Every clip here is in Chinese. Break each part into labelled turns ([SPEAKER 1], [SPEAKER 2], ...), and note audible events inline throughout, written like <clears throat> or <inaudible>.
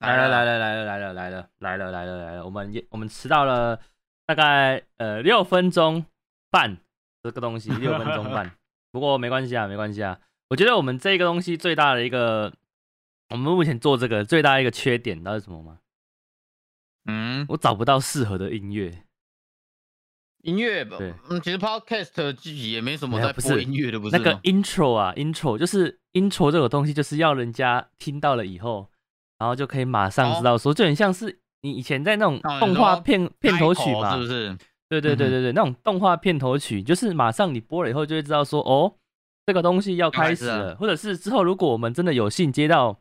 [SPEAKER 1] 来了来了来了来了来了来了来了来了，我们也我们迟到了大概呃六分钟半，这个东西六分钟半，不过没关系啊，没关系啊。我觉得我们这个东西最大的一个，我们目前做这个最大一个缺点，你知道是什么吗？
[SPEAKER 2] 嗯，
[SPEAKER 1] 我找不到适合的音乐。
[SPEAKER 2] 音乐吧
[SPEAKER 1] 对，
[SPEAKER 2] 嗯，其实 podcast 自己也没什么
[SPEAKER 1] 没有
[SPEAKER 2] 在
[SPEAKER 1] 不
[SPEAKER 2] 播
[SPEAKER 1] 是
[SPEAKER 2] 音乐的，不
[SPEAKER 1] 那
[SPEAKER 2] 是
[SPEAKER 1] 个
[SPEAKER 2] 吗？
[SPEAKER 1] intro 啊，intro 就是 intro 这种东西，就是要人家听到了以后，然后就可以马上知道说，就很像是你以前在那种
[SPEAKER 2] 哦你
[SPEAKER 1] 动画
[SPEAKER 2] 说
[SPEAKER 1] 片片头曲
[SPEAKER 2] 开口
[SPEAKER 1] 嘛，
[SPEAKER 2] 是不是？
[SPEAKER 1] 对对对
[SPEAKER 2] 嗯哼
[SPEAKER 1] 对对，那种动画片头曲，就是马上你播了以后就会知道说，哦，这个东西要开始
[SPEAKER 2] 要开始
[SPEAKER 1] 了，或者是之后如果我们真的有幸接到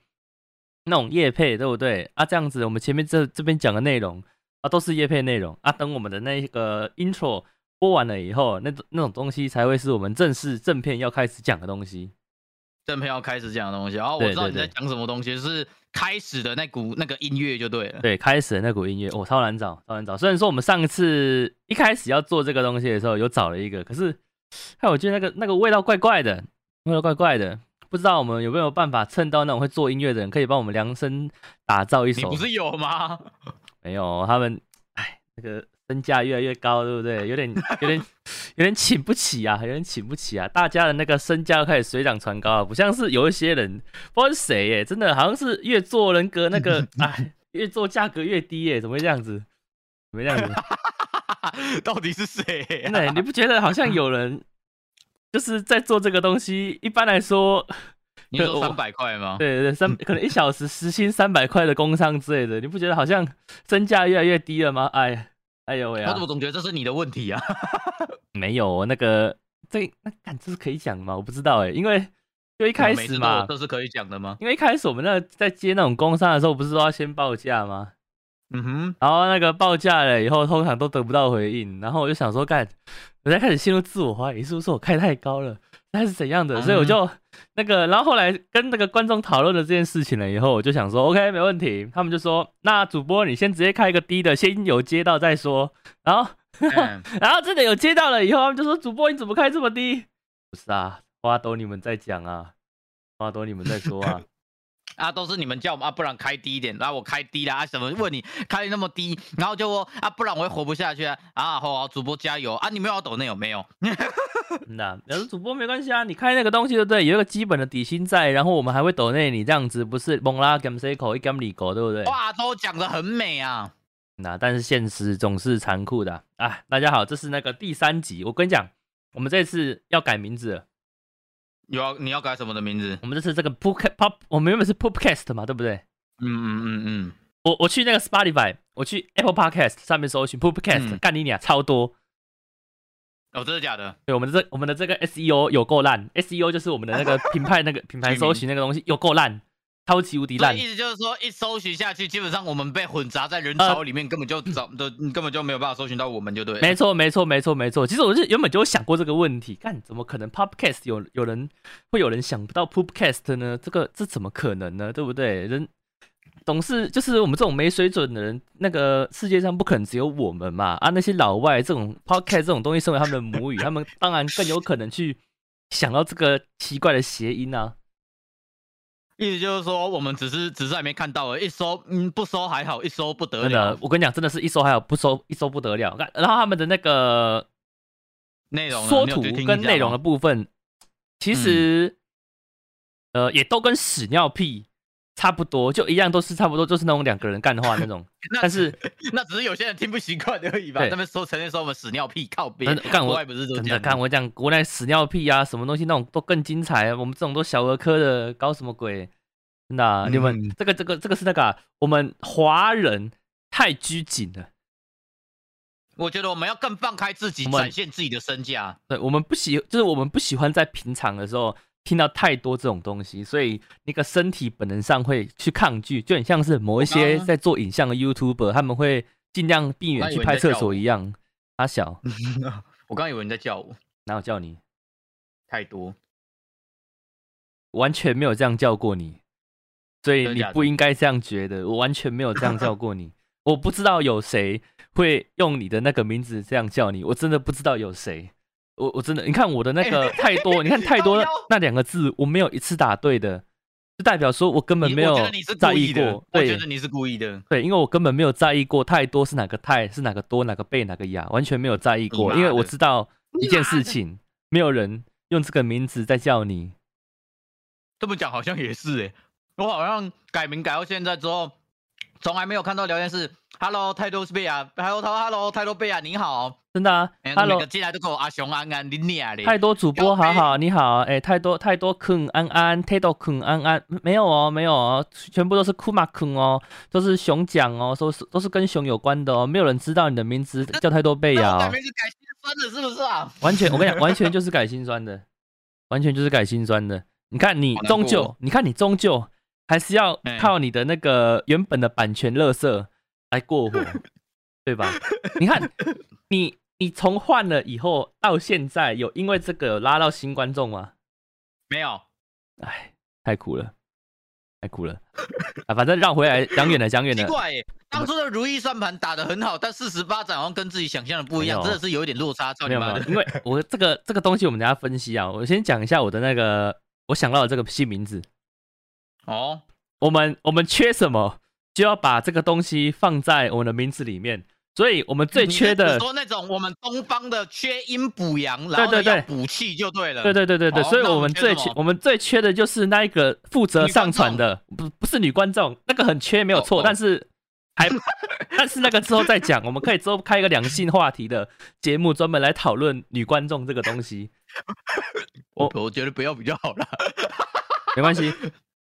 [SPEAKER 1] 那种业配，对不对？啊，这样子我们前面这这边讲的内容啊都是业配内容啊，等我们的那个 intro 播完了以后，那种那种东西才会是我们正式正片要开始讲的东西。
[SPEAKER 2] 正片要开始讲的东西，然后我
[SPEAKER 1] 对
[SPEAKER 2] 知道
[SPEAKER 1] 对
[SPEAKER 2] 你在
[SPEAKER 1] 对
[SPEAKER 2] 讲什么东西，就是开始的那股那个音乐就对了。
[SPEAKER 1] 对，开始的那股音乐，我、哦超难找，超难找。虽然说我们上一次一开始要做这个东西的时候有找了一个，可是，哎，我觉得那个那个味道怪怪的，味道怪怪的，不知道我们有没有办法蹭到那种会做音乐的人，可以帮我们量身打造一
[SPEAKER 2] 你
[SPEAKER 1] 首
[SPEAKER 2] 不。是有吗？ <laughs>
[SPEAKER 1] 没有，他们，哎，那个身价越来越高，对不对？有点有点有点请不起啊，有点请不起啊。大家的那个身价都开始水涨船高啊，不像是有一些人，不知道是谁耶，真的好像是越做人格那个，哎，越做价格越低耶，怎么会这样子？怎么会这样子？
[SPEAKER 2] 到底是谁啊、
[SPEAKER 1] 真的，你不觉得好像有人就是在做这个东西？一般来说，
[SPEAKER 2] 你说
[SPEAKER 1] 我
[SPEAKER 2] 三百块吗？
[SPEAKER 1] 对对对，三可能一小时时薪三百块的工商之类的，你不觉得好像身价越来越低了吗？哎，哎呦喂啊！
[SPEAKER 2] 我怎么总觉得这是你的问题啊？
[SPEAKER 1] 没有哦那个这那干这是可以讲的吗？我不知道哎，因为就一 <laughs> 开
[SPEAKER 2] 每
[SPEAKER 1] 始
[SPEAKER 2] 次都
[SPEAKER 1] 嘛，
[SPEAKER 2] 这是可以讲的吗？
[SPEAKER 1] 因为一开始我们那个在接那种工商的时候，不是说要先报价吗？
[SPEAKER 2] 嗯哼，
[SPEAKER 1] 然后那个报价了以后，通常都得不到回应，然后我就想说，干，我在开始陷入自我怀疑，是不是我开太高了？那是怎样的？所以我
[SPEAKER 2] 嗯
[SPEAKER 1] 就那个，然后后来跟那个观众讨论了这件事情了以后，我就想说，OK，没问题。他们就说，那主播你先直接开一个低的，先有接到再说。然后
[SPEAKER 2] 嗯
[SPEAKER 1] 然后真的有接到了以后，他们就说：“主播你怎么开这么低？”不是啊，花都你们在讲啊，花都你们在说
[SPEAKER 2] <laughs>
[SPEAKER 1] 啊。
[SPEAKER 2] 啊，都是你们叫我们啊，不然开低一点，然、后我开低了啊，什么问你开那么低，然后就说啊，不然我会活不下去啊啊，好、主播加油啊，你们有要抖内有没有？
[SPEAKER 1] 真的啊，有的主播没关系啊，你开那个东西对不对？有一个基本的底薪在，然后我们还会抖内你这样子，不是蒙拉 gam c 口一 gam 里狗，对不对？
[SPEAKER 2] 哇，都讲的很美啊，
[SPEAKER 1] 那、但是现实总是残酷的啊啊！大家好，这是那个第三集，我跟你讲，我们这次要改名字了。
[SPEAKER 2] 有要你要改什么的名字？
[SPEAKER 1] 我们这次这个 pop pop，我们原本是 popcast 嘛，对不对？
[SPEAKER 2] 嗯嗯嗯嗯，
[SPEAKER 1] 我我去那个 Spotify，我去 Apple Podcast 上面搜寻 popcast，、
[SPEAKER 2] 嗯
[SPEAKER 1] 干你俩超多。
[SPEAKER 2] 哦，真的假的？
[SPEAKER 1] 对，我们的这我们的这个 SEO 有够烂，SEO 就是我们的那个品牌那个品牌搜寻那个东西有够烂，超级无敌
[SPEAKER 2] 所
[SPEAKER 1] 烂
[SPEAKER 2] 以。意思就是说，一搜寻下去，基本上我们被混杂在人潮里面，根本就找 <laughs> 都你根本就没有办法搜寻到我们，就对了。
[SPEAKER 1] 呃没错，没错，没错，没错。其实我是原本就有想过这个问题，看怎么可能 Podcast 有有人会有人想不到 Podcast 呢？这个这怎么可能呢？对不对？人总是就是我们这种没水准的人，那个世界上不可能只有我们嘛啊！那些老外这种 Podcast 这种东西身为他们的母语，他们当然更有可能去想到这个奇怪的谐音啊。
[SPEAKER 2] 意思就是说，我们只是只是还没看到而已，一搜嗯不搜还好，一搜不得
[SPEAKER 1] 真的
[SPEAKER 2] 了，，
[SPEAKER 1] 我跟你讲，真的是一收还有不收，一收不得了。然后他们的那个
[SPEAKER 2] 内容呢啊
[SPEAKER 1] 缩
[SPEAKER 2] 你有
[SPEAKER 1] 图
[SPEAKER 2] 去听一
[SPEAKER 1] 跟
[SPEAKER 2] 下
[SPEAKER 1] 内容啊的
[SPEAKER 2] 吗嗯
[SPEAKER 1] 部分，其实、呃也都跟屎尿屁差不多，就一样都是差不多，就是那种两个人干话那种。
[SPEAKER 2] <laughs> 那
[SPEAKER 1] 但是
[SPEAKER 2] 那只是 <laughs> 有些人听不习惯而已吧。
[SPEAKER 1] 对
[SPEAKER 2] 那边说承认说我们屎尿屁靠边
[SPEAKER 1] 真的，干
[SPEAKER 2] 国
[SPEAKER 1] 我
[SPEAKER 2] 外不是都
[SPEAKER 1] 真
[SPEAKER 2] 这
[SPEAKER 1] 的
[SPEAKER 2] 样？
[SPEAKER 1] 看我讲国内屎尿屁啊，什么东西那种都更精彩。我们这种都小儿科的，搞什么鬼？真的啊、你们
[SPEAKER 2] 嗯
[SPEAKER 1] 这个这个这个是那个啊、我们华人太拘谨了。
[SPEAKER 2] 我觉得我们要更放开自己，
[SPEAKER 1] 我们
[SPEAKER 2] 展现自己的身价。啊
[SPEAKER 1] 对，我们不喜，就是我们不喜欢在平常的时候听到太多这种东西，所以那个身体本能上会去抗拒，就很像是某一些
[SPEAKER 2] 啊
[SPEAKER 1] 在做影像的 YouTuber，他们会尽量避免
[SPEAKER 2] 我刚以
[SPEAKER 1] 去
[SPEAKER 2] 为你
[SPEAKER 1] 拍
[SPEAKER 2] 在
[SPEAKER 1] 厕
[SPEAKER 2] 叫
[SPEAKER 1] 所
[SPEAKER 2] 我
[SPEAKER 1] 一样。阿小，
[SPEAKER 2] 我刚以为你在叫我，
[SPEAKER 1] 哪有叫你？
[SPEAKER 2] 太多。
[SPEAKER 1] 完全没有这样叫过你，所以
[SPEAKER 2] 真的
[SPEAKER 1] 你
[SPEAKER 2] 假
[SPEAKER 1] 不
[SPEAKER 2] 的
[SPEAKER 1] 应该这样觉得。我完全没有这样叫过你，我不知道有谁会用你的那个名字这样叫你，我真的不知道有谁。
[SPEAKER 2] <laughs>
[SPEAKER 1] 我我真的，你看我的那个太多，你看太多
[SPEAKER 2] 靠腰
[SPEAKER 1] 那两个字，我没有一次答对的。就代表说我根本
[SPEAKER 2] 你
[SPEAKER 1] 没
[SPEAKER 2] 我
[SPEAKER 1] 有
[SPEAKER 2] 觉得你是
[SPEAKER 1] 在
[SPEAKER 2] 故
[SPEAKER 1] 意
[SPEAKER 2] 意的
[SPEAKER 1] 过，，
[SPEAKER 2] 我觉
[SPEAKER 1] 对
[SPEAKER 2] 得你是故意的。
[SPEAKER 1] 对，因为我根本没有在意过太多是哪个太是哪个多哪个贝哪个雅，完全没有在意
[SPEAKER 2] 你
[SPEAKER 1] 过，
[SPEAKER 2] 妈
[SPEAKER 1] 因为
[SPEAKER 2] 的
[SPEAKER 1] 我知道一件
[SPEAKER 2] 妈
[SPEAKER 1] 事
[SPEAKER 2] 的
[SPEAKER 1] 情，没有人用这个名字在叫你，
[SPEAKER 2] 这么讲好像也是哎、我好像改名改到现在之后，从来没有看到留言是 “Hello 泰多斯贝亚 ”，Hello 他 Hello 泰多贝亚，你好。
[SPEAKER 1] 真的啊
[SPEAKER 2] 哎、每
[SPEAKER 1] ，Hello
[SPEAKER 2] 个。进来都跟我阿雄啊安安，你俩嘞？
[SPEAKER 1] 太多主播
[SPEAKER 2] 要
[SPEAKER 1] 好
[SPEAKER 2] 飞
[SPEAKER 1] 好，你好，哎、太多太多坑安安，太多坑安安，没有哦，没有哦，全部都是库玛坑哦，都是熊奖哦，都是都是跟熊有关的哦，没有人知道你的名字叫太多贝
[SPEAKER 2] 那
[SPEAKER 1] 雅、
[SPEAKER 2] 我改
[SPEAKER 1] 哦，
[SPEAKER 2] 名字改心酸了是不是啊？
[SPEAKER 1] 完全我跟你
[SPEAKER 2] <laughs>
[SPEAKER 1] 讲，完全就是改心酸的，完全就是改心酸的。你看你
[SPEAKER 2] 好难
[SPEAKER 1] 终
[SPEAKER 2] 过
[SPEAKER 1] 究
[SPEAKER 2] 哦，
[SPEAKER 1] 你看你终究还是要
[SPEAKER 2] 哎
[SPEAKER 1] 靠你的那个原本的版权乐色来过
[SPEAKER 2] <laughs>
[SPEAKER 1] 活，对吧？你看你你从换了以后到现在，有因为这个有拉到新观众吗？
[SPEAKER 2] 没有，
[SPEAKER 1] 哎，太苦了，太苦了啊！反正绕回
[SPEAKER 2] <laughs>
[SPEAKER 1] 来，讲远了，讲远
[SPEAKER 2] 奇
[SPEAKER 1] 了。
[SPEAKER 2] 怪、欸，当初的如意算盘打得很好，但四十八掌好像跟自己想象的不一样，
[SPEAKER 1] 没有
[SPEAKER 2] 真的是有一点落差，操
[SPEAKER 1] 没
[SPEAKER 2] 你
[SPEAKER 1] 有没
[SPEAKER 2] 妈
[SPEAKER 1] 有，
[SPEAKER 2] 的！
[SPEAKER 1] 因为我这个这个东西我们等一下分析啊。我先讲一下我的那个我想到的这个新名字。
[SPEAKER 2] 哦，
[SPEAKER 1] 我们我们缺什么，就要把这个东西放在我们的名字里面。所以我们最
[SPEAKER 2] 嗯你是
[SPEAKER 1] 缺的
[SPEAKER 2] 指，说那种我们东方的缺阴补阳，然后
[SPEAKER 1] 对
[SPEAKER 2] 呢
[SPEAKER 1] 对
[SPEAKER 2] 要补气就对了。
[SPEAKER 1] 对对对对对，
[SPEAKER 2] 好
[SPEAKER 1] 所以
[SPEAKER 2] 那我
[SPEAKER 1] 我们
[SPEAKER 2] 们缺
[SPEAKER 1] 最
[SPEAKER 2] 什
[SPEAKER 1] 缺
[SPEAKER 2] 么
[SPEAKER 1] 我们最缺的就是那一个负责
[SPEAKER 2] 女观
[SPEAKER 1] 上传
[SPEAKER 2] 众
[SPEAKER 1] 的，不不是女观众，那个很缺没有
[SPEAKER 2] 哦
[SPEAKER 1] 错，
[SPEAKER 2] 哦
[SPEAKER 1] 但是还 <laughs> 但是那个之后再讲，我们可以之后开一个两性话题的节目，专门来讨论女观众这个东西。
[SPEAKER 2] 我我觉得不要比较好
[SPEAKER 1] <laughs>
[SPEAKER 2] 啦。
[SPEAKER 1] 没关系，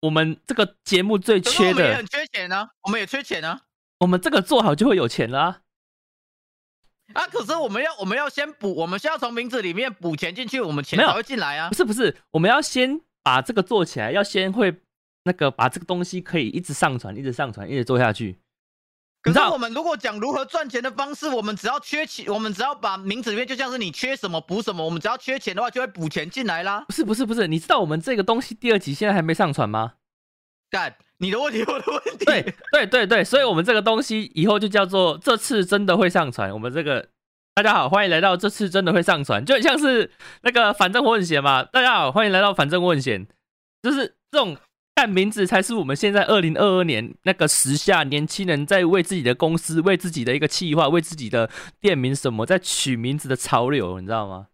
[SPEAKER 1] 我们这个节目最
[SPEAKER 2] 可是
[SPEAKER 1] 缺
[SPEAKER 2] 我们也
[SPEAKER 1] 的
[SPEAKER 2] 很，缺钱啊，我们也缺钱啊。
[SPEAKER 1] 我们这个做好就会有钱啦、
[SPEAKER 2] 啊，可是我们要我们要先补，我们先要从名字里面补钱进去，我们钱
[SPEAKER 1] 没有
[SPEAKER 2] 才会进来啊
[SPEAKER 1] 不。是不是，我们要先把这个做起来，要先会那个把这个东西可以一直上传，一直上传，一直做下去。
[SPEAKER 2] 可
[SPEAKER 1] 你知
[SPEAKER 2] 是
[SPEAKER 1] 道
[SPEAKER 2] 我们如果讲如何赚钱的方式，我们只要缺钱，我们只要把名字里面就像是你缺什么补什么，我们只要缺钱的话就会补钱进来啦。
[SPEAKER 1] 不是不是不是，你知道我们这个东西第二集现在还没上传吗？
[SPEAKER 2] 干，你的问题，我的问题。
[SPEAKER 1] 对对对对，所以我们这个东西以后就叫做这次真的会上传。我们这个大家好，欢迎来到这次真的会上传，就很像是那个反正我很闲嘛。大家好，欢迎来到反正我很闲，就是这种看名字才是我们现在二零二二年那个时下年轻人在为自己的公司、为自己的一个企划、为自己的店名什么在取名字的潮流，你知道吗？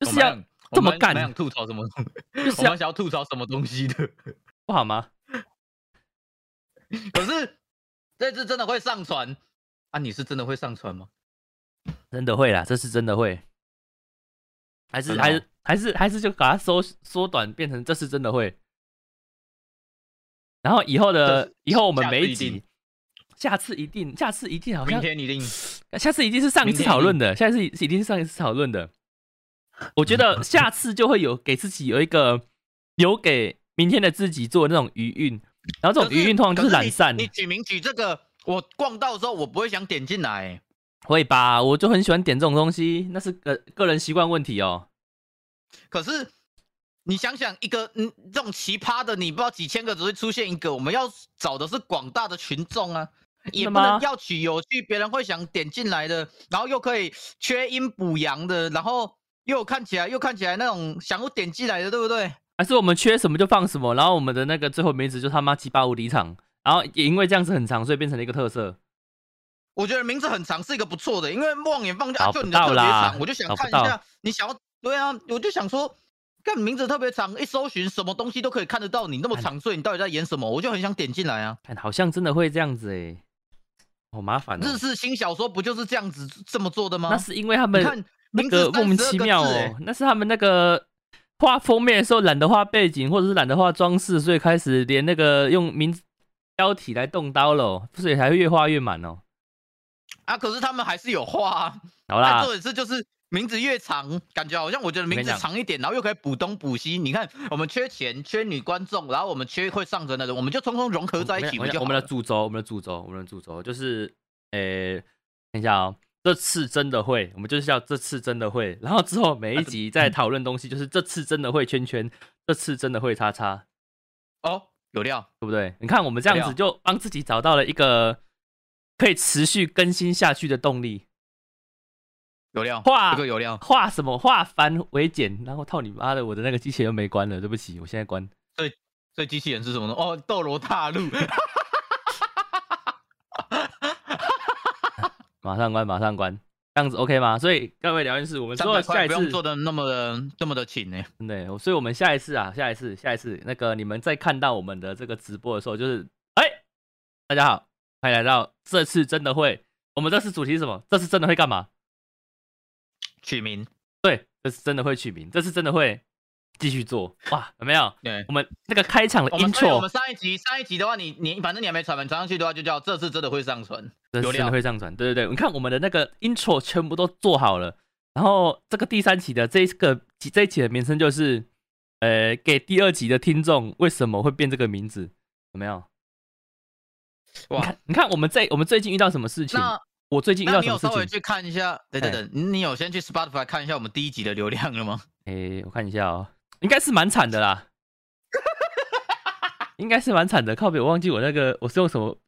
[SPEAKER 1] 就是要
[SPEAKER 2] 我们
[SPEAKER 1] 这么
[SPEAKER 2] 我们
[SPEAKER 1] 干
[SPEAKER 2] 我们想吐槽什么？
[SPEAKER 1] <laughs> 就是
[SPEAKER 2] 我
[SPEAKER 1] 要
[SPEAKER 2] 们想要吐槽什么东西的？
[SPEAKER 1] 不好吗？
[SPEAKER 2] 可是这次真的会上传啊？你是真的会上传吗？
[SPEAKER 1] 真的会啦，这次真的会，还是
[SPEAKER 2] 真的哦
[SPEAKER 1] 还是还是还是就把它缩缩短，变成这次真的会。然后以后
[SPEAKER 2] 这
[SPEAKER 1] 的
[SPEAKER 2] 是
[SPEAKER 1] 以后我们
[SPEAKER 2] 下次
[SPEAKER 1] 每一
[SPEAKER 2] 一定
[SPEAKER 1] 集，下次一定，下次一定好
[SPEAKER 2] 明
[SPEAKER 1] 像，
[SPEAKER 2] 天一定。
[SPEAKER 1] 下次一定是上一
[SPEAKER 2] 明
[SPEAKER 1] 次
[SPEAKER 2] 天一定
[SPEAKER 1] 讨论的，下次一定是上一次讨论
[SPEAKER 2] <laughs>
[SPEAKER 1] 的。我觉得下次就会有给自己有一个留给明天的自己做那种余韵，然后这种
[SPEAKER 2] 可
[SPEAKER 1] 余韵通常就是
[SPEAKER 2] 可是
[SPEAKER 1] 懒
[SPEAKER 2] 你
[SPEAKER 1] 散，
[SPEAKER 2] 你举名举这个，我逛到的时候我不会想点进来、
[SPEAKER 1] 会吧？我就很喜欢点这种东西，那是个个人习惯问题哦。
[SPEAKER 2] 可是你想想，一个嗯这种奇葩的，你不知道几千个只会出现一个，我们要找的是广大的群众啊。也
[SPEAKER 1] 的
[SPEAKER 2] 不
[SPEAKER 1] 吗
[SPEAKER 2] 能要取有趣，别人会想点进来的，然后又可以缺阴补阳的，然后又看起来又看起来那种想要点进来的，对不对？
[SPEAKER 1] 还是我们缺什么就放什么，然后我们的那个最后名字就他妈鸡巴无敌长，然后也因为这样子很长，所以变成了一个特色。
[SPEAKER 2] 我觉得名字很长是一个不错的，因为望眼放去啊，
[SPEAKER 1] 找不
[SPEAKER 2] 就你的特别
[SPEAKER 1] 到啦
[SPEAKER 2] 长，我就
[SPEAKER 1] 找
[SPEAKER 2] 想
[SPEAKER 1] 不
[SPEAKER 2] 看一
[SPEAKER 1] 到
[SPEAKER 2] 下你想要对啊，我就想说，看名字特别长，一搜寻什么东西都可以看得到，你那么
[SPEAKER 1] 看
[SPEAKER 2] 长，所以你到底在演什么？我就很想点进来啊。
[SPEAKER 1] 看，好像真的会这样子诶、好麻烦、哦。
[SPEAKER 2] 日式新小说不就是这样子这么做的吗？
[SPEAKER 1] 那是因为他
[SPEAKER 2] 你
[SPEAKER 1] 们
[SPEAKER 2] 看
[SPEAKER 1] 那
[SPEAKER 2] 名
[SPEAKER 1] 个
[SPEAKER 2] 字
[SPEAKER 1] 莫名
[SPEAKER 2] 32
[SPEAKER 1] 其
[SPEAKER 2] 个
[SPEAKER 1] 妙
[SPEAKER 2] 字欸
[SPEAKER 1] 哦，，那是他们那个画封面的时候懒得画背景，或者是懒得画装饰，所以开始连那个用名字标题来动刀喽，所以才会越画越满哦。
[SPEAKER 2] 啊，可是他们还是有画啊。
[SPEAKER 1] 好
[SPEAKER 2] 啊，
[SPEAKER 1] 啦
[SPEAKER 2] 重，点是就是名字越长，感觉好像我觉得
[SPEAKER 1] 跟
[SPEAKER 2] 名
[SPEAKER 1] 你
[SPEAKER 2] 字
[SPEAKER 1] 讲
[SPEAKER 2] 长一点，然后又可以补东补西。你看，我们缺钱，缺女观众，然后我们缺会上传的人，我们就通通融合在一起，
[SPEAKER 1] 我们
[SPEAKER 2] 就
[SPEAKER 1] 我
[SPEAKER 2] 好
[SPEAKER 1] 们的
[SPEAKER 2] 了
[SPEAKER 1] 主轴，我们的主轴，我们的主轴就是，诶、等一下哦，这次真的会，我们就是要这次真的会，然后之后
[SPEAKER 2] 啊
[SPEAKER 1] 每一集
[SPEAKER 2] 嗯
[SPEAKER 1] 再讨论东西，就是这次真的会圈圈，这次真的会叉叉，
[SPEAKER 2] 哦，有料。
[SPEAKER 1] 对不对？你看我们这样子
[SPEAKER 2] 对啊
[SPEAKER 1] 就帮自己找到了一个可以持续更新下去的动力。
[SPEAKER 2] 有料，
[SPEAKER 1] 画
[SPEAKER 2] 这个有料，
[SPEAKER 1] 化什么化繁为简，然后套你妈的，我的那个机器人又没关了，对不起，我现在关。
[SPEAKER 2] 所以机器人是什么呢？哦，斗罗
[SPEAKER 1] <laughs>
[SPEAKER 2] 大陆。
[SPEAKER 1] 马上关，马上关，这样子 OK 吗？所以各位聊天室，我们之
[SPEAKER 2] 三
[SPEAKER 1] 后
[SPEAKER 2] 百
[SPEAKER 1] 下
[SPEAKER 2] 块
[SPEAKER 1] 一
[SPEAKER 2] 不
[SPEAKER 1] 次
[SPEAKER 2] 用做的那么的那么的勤呢、
[SPEAKER 1] 真的耶，我所以我们下一次啊，下一次，下一次，那个你们在看到我们的这个直播的时候，就是，哎、大家好，欢迎来到这次真的会，我们这次主题是什么？这次真的会干嘛？
[SPEAKER 2] 取名
[SPEAKER 1] 对，这次真的会取名，这次真的会继续做，哇，有没有？
[SPEAKER 2] 对。
[SPEAKER 1] 我们那个开场的
[SPEAKER 2] 我们所以我
[SPEAKER 1] intro，
[SPEAKER 2] 们上一集上一集的话你，你反正你还没传，传上去的话就叫这次真的会上传。
[SPEAKER 1] 这次
[SPEAKER 2] 有
[SPEAKER 1] 真的
[SPEAKER 2] 料
[SPEAKER 1] 会上传，对对对，你看我们的那个 intro 全部都做好了，然后这个第三期的这一个这一期的名称就是，呃，给第二集的听众为什么会变这个名字？有没有？你
[SPEAKER 2] 哇，
[SPEAKER 1] 看，你看我们在我们最近遇到什么事情？
[SPEAKER 2] 那
[SPEAKER 1] 我最近遇
[SPEAKER 2] 那
[SPEAKER 1] 到
[SPEAKER 2] 你
[SPEAKER 1] 什
[SPEAKER 2] 有
[SPEAKER 1] 么事
[SPEAKER 2] 稍
[SPEAKER 1] 情？哎
[SPEAKER 2] 微去看一下？对对对，你有先去 Spotify 看一下我们第一集的流量了吗？ <laughs>
[SPEAKER 1] 诶、我看一下哦，应该是蛮惨的啦，应该是蛮惨的。靠北，我忘记我那个我是用什么，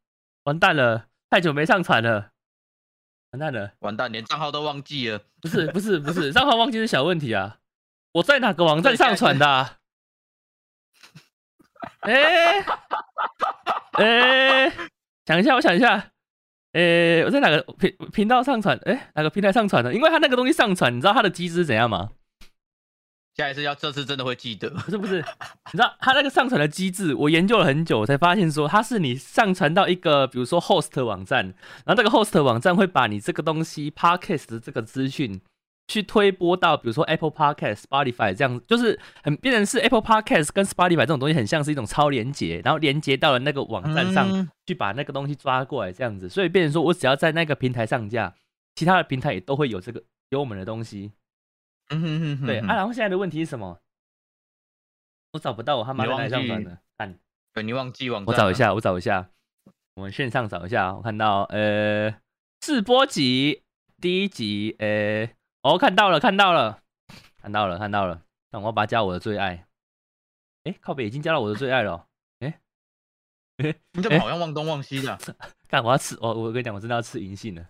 [SPEAKER 1] 完蛋了，太久没上传了，完蛋了，
[SPEAKER 2] 完蛋，连账号都忘记了。
[SPEAKER 1] 不是不是不是，账号忘记是小问题啊。我在哪个网站上传的、啊？诶诶，想一下，我想一下。诶，我在哪个频频道上传？诶，哪个平台上传的？因为他那个东西上传，你知道它的机制是怎样吗？
[SPEAKER 2] 下一次要这次真的会记得。
[SPEAKER 1] 不是不 <laughs> 是，你知道它那个上传的机制，我研究了很久，我才发现说它是你上传到一个比如说 host 网站，然后这个 host 网站会把你这个东西 podcast 的这个资讯去推播到比如说 Apple Podcast、Spotify 这样，就是很变成是 Apple Podcast 跟 Spotify 这种东西很像是一种超连接，然后连接到了那个网站上、
[SPEAKER 2] 嗯
[SPEAKER 1] 去把那个东西抓过来这样子，所以变成说我只要在那个平台上架，其他的平台也都会有这个有我们的东西。
[SPEAKER 2] 嗯哼哼哼
[SPEAKER 1] 对、啊，然后现在的问题是什么？我找不到我他妈
[SPEAKER 2] 你
[SPEAKER 1] 在
[SPEAKER 2] 忘
[SPEAKER 1] 哪里上
[SPEAKER 2] 记
[SPEAKER 1] 传的，看
[SPEAKER 2] 对你忘记网站，
[SPEAKER 1] 我找一。下，我找一下，我们线上找一下，我看到呃试播集第一集，呃，哦看到了看到了看到了看到了，那我要把它加我的最爱，哎靠北已经加到我的最爱了哦，
[SPEAKER 2] 你
[SPEAKER 1] 哎
[SPEAKER 2] 怎么好像忘东忘西的啊？
[SPEAKER 1] 干我要吃哦我我跟你讲，我真的要吃银杏了，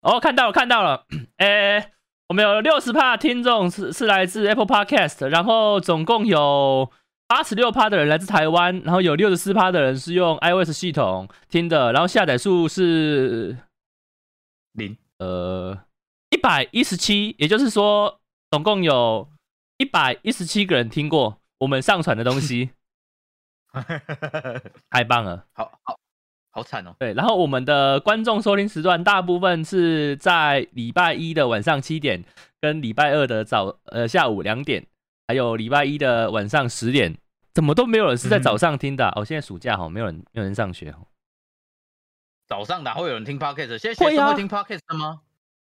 [SPEAKER 1] 哦看到了看到了， <clears throat> 呃。我们有六十趴听众是是来自 Apple Podcast，然后总共有八十六趴的人来自台湾，然后有六十四趴的人是用 iOS 系统听的，然后下载数是
[SPEAKER 2] 零
[SPEAKER 1] 呃一百一十七，也就是说总共有一百一十七个人听过我们上传的东西，太棒了。
[SPEAKER 2] <laughs> 好好好惨哦。
[SPEAKER 1] 对，然后我们的观众收听时段大部分是在礼拜一的晚上七点，跟礼拜二的早呃下午两点，还有礼拜一的晚上十点，怎么都没有人是在早上听的啊、哦，现在暑假哈，没有人没有人上学哦，
[SPEAKER 2] 早上哪会有人听 podcast？现在
[SPEAKER 1] 会
[SPEAKER 2] 学生
[SPEAKER 1] 啊
[SPEAKER 2] 会听 podcast 的吗？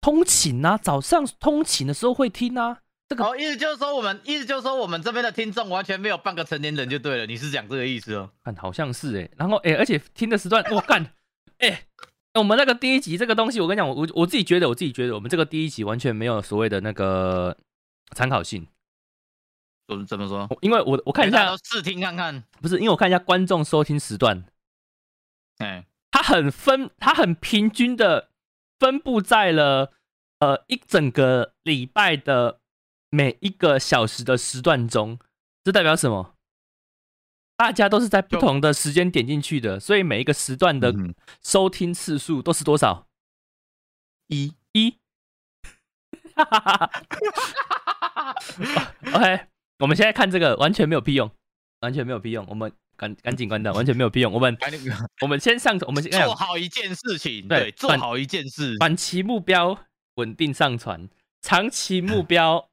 [SPEAKER 1] 通勤啊，早上通勤的时候会听啊，这个
[SPEAKER 2] 哦，意思就是说我们，意思就是说我们这边的听众完全没有半个成年人就对了，你是讲这个意思哦？
[SPEAKER 1] 看好像是哎、然后哎、而且听的时段，我干哎。我们那个第一集这个东西，我跟你讲，我我我自己觉得，我自己觉得，我们这个第一集完全没有所谓的那个参考性，
[SPEAKER 2] 怎么怎么说？
[SPEAKER 1] 我因为我我看一
[SPEAKER 2] 大
[SPEAKER 1] 下
[SPEAKER 2] 家都，试听看看。
[SPEAKER 1] 不是，因为我看一下观众收听时段，
[SPEAKER 2] 哎，
[SPEAKER 1] 它很分，它很平均的分布在了呃一整个礼拜的每一个小时的时段中，这代表什么？大家都是在不
[SPEAKER 2] 就
[SPEAKER 1] 同的时间点进去的，所以每一个时段的
[SPEAKER 2] 嗯
[SPEAKER 1] 收听次数都是多少？
[SPEAKER 2] 一，
[SPEAKER 1] 一。 <laughs> 哈哈哈哈 OK，我哦们现在看这个完全没有屁用，完全没有屁用，我们赶赶紧关掉，完全没有屁用。我们
[SPEAKER 2] 哎那个
[SPEAKER 1] 我们先上，我们先
[SPEAKER 2] 做好一件事情，
[SPEAKER 1] 对
[SPEAKER 2] 对，做
[SPEAKER 1] 反
[SPEAKER 2] 好一件事，
[SPEAKER 1] 短期目标稳定上传，长期目标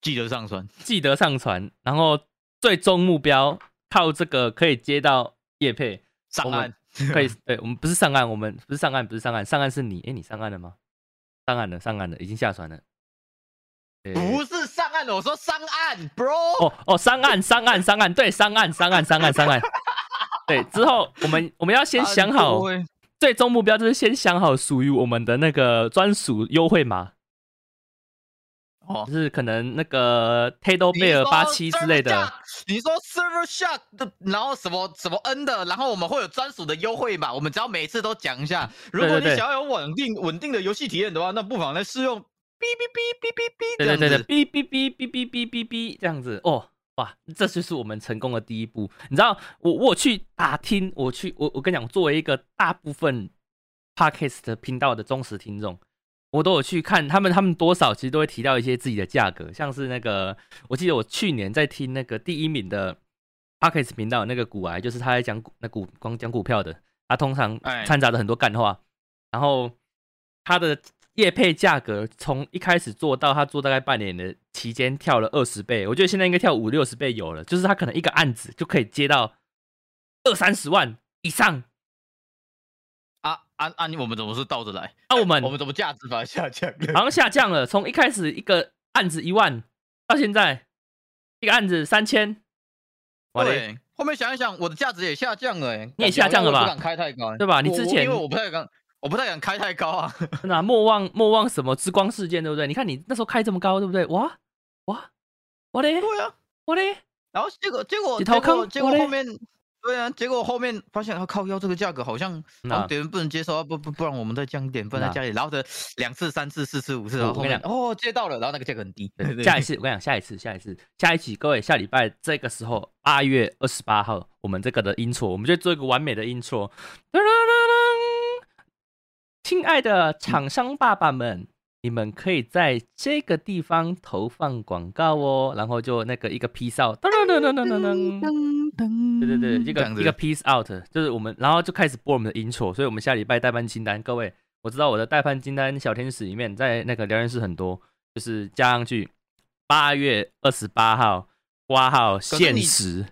[SPEAKER 2] 记得上传。
[SPEAKER 1] 记得上传，然后最终目标靠这个可以接到业配，
[SPEAKER 2] 上
[SPEAKER 1] 我们
[SPEAKER 2] 岸，
[SPEAKER 1] 可以对我们不是上岸，我们不是上岸，不是上岸，上岸是你，哎，你上岸了吗？上岸了，上岸了，已经下船了。诶
[SPEAKER 2] 不是上岸，我说上岸，bro。
[SPEAKER 1] 哦哦，上岸上岸上岸，对，上岸上岸上岸上岸，对，之后我们我们要先想
[SPEAKER 2] 啊
[SPEAKER 1] 好
[SPEAKER 2] 各位
[SPEAKER 1] 最终目标，就是先想好属于我们的那个专属优惠码，
[SPEAKER 2] 哦
[SPEAKER 1] 就，是可能那个 Tado 贝尔八七之类的，
[SPEAKER 2] 你说 Server Shark 的，然后什么什么 N 的，然后我们会有专属的优惠码，我们只要每次都讲一下。如果
[SPEAKER 1] 对
[SPEAKER 2] 你
[SPEAKER 1] 对
[SPEAKER 2] 想要有稳定稳定的游戏体验的话，那不妨来试用哔哔哔哔哔哔这
[SPEAKER 1] 对
[SPEAKER 2] 样
[SPEAKER 1] 对
[SPEAKER 2] 子。
[SPEAKER 1] 对对，哔哔哔哔哔哔哔哔这样子哦。哇，这就是我们成功的第一步。你知道，我我去打听，我去我我跟你讲，作为一个大部分 podcast 频道的忠实听众，我都有去看他们，他们多少其实都会提到一些自己的价格，像是那个，我记得我去年在听那个第一名的 podcast 频道那个股癌，就是他在讲股那股光讲股票的，他通常
[SPEAKER 2] 哎
[SPEAKER 1] 掺杂着很多干话，然后他的业配价格从一开始做到他做大概半年的期间跳了二十倍，我觉得现在应该跳五六十倍有了，就是他可能一个案子就可以接到二三十万以上。
[SPEAKER 2] 啊啊啊！你我们怎么是倒着来？
[SPEAKER 1] 那啊我
[SPEAKER 2] <laughs>
[SPEAKER 1] 们
[SPEAKER 2] 我们怎么价值反而下降了？
[SPEAKER 1] 嗯 <laughs>
[SPEAKER 2] <laughs>
[SPEAKER 1] 好像下降了，从一开始一个案子一万，到现在一个案子三千，哇嘞，
[SPEAKER 2] 对，后面想一想，我的价值也下降了、欸，
[SPEAKER 1] 你也下降了吧
[SPEAKER 2] 我不敢开太高、欸
[SPEAKER 1] 对吧你
[SPEAKER 2] 我
[SPEAKER 1] 之
[SPEAKER 2] 我
[SPEAKER 1] 前
[SPEAKER 2] 因为我不太敢，我不太敢开太高啊。
[SPEAKER 1] 真的啊、莫忘莫忘什么之光事件，对不对？你看你那时候开这么高，对不对？哇哇我嘞
[SPEAKER 2] <laughs> 对啊，
[SPEAKER 1] 我嘞，
[SPEAKER 2] 然后结果结果
[SPEAKER 1] 你
[SPEAKER 2] 结
[SPEAKER 1] 掏
[SPEAKER 2] 果
[SPEAKER 1] 坑
[SPEAKER 2] 结果
[SPEAKER 1] 我嘞
[SPEAKER 2] 后面。对啊，结果后面发现他啊靠腰这个价格好像好
[SPEAKER 1] 那
[SPEAKER 2] 像别人不能接受啊，不不不然我们再降一点，不然
[SPEAKER 1] 那
[SPEAKER 2] 再加一点，然后的两次、三次、四次、五次，然后后
[SPEAKER 1] 我跟
[SPEAKER 2] 面
[SPEAKER 1] 你
[SPEAKER 2] 哦接到了，然后那个价格很低，对
[SPEAKER 1] 对下一次我跟你讲，下一次下一次下一期，各位下礼拜这个时候八月二十八号，我们这个的 intro，我们就做一个完美的 intro。噔噔噔噔亲爱的厂商爸爸们，你们可以在这个地方投放广告哦，然后就那个一个 piece out，噔噔噔噔噔噔噔，
[SPEAKER 2] 噔
[SPEAKER 1] 对对对，一
[SPEAKER 2] 这
[SPEAKER 1] 个
[SPEAKER 2] 样子
[SPEAKER 1] 一个 piece out，就是我们，然后就开始播我们的 intro，所以我们下礼拜代班清单，各位，我知道我的代班清单小天使里面，在那个聊天室很多，就是加上去八月二十八号挂号
[SPEAKER 2] 是
[SPEAKER 1] 限
[SPEAKER 2] 你
[SPEAKER 1] 时，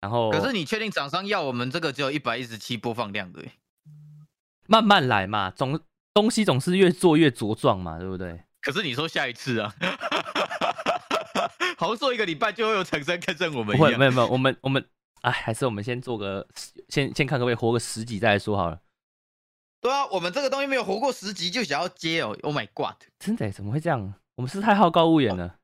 [SPEAKER 1] 然后
[SPEAKER 2] 可是你确定厂商要我们这个只有一百一十七播放量的欸？
[SPEAKER 1] 慢慢来嘛，总东西总是越做越茁壮嘛，对不对？
[SPEAKER 2] 可是你说下一次啊，好像做一个礼拜就会有厂商看上
[SPEAKER 1] 不
[SPEAKER 2] 我们一
[SPEAKER 1] 会，
[SPEAKER 2] 样。
[SPEAKER 1] 没有没有，我们我们哎，还是我们先做个先先看各位活个十集再来说好了。
[SPEAKER 2] 对啊，我们这个东西没有活过十集就想要接哦，Oh my god！
[SPEAKER 1] 真的耶怎么会这样？我们是不是太好高骛远了。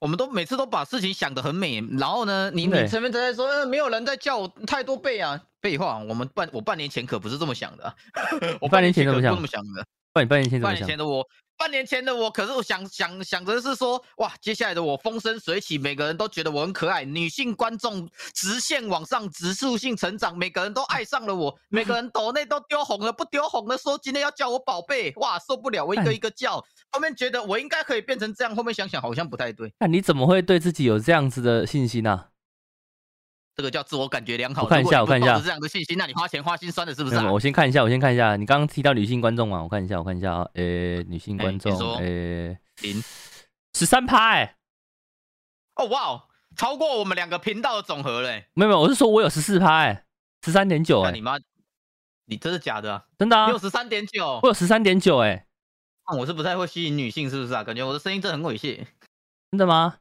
[SPEAKER 2] 我们都每次都把事情想得很美，然后呢，你
[SPEAKER 1] 对
[SPEAKER 2] 你前面在说、呃、没有人在叫我太多倍啊，废话，我们半我半年前可不是这么想的啊、 <laughs> 我
[SPEAKER 1] 半年前怎么
[SPEAKER 2] 可不
[SPEAKER 1] 想
[SPEAKER 2] 这么想的，
[SPEAKER 1] 半年半年前怎
[SPEAKER 2] 半
[SPEAKER 1] 么
[SPEAKER 2] 年
[SPEAKER 1] 想？
[SPEAKER 2] 前的我，半年前的我，可是我想想想着是说，哇，接下来的我风生水起，每个人都觉得我很可爱，女性观众直线往上，指数性成长，每个人都爱上了我，每个人抖内都丢红了，不丢红的说今天要叫我宝贝，哇，受不了，我一个
[SPEAKER 1] 干
[SPEAKER 2] 一个叫，后面觉得我应该可以变成这样，后面想想好像不太对，
[SPEAKER 1] 那你怎么会对自己有这样子的信心呢、啊？
[SPEAKER 2] 这个叫自我感觉良好。
[SPEAKER 1] 我看一下
[SPEAKER 2] 如果你不
[SPEAKER 1] 我看一下
[SPEAKER 2] 抱着这样的信息，那你花钱花心酸的是不是、
[SPEAKER 1] 没
[SPEAKER 2] 啊
[SPEAKER 1] 有？我先看一下，我先看一下。你刚刚提到女性观众嘛，我看一下，我看一下啊。呃、女性
[SPEAKER 2] 哎
[SPEAKER 1] 观
[SPEAKER 2] 你
[SPEAKER 1] 众，
[SPEAKER 2] 说
[SPEAKER 1] 呃、
[SPEAKER 2] 零
[SPEAKER 1] 十三趴，哎、
[SPEAKER 2] 哦哇哦，超过我们两个频道的总和嘞、
[SPEAKER 1] 没有没有，我是说我有十四趴，哎、十三点九，
[SPEAKER 2] 那
[SPEAKER 1] 哎
[SPEAKER 2] 你，妈，你这是假的、啊？
[SPEAKER 1] 真的啊，
[SPEAKER 2] 六十三点九
[SPEAKER 1] 我，有十三点九，哎，
[SPEAKER 2] 看我是不太会吸引女性，是不是啊？感觉我的声音真的很猥亵。
[SPEAKER 1] 真的吗？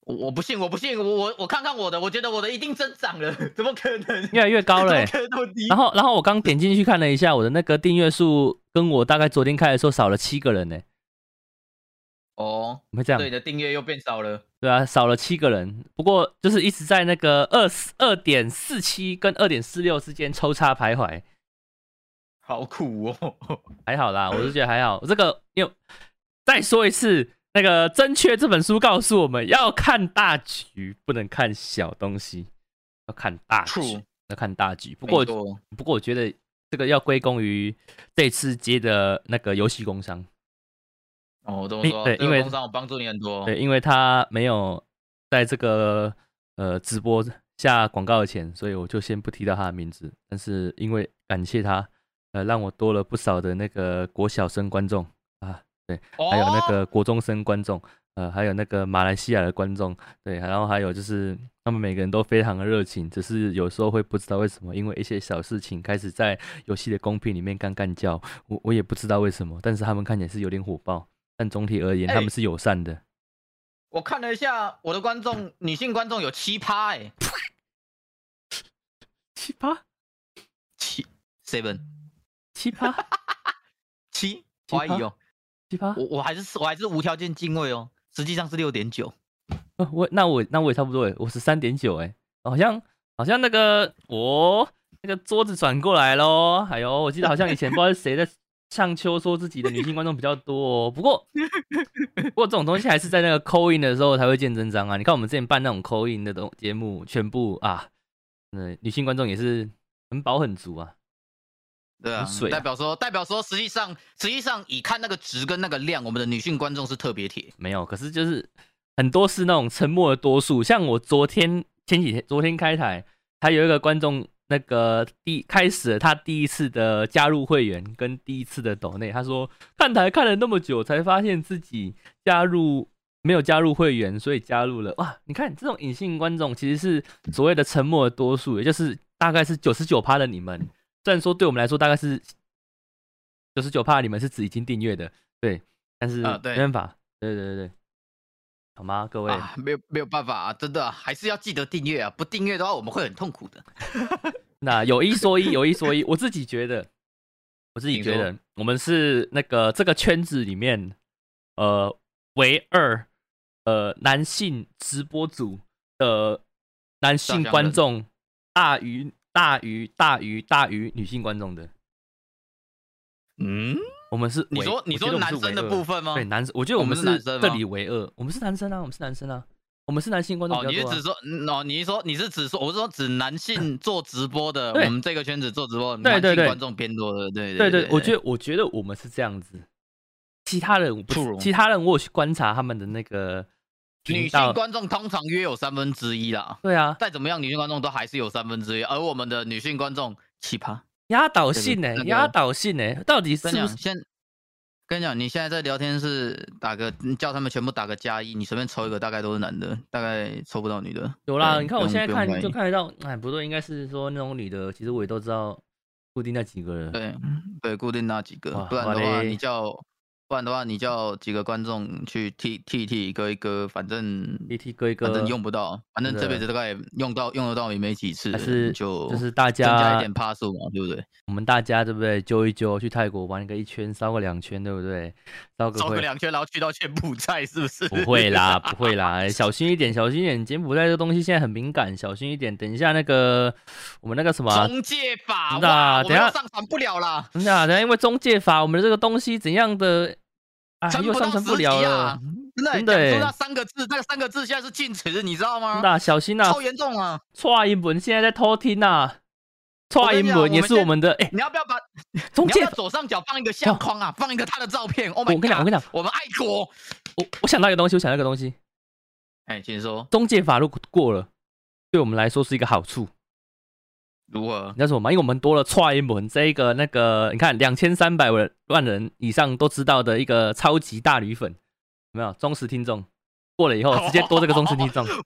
[SPEAKER 2] 我我不信，我不信，我我我看看我的，我觉得我的一定增长了， <laughs> 怎么可能？
[SPEAKER 1] 越来越高
[SPEAKER 2] <laughs>
[SPEAKER 1] 了、哎。
[SPEAKER 2] 怎么可能那么低？
[SPEAKER 1] 然后然后我刚点进去看了一下，我的那个订阅数跟我大概昨天开的时候少了七个人，哎，
[SPEAKER 2] 哦，
[SPEAKER 1] 怎么会这样？
[SPEAKER 2] 对，你的订阅又变少了。
[SPEAKER 1] 对啊，少了七个人，不过就是一直在那个二二点四七跟二点四六之间抽插徘徊。
[SPEAKER 2] 好苦哦！
[SPEAKER 1] 还好啦，我是觉得还好。这个又再说一次，那个《正确》这本书告诉我们要看大局，不能看小东西，要看大局
[SPEAKER 2] True，，
[SPEAKER 1] 要看大局。 <laughs> 不过
[SPEAKER 2] 没，错
[SPEAKER 1] 不过我觉得这个要归功于这次接的那个游戏工商，
[SPEAKER 2] 哦，我这么
[SPEAKER 1] 因
[SPEAKER 2] 说，
[SPEAKER 1] 对
[SPEAKER 2] 这个
[SPEAKER 1] 因为
[SPEAKER 2] 工商我帮助你很多。
[SPEAKER 1] 对，因为他没有在这个呃直播下广告的钱，所以我就先不提到他的名字。但是因为感谢他，呃，让我多了不少的那个国小生观众啊，
[SPEAKER 2] 哦，
[SPEAKER 1] 还有那个国中生观众，呃，还有那个马来西亚的观众，对，然后还有就是他们每个人都非常的热情，只是有时候会不知道为什么，因为一些小事情开始在游戏的公屏里面干干叫，我我也不知道为什么，但是他们看起来是有点火爆，但总体而言他
[SPEAKER 2] 哎
[SPEAKER 1] 们是友善的。
[SPEAKER 2] 我看了一下，我的观众女性观众有七趴哎，
[SPEAKER 1] 奇葩，
[SPEAKER 2] 七 seven
[SPEAKER 1] 奇葩，
[SPEAKER 2] 七，
[SPEAKER 1] 七趴
[SPEAKER 2] 怀疑哦，
[SPEAKER 1] 奇葩，
[SPEAKER 2] 我我还是我还是无条件敬畏哦，实际上是六点九。
[SPEAKER 1] 呃我那我那我也差不多哎，我十三点九哎，好像好像那哦个我、那个桌子转过来喽，哎呦，我记得好像以前不知道是谁在向秋说自己的女性观众比较多、哦，不过不过这种东西还是在那个扣印的时候才会见真章啊！你看我们之前办那种扣印的东节目，全部啊，嗯，女性观众也是很饱很足啊。
[SPEAKER 2] 对啊
[SPEAKER 1] 很水，啊
[SPEAKER 2] 代表说代表说，实际上实际上以看那个值跟那个量，我们的女性观众是特别铁。
[SPEAKER 1] 没有，可是就是很多是那种沉默的多数。像我昨天前几天昨天开台，还有一个观众那个第开始了他第一次的加入会员跟第一次的抖内，他说看台看了那么久，才发现自己加入没有加入会员，所以加入了。哇，你看这种隐性观众其实是所谓的沉默的多数，也就是大概是九十九趴的你们。虽然说对我们来说大概是九十九趴，你们是指已经订阅的，对，但是
[SPEAKER 2] 啊对
[SPEAKER 1] 没办法，对对对对，好吗？各位，
[SPEAKER 2] 啊，没有没有办法啊，真的啊、还是要记得订阅啊！不订阅的话，我们会很痛苦的。
[SPEAKER 1] 那有一说一，有一说一，我自己觉得，我自己觉得我们是那个这个圈子里面，呃，唯二呃男性直播组的男性观众大于大于大于大于女性观众的，
[SPEAKER 2] 嗯，
[SPEAKER 1] 我们是
[SPEAKER 2] 你
[SPEAKER 1] 唯
[SPEAKER 2] 说你说男生的部。分吗？
[SPEAKER 1] 我觉得我们是唯二对，男生，我觉得我们是
[SPEAKER 2] 我们是男生
[SPEAKER 1] 这
[SPEAKER 2] 吗
[SPEAKER 1] 里唯二，我们是男生啊，我们是男生啊，我们是男性观众
[SPEAKER 2] 哦，
[SPEAKER 1] 比
[SPEAKER 2] 你
[SPEAKER 1] 较
[SPEAKER 2] 是
[SPEAKER 1] 多啊
[SPEAKER 2] 指。说，嗯哦，你是说你是指说，我是说指
[SPEAKER 1] <laughs>
[SPEAKER 2] 男性做直播的，
[SPEAKER 1] 对
[SPEAKER 2] 我们这个圈子做直播，
[SPEAKER 1] 对对
[SPEAKER 2] 男性
[SPEAKER 1] 对
[SPEAKER 2] 观众偏多的，对
[SPEAKER 1] 对
[SPEAKER 2] 对
[SPEAKER 1] 对，我觉得我觉得我们是这样子，其他人我不
[SPEAKER 2] 不
[SPEAKER 1] 知
[SPEAKER 2] 如
[SPEAKER 1] 其他人我有去观察他们的那个
[SPEAKER 2] 女
[SPEAKER 1] 频
[SPEAKER 2] 性
[SPEAKER 1] 道，
[SPEAKER 2] 观众通常约有三分之一啦，
[SPEAKER 1] 对啊，
[SPEAKER 2] 再怎么样，女性观众都还是有三分之一，而我们的女性观众奇葩。
[SPEAKER 1] 压倒性呢、
[SPEAKER 2] 那个
[SPEAKER 1] 压倒性呢、欸到底是
[SPEAKER 2] 跟你
[SPEAKER 1] 不
[SPEAKER 2] 讲，
[SPEAKER 1] 是？
[SPEAKER 2] 现跟你讲，你现在在聊天室打个嗯叫他们全部打个加一，你随便抽一个，大概都是男的，大概抽不到女的。
[SPEAKER 1] 有啦，
[SPEAKER 2] 对
[SPEAKER 1] 你看我
[SPEAKER 2] 不用
[SPEAKER 1] 现在
[SPEAKER 2] 不用怀
[SPEAKER 1] 看
[SPEAKER 2] 疑
[SPEAKER 1] 就看得到，哎，不对，应该是说那种女的，其实我也都知道固定那几个人。
[SPEAKER 2] 对对，固定那几个
[SPEAKER 1] 哇，
[SPEAKER 2] 不然
[SPEAKER 1] 哇
[SPEAKER 2] 的话
[SPEAKER 1] 嘞
[SPEAKER 2] 你叫，不然的话你叫几个观众去替替替割一割，反正
[SPEAKER 1] BT 哥一
[SPEAKER 2] 反
[SPEAKER 1] 个
[SPEAKER 2] 正用不到，反正
[SPEAKER 1] 真
[SPEAKER 2] 这辈
[SPEAKER 1] 的
[SPEAKER 2] 子大概用到用得到也没几次
[SPEAKER 1] 还
[SPEAKER 2] 了，
[SPEAKER 1] 是
[SPEAKER 2] 就
[SPEAKER 1] 就是大
[SPEAKER 2] 增加一
[SPEAKER 1] 家
[SPEAKER 2] 点趴数嘛，对不对？
[SPEAKER 1] 我们大家对不对？揪一揪，去泰国玩个一圈，烧个两圈，对不对？烧个
[SPEAKER 2] 走
[SPEAKER 1] 会
[SPEAKER 2] 个两圈，然后去到柬埔寨，是不是？
[SPEAKER 1] 不会
[SPEAKER 2] <laughs>
[SPEAKER 1] 啦，不会啦，小心一点，小心一点。柬埔寨这东西现在很敏感，小心一点。等一下那个我们那个什么啊，
[SPEAKER 2] 中介法
[SPEAKER 1] 真的啊
[SPEAKER 2] 哇，我
[SPEAKER 1] 等一
[SPEAKER 2] 们
[SPEAKER 1] 下
[SPEAKER 2] 都上传不了啦，
[SPEAKER 1] 真的啊，等一下因为中介法，我们的这个东西怎样的，啊，
[SPEAKER 2] 撑
[SPEAKER 1] 又
[SPEAKER 2] 不
[SPEAKER 1] 上
[SPEAKER 2] 到
[SPEAKER 1] 升不
[SPEAKER 2] 十级
[SPEAKER 1] 了
[SPEAKER 2] 啊
[SPEAKER 1] 了。！真
[SPEAKER 2] 真
[SPEAKER 1] 的
[SPEAKER 2] 的，讲
[SPEAKER 1] 欸
[SPEAKER 2] 出那三个字，那三个字现在是禁止，你知道吗
[SPEAKER 1] 真的？啊、小心啊
[SPEAKER 2] 超！严重啊！
[SPEAKER 1] 蔡英文现在在偷听啊，
[SPEAKER 2] 我
[SPEAKER 1] 蔡
[SPEAKER 2] 跟你
[SPEAKER 1] 英
[SPEAKER 2] 讲
[SPEAKER 1] 文也
[SPEAKER 2] 我们
[SPEAKER 1] 是
[SPEAKER 2] 现
[SPEAKER 1] 我们的哎、
[SPEAKER 2] 你要不要把
[SPEAKER 1] 中
[SPEAKER 2] 你
[SPEAKER 1] 介
[SPEAKER 2] 要不要左上角放一个相框啊，放一个他的照片。Oh my
[SPEAKER 1] 我跟你讲我跟你讲，
[SPEAKER 2] 我们爱国。
[SPEAKER 1] 我我想到一个东西，我想到一个东西，
[SPEAKER 2] 哎，请说
[SPEAKER 1] 中介法如果过了，对我们来说是一个好处。
[SPEAKER 2] 如何
[SPEAKER 1] 你？知道什么吗？因为我们多了踹门这一个那个，你看两千三百万人以上都知道的一个超级大女粉，有没有忠实听众？过了以后直接多这个忠实听 <laughs> 众，
[SPEAKER 2] 哇！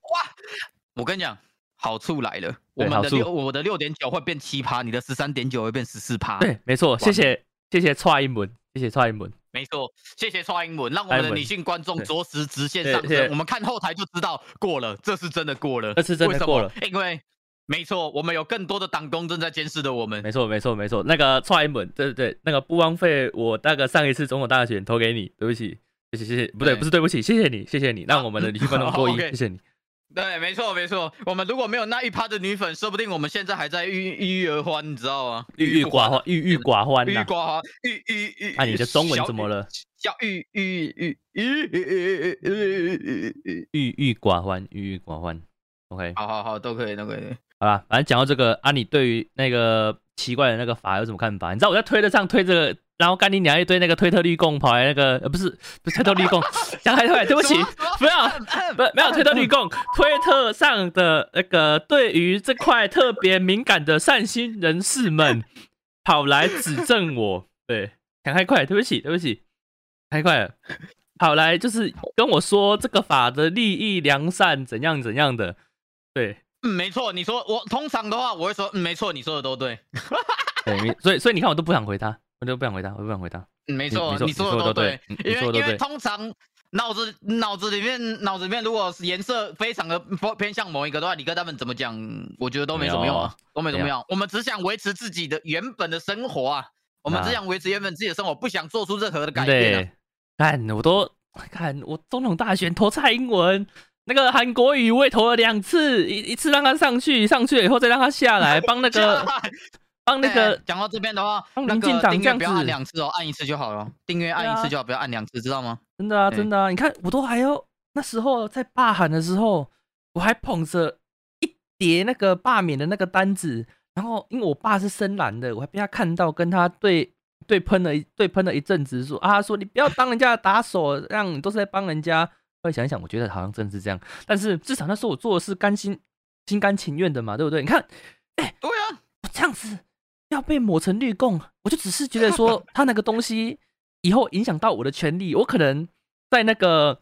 [SPEAKER 2] 我跟你讲，好处来了，我
[SPEAKER 1] 对
[SPEAKER 2] 们
[SPEAKER 1] 好
[SPEAKER 2] 的
[SPEAKER 1] 处
[SPEAKER 2] 六，我的六点九会变七趴，你的十三点九会变十四趴。
[SPEAKER 1] 对，没错，谢谢谢谢踹英文，谢谢踹英文，
[SPEAKER 2] 没错，谢谢蔡英文，让我们
[SPEAKER 1] 蔡
[SPEAKER 2] 的
[SPEAKER 1] 英文
[SPEAKER 2] 女性观众
[SPEAKER 1] 对
[SPEAKER 2] 着实直线
[SPEAKER 1] 对
[SPEAKER 2] 上
[SPEAKER 1] 谢谢
[SPEAKER 2] 升。我们看后台就知道过了，这是真的过了，
[SPEAKER 1] 这次真的
[SPEAKER 2] 为什么
[SPEAKER 1] 过了。
[SPEAKER 2] 因为没错，我们有更多的党工正在监视着我们。
[SPEAKER 1] 没错没错没错，那个踹英文，对对对，那个不枉费我那个上一次总统大选投给你，对不起，谢谢谢谢，不对
[SPEAKER 2] 对
[SPEAKER 1] 不是对不起，谢谢你谢谢你，让我们 <laughs> 的女性观众过一，
[SPEAKER 2] OK
[SPEAKER 1] 谢谢你。
[SPEAKER 2] 对，没错没错，我们如果没有那一趴的女粉，说不定我们现在还在郁郁而欢，你知道吗？
[SPEAKER 1] 郁郁
[SPEAKER 2] 不
[SPEAKER 1] 寡欢，郁郁寡欢
[SPEAKER 2] 郁郁
[SPEAKER 1] 呐、
[SPEAKER 2] 寡欢，郁郁郁。
[SPEAKER 1] 那、你的中文怎么
[SPEAKER 2] 了？
[SPEAKER 1] 了？
[SPEAKER 2] 小郁郁郁郁郁郁郁。
[SPEAKER 1] 郁郁寡欢，郁郁寡欢。OK，
[SPEAKER 2] 好好好，都可以都可以。
[SPEAKER 1] 好啦，反正讲到这个啊，你对于那个奇怪的那个法有什么看法？你知道我在推特上推这个，然后干你娘一堆那个推特绿共跑来那个，呃，不是不是推特绿共， <laughs> 讲太快，对不起，不要。不，没有推特绿共，推特上的那个对于这块特别敏感的善心人士们，跑来指正我，对，讲太快，对不起，对不起，太快了，跑来就是跟我说这个法的利益良善怎样怎样的，对，
[SPEAKER 2] 嗯，没错，你说我通常的话，我会说，嗯，没错，你说的都对，
[SPEAKER 1] 对，你所以所以你看，我都不想回他，我都不想回他，我都不想回他。
[SPEAKER 2] 嗯，没
[SPEAKER 1] 没
[SPEAKER 2] 错，
[SPEAKER 1] 你
[SPEAKER 2] 说
[SPEAKER 1] 说
[SPEAKER 2] 的
[SPEAKER 1] 的
[SPEAKER 2] 都
[SPEAKER 1] 都对，嗯你
[SPEAKER 2] 因
[SPEAKER 1] 说
[SPEAKER 2] 为
[SPEAKER 1] 的
[SPEAKER 2] 因为
[SPEAKER 1] 都对，
[SPEAKER 2] 通常脑子脑子里面脑子里面如果是颜色非常的偏向某一个的话，你跟他们怎么讲，我觉得都没什么用啊，都没什么
[SPEAKER 1] 没
[SPEAKER 2] 用。我们只想维持自己的原本的生活啊，我们只
[SPEAKER 1] 啊
[SPEAKER 2] 想维持原本自己的生活，不想做出任何的改变啊。
[SPEAKER 1] 对，看我都看我总统大选投蔡英文，那个韩国语我也投了两次，一一次让他上去，上去了以后再让他下来，帮那个
[SPEAKER 2] <laughs> 下来
[SPEAKER 1] 帮那个
[SPEAKER 2] 哎讲到这边的话，
[SPEAKER 1] 帮
[SPEAKER 2] 那
[SPEAKER 1] 民进
[SPEAKER 2] 个
[SPEAKER 1] 党
[SPEAKER 2] 订
[SPEAKER 1] 这
[SPEAKER 2] 阅
[SPEAKER 1] 样
[SPEAKER 2] 不要
[SPEAKER 1] 子啊
[SPEAKER 2] 按两次哦，按一次就好了。订阅按一次就好，不要按两次，知道吗？
[SPEAKER 1] 真的啊，
[SPEAKER 2] 对
[SPEAKER 1] 真的啊！你看，我都还要那时候在罢韩的时候，我还捧着一叠那个罢免的那个单子，然后因为我爸是深蓝的，我还被他看到跟他对对喷了一对喷了一阵子，说啊，他说你不要当人家的打手，让你都是在帮人家。后来想一想，我觉得好像真的是这样，但是至少那时候我做的是甘心心甘情愿的嘛，对不对？你看
[SPEAKER 2] 对啊，
[SPEAKER 1] 我这样子要被抹成绿供，我就只是觉得说他那个东西以后影响到我的权利，我可能在那个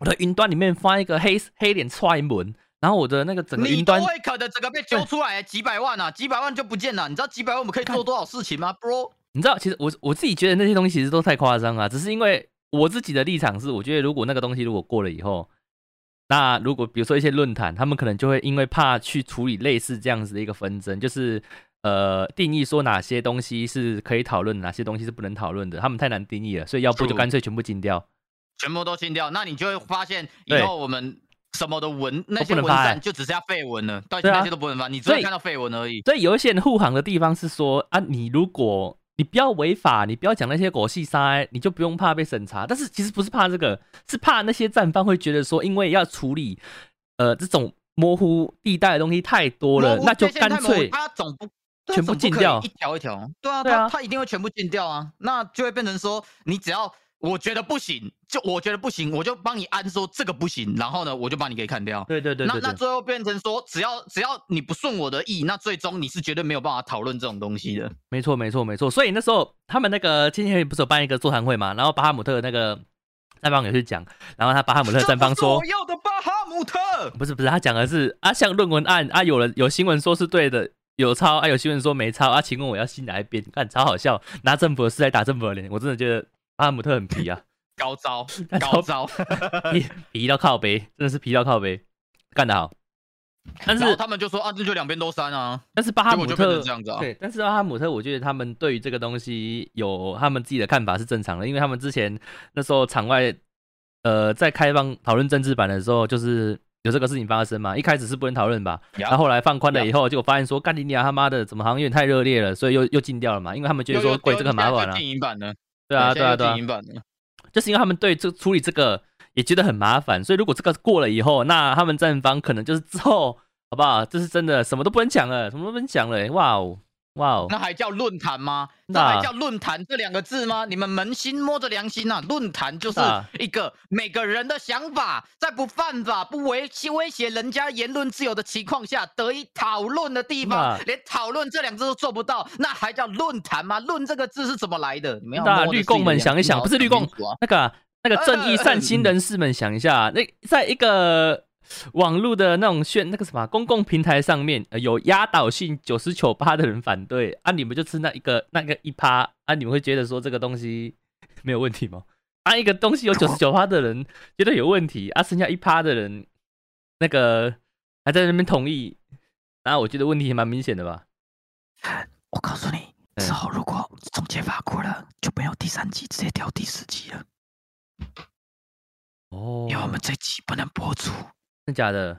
[SPEAKER 1] 我的云端里面放一个黑黑脸踹门，然后我的那个整个
[SPEAKER 2] 你
[SPEAKER 1] 云
[SPEAKER 2] 都
[SPEAKER 1] 端
[SPEAKER 2] 会可能整个被揪出来，几百万啊，几百万就不见了。你知道几百万我们可以做多少事情吗，bro？
[SPEAKER 1] 你知道，其实我我自己觉得那些东西其实都太夸张啊了，只是因为我自己的立场是，我觉得如果那个东西如果过了以后，那如果比如说一些论坛，他们可能就会因为怕去处理类似这样子的一个纷争，就是呃定义说哪些东西是可以讨论，哪些东西是不能讨论的，他们太难定义了，所以要不就
[SPEAKER 2] True
[SPEAKER 1] 干脆全部禁掉。
[SPEAKER 2] 全部都清掉，那你就会发现以
[SPEAKER 1] 对
[SPEAKER 2] 后我们什么的文那
[SPEAKER 1] 都
[SPEAKER 2] 些
[SPEAKER 1] 不能
[SPEAKER 2] 文
[SPEAKER 1] 发哎
[SPEAKER 2] 散就只剩下废文了，但
[SPEAKER 1] 对啊
[SPEAKER 2] 那些都不能发，你只
[SPEAKER 1] 所以
[SPEAKER 2] 会看到废文而已。
[SPEAKER 1] 所以有一些人护航的地方是说啊，你如果你不要违法，你不要讲那些狗屁塞，你就不用怕被审查。但是其实不是怕这个，是怕那些战犯会觉得说，因为要处理呃这种模糊地带的东西太多了
[SPEAKER 2] 模，糊
[SPEAKER 1] 那就
[SPEAKER 2] 界限
[SPEAKER 1] 干
[SPEAKER 2] 太模糊啊
[SPEAKER 1] 脆
[SPEAKER 2] 他总不。他
[SPEAKER 1] 全部
[SPEAKER 2] 总不
[SPEAKER 1] 禁
[SPEAKER 2] 可以
[SPEAKER 1] 掉
[SPEAKER 2] 一条一条。对啊，
[SPEAKER 1] 对啊
[SPEAKER 2] 他他一定会全部禁掉啊，那就会变成说，你只要我觉得不行，就我觉得不行，我就帮你按说这个不行，然后呢，我就把你给砍掉。
[SPEAKER 1] 对对对
[SPEAKER 2] 那
[SPEAKER 1] 对
[SPEAKER 2] 那
[SPEAKER 1] 对。
[SPEAKER 2] 最后变成说，只要只要你不顺我的意，那最终你是绝对没有办法讨论这种东西的。
[SPEAKER 1] 没错，没错，没错。所以那时候他们那个青年会不是有办一个座谈会嘛，然后巴哈姆特的那个战方也是讲，然后他巴哈姆特的战方
[SPEAKER 2] 这不是
[SPEAKER 1] 说
[SPEAKER 2] 我，要的巴哈姆特，
[SPEAKER 1] 不是不是，他讲的是啊，像论文案啊，有人有新闻说是对的，有抄啊，有新闻说没抄啊，请问我要信哪一边？看超好笑，拿政府的事来打政府的脸，我真的觉得阿姆特很皮啊，
[SPEAKER 2] 高招
[SPEAKER 1] <laughs> 那
[SPEAKER 2] 高
[SPEAKER 1] 超
[SPEAKER 2] 招。
[SPEAKER 1] 皮皮到靠背，真的是皮到靠背，干得好。但
[SPEAKER 2] 然后
[SPEAKER 1] 是
[SPEAKER 2] 他们就说啊，这就两边都删啊，
[SPEAKER 1] 但是巴哈
[SPEAKER 2] 结果
[SPEAKER 1] 姆
[SPEAKER 2] 就变
[SPEAKER 1] 特
[SPEAKER 2] 成这样子啊。
[SPEAKER 1] 对，但是阿哈姆特，我觉得他们对于这个东西有他们自己的看法是正常的，因为他们之前那时候场外，呃，在开放讨论政治版的时候，就是有这个事情发生嘛。一开始是不能讨论吧，
[SPEAKER 2] 呀
[SPEAKER 1] 然后后来放宽了
[SPEAKER 2] Yeah
[SPEAKER 1] 以后，结果发现说干你娘他妈的，怎么好像有点太热烈了，所以又又禁掉了嘛，因为他们觉得
[SPEAKER 2] 有
[SPEAKER 1] 说
[SPEAKER 2] 有
[SPEAKER 1] 贵
[SPEAKER 2] 有
[SPEAKER 1] 这个很麻
[SPEAKER 2] 现在
[SPEAKER 1] 烦
[SPEAKER 2] 就
[SPEAKER 1] 啊，
[SPEAKER 2] 静音版的，
[SPEAKER 1] 对啊
[SPEAKER 2] 现
[SPEAKER 1] 对
[SPEAKER 2] 在
[SPEAKER 1] 啊
[SPEAKER 2] 就
[SPEAKER 1] 对啊
[SPEAKER 2] 静，音版的。
[SPEAKER 1] 就是因为他们对这处理这个也觉得很麻烦，所以如果这个过了以后，那他们站方可能就是之后好不好？这是真的什么都不能讲了，什么都不能讲了、哇哦哇哦，
[SPEAKER 2] 那还叫论坛吗？这
[SPEAKER 1] 那
[SPEAKER 2] 还叫论坛这两个字吗？你们扪心摸着良心呐、啊论坛就是
[SPEAKER 1] 那
[SPEAKER 2] 一个每个人的想法，在不犯法、不威威胁人家言论自由的情况下得以讨论的地方
[SPEAKER 1] 那，
[SPEAKER 2] 连讨论这两个字都做不到，那还叫论坛吗？论这个字是怎么来的？你们要
[SPEAKER 1] 那
[SPEAKER 2] 摸
[SPEAKER 1] 绿
[SPEAKER 2] 着自己
[SPEAKER 1] 共
[SPEAKER 2] 的
[SPEAKER 1] 们
[SPEAKER 2] 良
[SPEAKER 1] 想一
[SPEAKER 2] 心
[SPEAKER 1] 想
[SPEAKER 2] 好好
[SPEAKER 1] 不是绿
[SPEAKER 2] 清
[SPEAKER 1] 共
[SPEAKER 2] 楚啊
[SPEAKER 1] 那个啊、那个正义善心人士们想一下，那在一个网络的那种炫那个什么公共平台上面，呃有压倒性九十九趴的人反对啊，你们就吃那一个那个一趴啊，你们会觉得说这个东西 <laughs> 没有问题吗？啊，一个东西有九十九趴的人觉得有问题啊，剩下一趴的人那个还在那边同意，那、我觉得问题也蛮明显的吧。
[SPEAKER 2] 我告诉你，
[SPEAKER 1] 嗯
[SPEAKER 2] 之后如果总结法过了，就没有第三集，直接跳第四集了，
[SPEAKER 1] 哦
[SPEAKER 2] 因为我们这集不能播出。
[SPEAKER 1] 真的假的？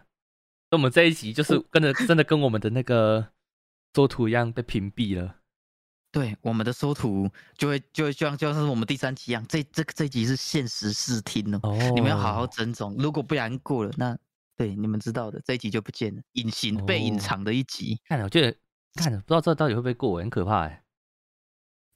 [SPEAKER 1] 那我们这一集就是
[SPEAKER 2] 哦
[SPEAKER 1] 跟着真的跟我们的那个作图一样被屏蔽了。
[SPEAKER 2] 对，我们的收图就会就会就像就像是我们第三集一样，这这这集是限时试听哦，
[SPEAKER 1] 哦，
[SPEAKER 2] 你们要好好珍重，如果不然过了，那对你们知道的，这一集就不见了，隐形、被
[SPEAKER 1] 哦
[SPEAKER 2] 隐藏的一集，
[SPEAKER 1] 看，我觉得看不知道这到底会不会过，很可怕哎。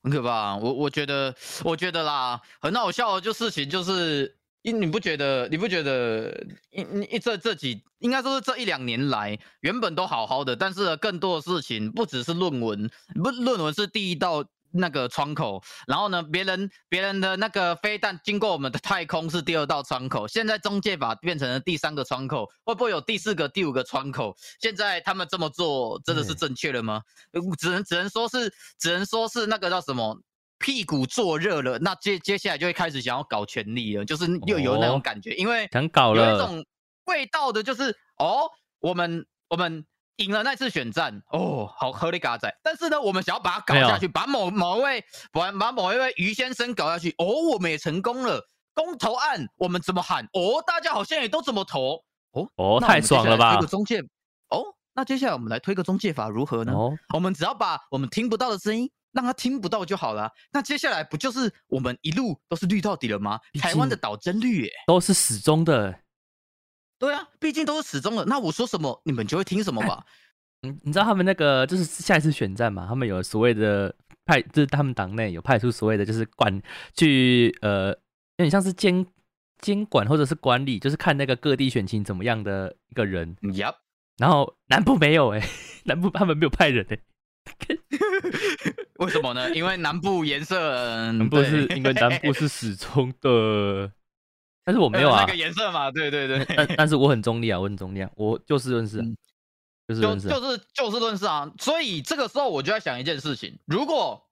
[SPEAKER 2] 很可怕啊、我我觉得我觉得啦，很好笑哦的就事情就是。因你不觉得？你不觉得？一一这这几应该说是这一两年来，原本都好好的，但是呢更多的事情不只是论文，不论文是第一道那个窗口，然后呢，别人别人的那个飞弹经过我们的太空是第二道窗口，现在中介法变成了第三个窗口，会不会有第四个、第五个窗口？现在他们这么做真的是
[SPEAKER 1] 嗯
[SPEAKER 2] 正确的吗？呃只能只能说是只能说是那个叫什么？屁股坐热了，那接接下来就会开始想要搞权力了，就是又有那
[SPEAKER 1] 哦
[SPEAKER 2] 种感觉，因为
[SPEAKER 1] 想搞
[SPEAKER 2] 有一
[SPEAKER 1] 了，
[SPEAKER 2] 种味道的，就是哦，我们我们赢了那次选战，哦，好合理嘎仔。但是呢，我们想要把它搞
[SPEAKER 1] 没有
[SPEAKER 2] 下去，把某某一位把把某一位于先生搞下去，哦，我们也成功了。公投案我们怎么喊？哦，大家好像也都怎么投，
[SPEAKER 1] 哦，
[SPEAKER 2] 那我
[SPEAKER 1] 太
[SPEAKER 2] 们接
[SPEAKER 1] 爽
[SPEAKER 2] 下
[SPEAKER 1] 了
[SPEAKER 2] 来这
[SPEAKER 1] 吧
[SPEAKER 2] 个？中介，哦，那接下来我们来推个中介法如何呢？
[SPEAKER 1] 哦，
[SPEAKER 2] 我们只要把我们听不到的声音让他听不到就好了啊。那接下来不就是我们一路都是绿到底了吗？
[SPEAKER 1] 毕
[SPEAKER 2] 台湾的
[SPEAKER 1] 竟
[SPEAKER 2] 岛真绿耶、
[SPEAKER 1] 都是始终的。
[SPEAKER 2] 对啊，毕竟都是始终了。那我说什么，你们就会听什么吧。
[SPEAKER 1] 嗯，你知道他们那个就是下一次选战嘛？他们有所谓的派，就是他们党内有派出所谓的就是管去呃，有点像是监监管或者是管理，就是看那个各地选情怎么样的一个人。
[SPEAKER 2] <laughs> Yup，
[SPEAKER 1] 然后南部没有哎、 <laughs> 南部他们没有派人哎、
[SPEAKER 2] 为什么呢？因为南部颜色，嗯
[SPEAKER 1] 南部是
[SPEAKER 2] 对
[SPEAKER 1] 因为南
[SPEAKER 2] <laughs>
[SPEAKER 1] 部是始终的， <laughs> 但是我没有
[SPEAKER 2] 呃
[SPEAKER 1] 啊
[SPEAKER 2] <laughs> 那个，颜色嘛，对对对，
[SPEAKER 1] 但但是我很中立啊，我很中立啊，我就事论事啊、
[SPEAKER 2] 嗯
[SPEAKER 1] 就事
[SPEAKER 2] 就
[SPEAKER 1] 论事啊、
[SPEAKER 2] 就是就事论事啊。所以这个时候我就在想一件事情：如果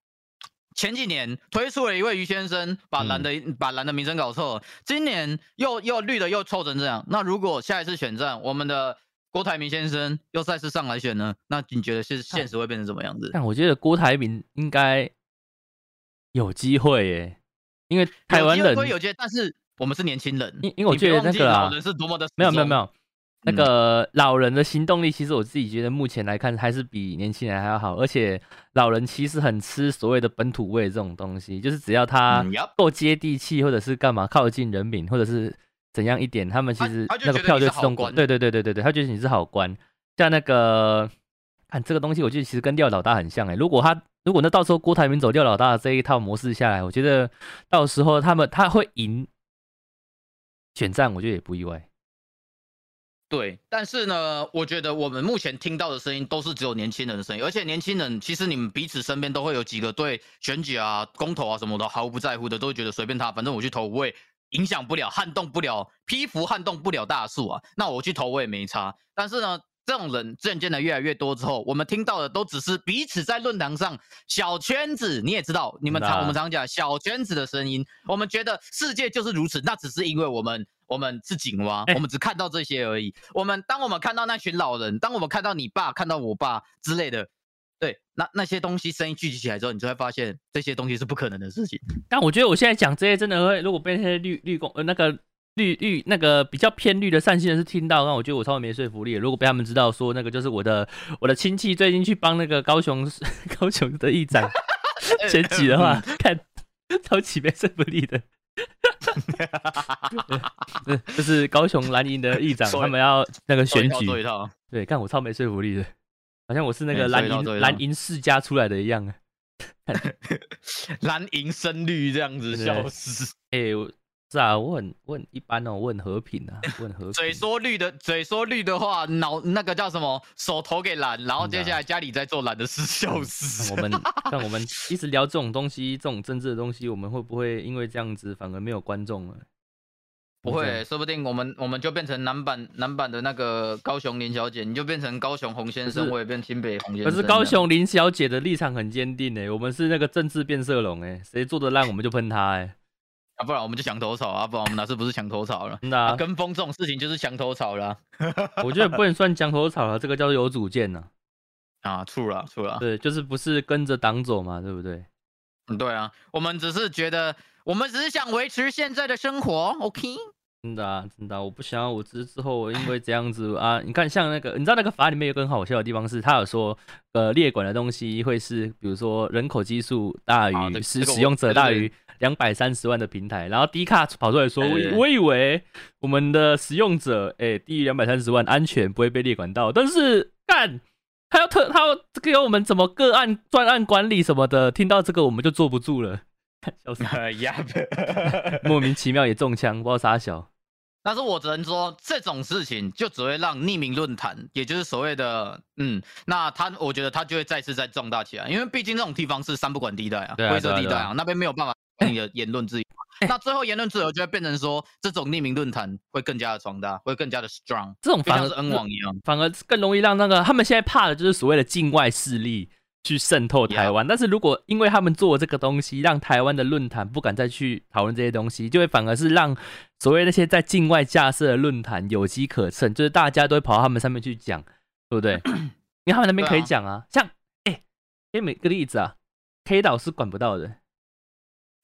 [SPEAKER 2] 前几年推出了一位于先生，把
[SPEAKER 1] 嗯
[SPEAKER 2] 蓝的、把蓝的名声搞臭了，今年又又绿的又臭成这样，那如果下一次选战，我们的郭台铭先生又再次上来选呢？那你觉得是现实会变成什么样子？
[SPEAKER 1] 但我觉得郭台铭应该有机会耶，因为台湾
[SPEAKER 2] 有
[SPEAKER 1] 人
[SPEAKER 2] 机会归有机会，但是我们是年轻人，
[SPEAKER 1] 因因为我
[SPEAKER 2] 你别
[SPEAKER 1] 觉得
[SPEAKER 2] 忘
[SPEAKER 1] 那
[SPEAKER 2] 记
[SPEAKER 1] 个啊
[SPEAKER 2] 老人是多么的嗯
[SPEAKER 1] 没有没有没
[SPEAKER 2] 有，
[SPEAKER 1] 有那个老人的行动力，其实我自己觉得目前来看还是比年轻人还要好，而且老人其实很吃所谓的本土味这种东西，就是只要他
[SPEAKER 2] 嗯，yup
[SPEAKER 1] 够接地气，或者是干嘛靠近人民，或者是怎样一点，他们其
[SPEAKER 2] 他
[SPEAKER 1] 实
[SPEAKER 2] 他就
[SPEAKER 1] 那个
[SPEAKER 2] 觉得
[SPEAKER 1] 票
[SPEAKER 2] 你
[SPEAKER 1] 就是自动
[SPEAKER 2] 好
[SPEAKER 1] 滚。
[SPEAKER 2] 官
[SPEAKER 1] 对对对对对对，他觉得你是好官。像那个，看这个东西，我觉得其实跟廖老大很像哎、如果他如果那到时候郭台铭走廖老大的这一套模式下来，我觉得到时候他们他会赢选战，我觉得也不意外。
[SPEAKER 2] 对，但是呢，我觉得我们目前听到的声音都是只有年轻人的声音，而且年轻人其实你们彼此身边都会有几个对选举啊、公投啊什么的毫不在乎的，都会觉得随便他，反正我去投我也影响不了、撼动不了、批服撼动不了大树啊，那我去投我也没差。但是呢，这种人渐渐的越来越多之后，我们听到的都只是彼此在论坛上小圈子，你也知道，你们
[SPEAKER 1] 那
[SPEAKER 2] 常我们常讲小圈子的声音，我们觉得世界就是如此，那只是因为我们我们是井蛙，
[SPEAKER 1] 哎
[SPEAKER 2] 我们只看到这些而已。我们当我们看到那群老人，当我们看到你爸、看到我爸之类的，对，那那些东西声音聚集起来之后，你就会发现这些东西是不可能的事情。
[SPEAKER 1] 但我觉得我现在讲这些真的会，如果被那些绿绿工呃那个绿绿那个比较偏绿的善心人士听到，那我觉得我稍微没说服力了。如果被他们知道说那个就是我的我的亲戚最近去帮那个高雄 <laughs> 高雄的议
[SPEAKER 2] <laughs>
[SPEAKER 1] 长 <laughs> 选举
[SPEAKER 2] 嗯
[SPEAKER 1] 的话， <laughs> 看超级没说服力的。 <laughs> 呃就是高雄蓝营的议长，
[SPEAKER 2] 所以
[SPEAKER 1] 他们要那个
[SPEAKER 2] 做一
[SPEAKER 1] 选
[SPEAKER 2] 套
[SPEAKER 1] 举，
[SPEAKER 2] 嗯做一套，
[SPEAKER 1] 对，看我超没说服力的，好像我是那
[SPEAKER 2] 哎
[SPEAKER 1] 个
[SPEAKER 2] 所以
[SPEAKER 1] 蓝
[SPEAKER 2] 到
[SPEAKER 1] 营
[SPEAKER 2] 这里了
[SPEAKER 1] 蓝营世家出来的一样啊。
[SPEAKER 2] 蓝银深绿这样子，
[SPEAKER 1] 对
[SPEAKER 2] 笑死。
[SPEAKER 1] 哎、我是啊，我很我很一般哦，我很和平啊，我很和平。
[SPEAKER 2] 嘴说绿的，嘴说绿的话，脑那个叫什么？手投给蓝，然后接下来家里在做蓝的事，笑
[SPEAKER 1] 看
[SPEAKER 2] 死。 <laughs>
[SPEAKER 1] 我们看我们一直聊这种东西，这种政治的东西，我们会不会因为这样子反而没有观众了？
[SPEAKER 2] 不
[SPEAKER 1] 这
[SPEAKER 2] 会，
[SPEAKER 1] 样，
[SPEAKER 2] 说不定我们我们就变成南版南版的那个高雄林小姐，你就变成高雄洪先
[SPEAKER 1] 可
[SPEAKER 2] 生，
[SPEAKER 1] 是
[SPEAKER 2] 我也变新北洪先
[SPEAKER 1] 可
[SPEAKER 2] 生。
[SPEAKER 1] 是高，雄林小姐的立场很坚定诶、我们是那个政治变色龙诶、谁做的烂我们就喷他诶、
[SPEAKER 2] 啊，不然我们就墙头草啊，不然我们哪次不是墙头草了？
[SPEAKER 1] 真的、
[SPEAKER 2] 啊，
[SPEAKER 1] 啊，
[SPEAKER 2] 跟风这种事情就是墙头草啦。
[SPEAKER 1] 我觉得不能算墙头草了，这个叫有主见呐、
[SPEAKER 2] 啊，处啦处啦，
[SPEAKER 1] 对，就是不是跟着党走嘛，对不对？
[SPEAKER 2] 嗯对啊，我们只是觉得，我们只是想维持现在的生活，OK？
[SPEAKER 1] 真的啊，真的啊、我不想要我之之后因为这样子啊，你看像那个，你知道那个法里面有个很好笑的地方是，他有说，呃，列管的东西会是，比如说人口基数大
[SPEAKER 2] 啊这
[SPEAKER 1] 于使
[SPEAKER 2] 这个我
[SPEAKER 1] 使用者大
[SPEAKER 2] 对
[SPEAKER 1] 于两百三十万的平台，然后迪卡跑出来说，
[SPEAKER 2] 对
[SPEAKER 1] 我
[SPEAKER 2] 对
[SPEAKER 1] 以
[SPEAKER 2] 对
[SPEAKER 1] 我以为我们的使用者，哎、低于两百三十万安全不会被列管到，但是干。他要特，他要给我们怎么个案专案管理什么的，听到这个我们就坐不住
[SPEAKER 2] <laughs>
[SPEAKER 1] 了，笑死，
[SPEAKER 2] 呀，
[SPEAKER 1] <laughs> 莫名其妙也中枪，不知道啥小。
[SPEAKER 2] 但是我只能说，这种事情就只会让匿名论坛，也就是所谓的，嗯，那他，我觉得他就会再次再壮大起来，因为毕竟这种地方是三不管地带啊，
[SPEAKER 1] 对啊
[SPEAKER 2] 灰色
[SPEAKER 1] 对啊
[SPEAKER 2] 地
[SPEAKER 1] 对
[SPEAKER 2] 带
[SPEAKER 1] 啊哎
[SPEAKER 2] 啊，那边没有办法管你的言论自由。那最后言论自由就会变成说，这种匿名论坛会更加的壮大，会更加的 strong，
[SPEAKER 1] 这种
[SPEAKER 2] 就
[SPEAKER 1] 反
[SPEAKER 2] 像
[SPEAKER 1] 而
[SPEAKER 2] 是啊 N 网一样。
[SPEAKER 1] 反而更容易让那个他们现在怕的就是所谓的境外势力去渗透台湾。但是如果因为他们做这个东西，让台湾的论坛不敢再去讨论这些东西，就会反而是让所谓那些在境外架设的论坛有机可乘，就是大家都会跑到他们上面去讲，对不对？因为他们那边可以讲啊，像哎、给你们一个例子啊，K 岛是管不到的，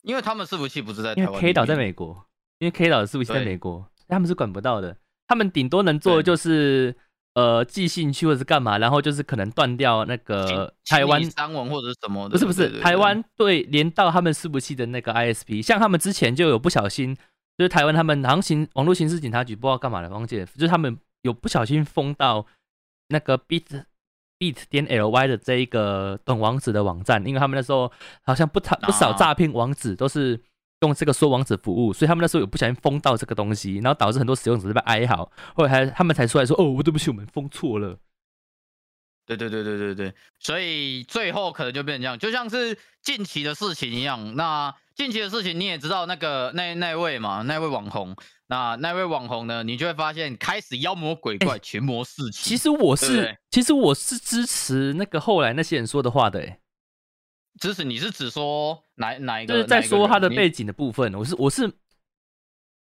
[SPEAKER 2] 因为他们伺服器不是在
[SPEAKER 1] 因
[SPEAKER 2] 台
[SPEAKER 1] 为
[SPEAKER 2] 湾
[SPEAKER 1] K 岛
[SPEAKER 2] 里
[SPEAKER 1] 在
[SPEAKER 2] 面
[SPEAKER 1] 美国，因为 K 岛的伺服器在
[SPEAKER 2] 对
[SPEAKER 1] 美国，他们是管不到的。他们顶多能做的
[SPEAKER 2] 对
[SPEAKER 1] 就是呃寄信去或者是干嘛，然后就是可能断掉那个台湾
[SPEAKER 2] 商文或者是什么的，
[SPEAKER 1] 不是不
[SPEAKER 2] 对
[SPEAKER 1] 是台，
[SPEAKER 2] 对
[SPEAKER 1] 湾对连到他们伺服器的那个 ISP，像他们之前就有不小心，就是台湾他们航行网络刑事警察局不知道干嘛了，忘记了，就是他们有不小心封到那个 bit bit 点 ly 的这一个懂网址的网站，因为他们那时候好像不少不少
[SPEAKER 2] 啊
[SPEAKER 1] 诈骗网址都是。用这个缩网址服务，所以他们那时候有不小心封到这个东西，然后导致很多使用者在那边哀嚎，后来还他们才出来说：“哦，我对不起，我们封错了。”
[SPEAKER 2] 对对对对对对，所以最后可能就变成这样，就像是近期的事情一样。那近期的事情你也知道，那个那那位嘛，那位网红，那那位网红呢，你就会发现开始妖魔鬼怪、群魔四起。
[SPEAKER 1] 哎其实我
[SPEAKER 2] 对不
[SPEAKER 1] 是
[SPEAKER 2] 对，
[SPEAKER 1] 其实我是支持那个后来那些人说的话的、欸，
[SPEAKER 2] 支持你是指说哪哪一
[SPEAKER 1] 就
[SPEAKER 2] 个？
[SPEAKER 1] 是在
[SPEAKER 2] 哪一个
[SPEAKER 1] 说他
[SPEAKER 2] 人
[SPEAKER 1] 的
[SPEAKER 2] 你
[SPEAKER 1] 背景的部分。我是我是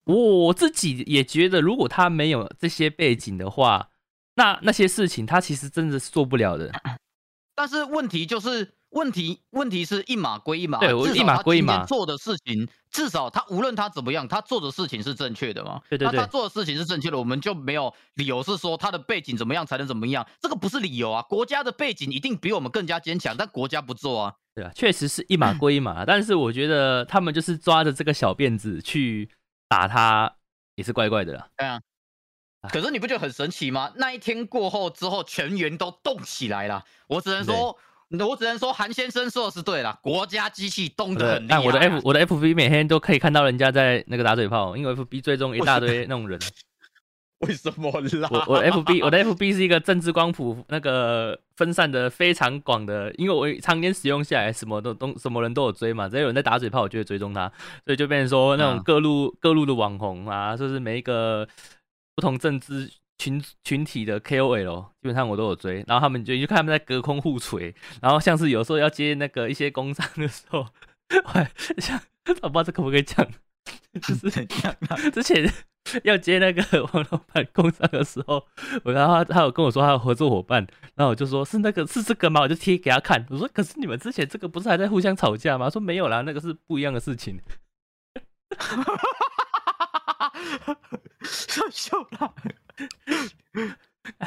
[SPEAKER 1] 我自己也觉得，如果他没有这些背景的话，那那些事情他其实真的是做不了的。
[SPEAKER 2] 但是问题就是问题，问题是一码归一码，
[SPEAKER 1] 对我
[SPEAKER 2] 至
[SPEAKER 1] 一
[SPEAKER 2] 少
[SPEAKER 1] 码
[SPEAKER 2] 他
[SPEAKER 1] 归一
[SPEAKER 2] 今天
[SPEAKER 1] 码
[SPEAKER 2] 做的事情，至少他无论他怎么样，他做的事情是正确的嘛？
[SPEAKER 1] 对对
[SPEAKER 2] 那他
[SPEAKER 1] 对
[SPEAKER 2] 做的事情是正确的，我们就没有理由是说他的背景怎么样才能怎么样，这个不是理由啊。国家的背景一定比我们更加坚强，但国家不做啊。
[SPEAKER 1] 对啊，确实是一码归一码，但是我觉得他们就是抓着这个小辫子去打他，也是怪怪的啦。
[SPEAKER 2] 可是你不觉得很神奇吗？那一天过后之后，全员都动起来了。我只能说，我只能说韩先生说的是对啦，国家机器动
[SPEAKER 1] 我
[SPEAKER 2] 得
[SPEAKER 1] 的
[SPEAKER 2] 很厉
[SPEAKER 1] 但
[SPEAKER 2] 害、啊。
[SPEAKER 1] 我的 F 我的 FB 每天都可以看到人家在那个打嘴炮，因为 FB 最终一大堆那种人。啊
[SPEAKER 2] 为什么啦？ <laughs>
[SPEAKER 1] 我我的 FB 我的 FB 是一个政治光谱那个分散的非常广的，因为我常年使用下来，什么都东什么人都有追嘛，只要有人在打嘴炮，我就会追踪他，所以就变成说那种
[SPEAKER 2] 嗯
[SPEAKER 1] 各路、各路的网红啊，就是每一个不同政治群群体的 KOL，基本上我都有追，然后他们就你就看他们在隔空互锤，然后像是有时候要接那个一些工商的时候， <laughs> 我还像我不知道这可不可以讲， <laughs> 就是
[SPEAKER 2] 怎样啊？
[SPEAKER 1] 之前 <laughs> 要接那个 <laughs> 王老板工商的时候，我然后他他有跟我说他有合作伙伴，然后我就说是那个是这个吗？我就贴给他看，我说可是你们之前这个不是还在互相吵架吗？他说没有啦，那个是不一样的事情。
[SPEAKER 2] 太笑了，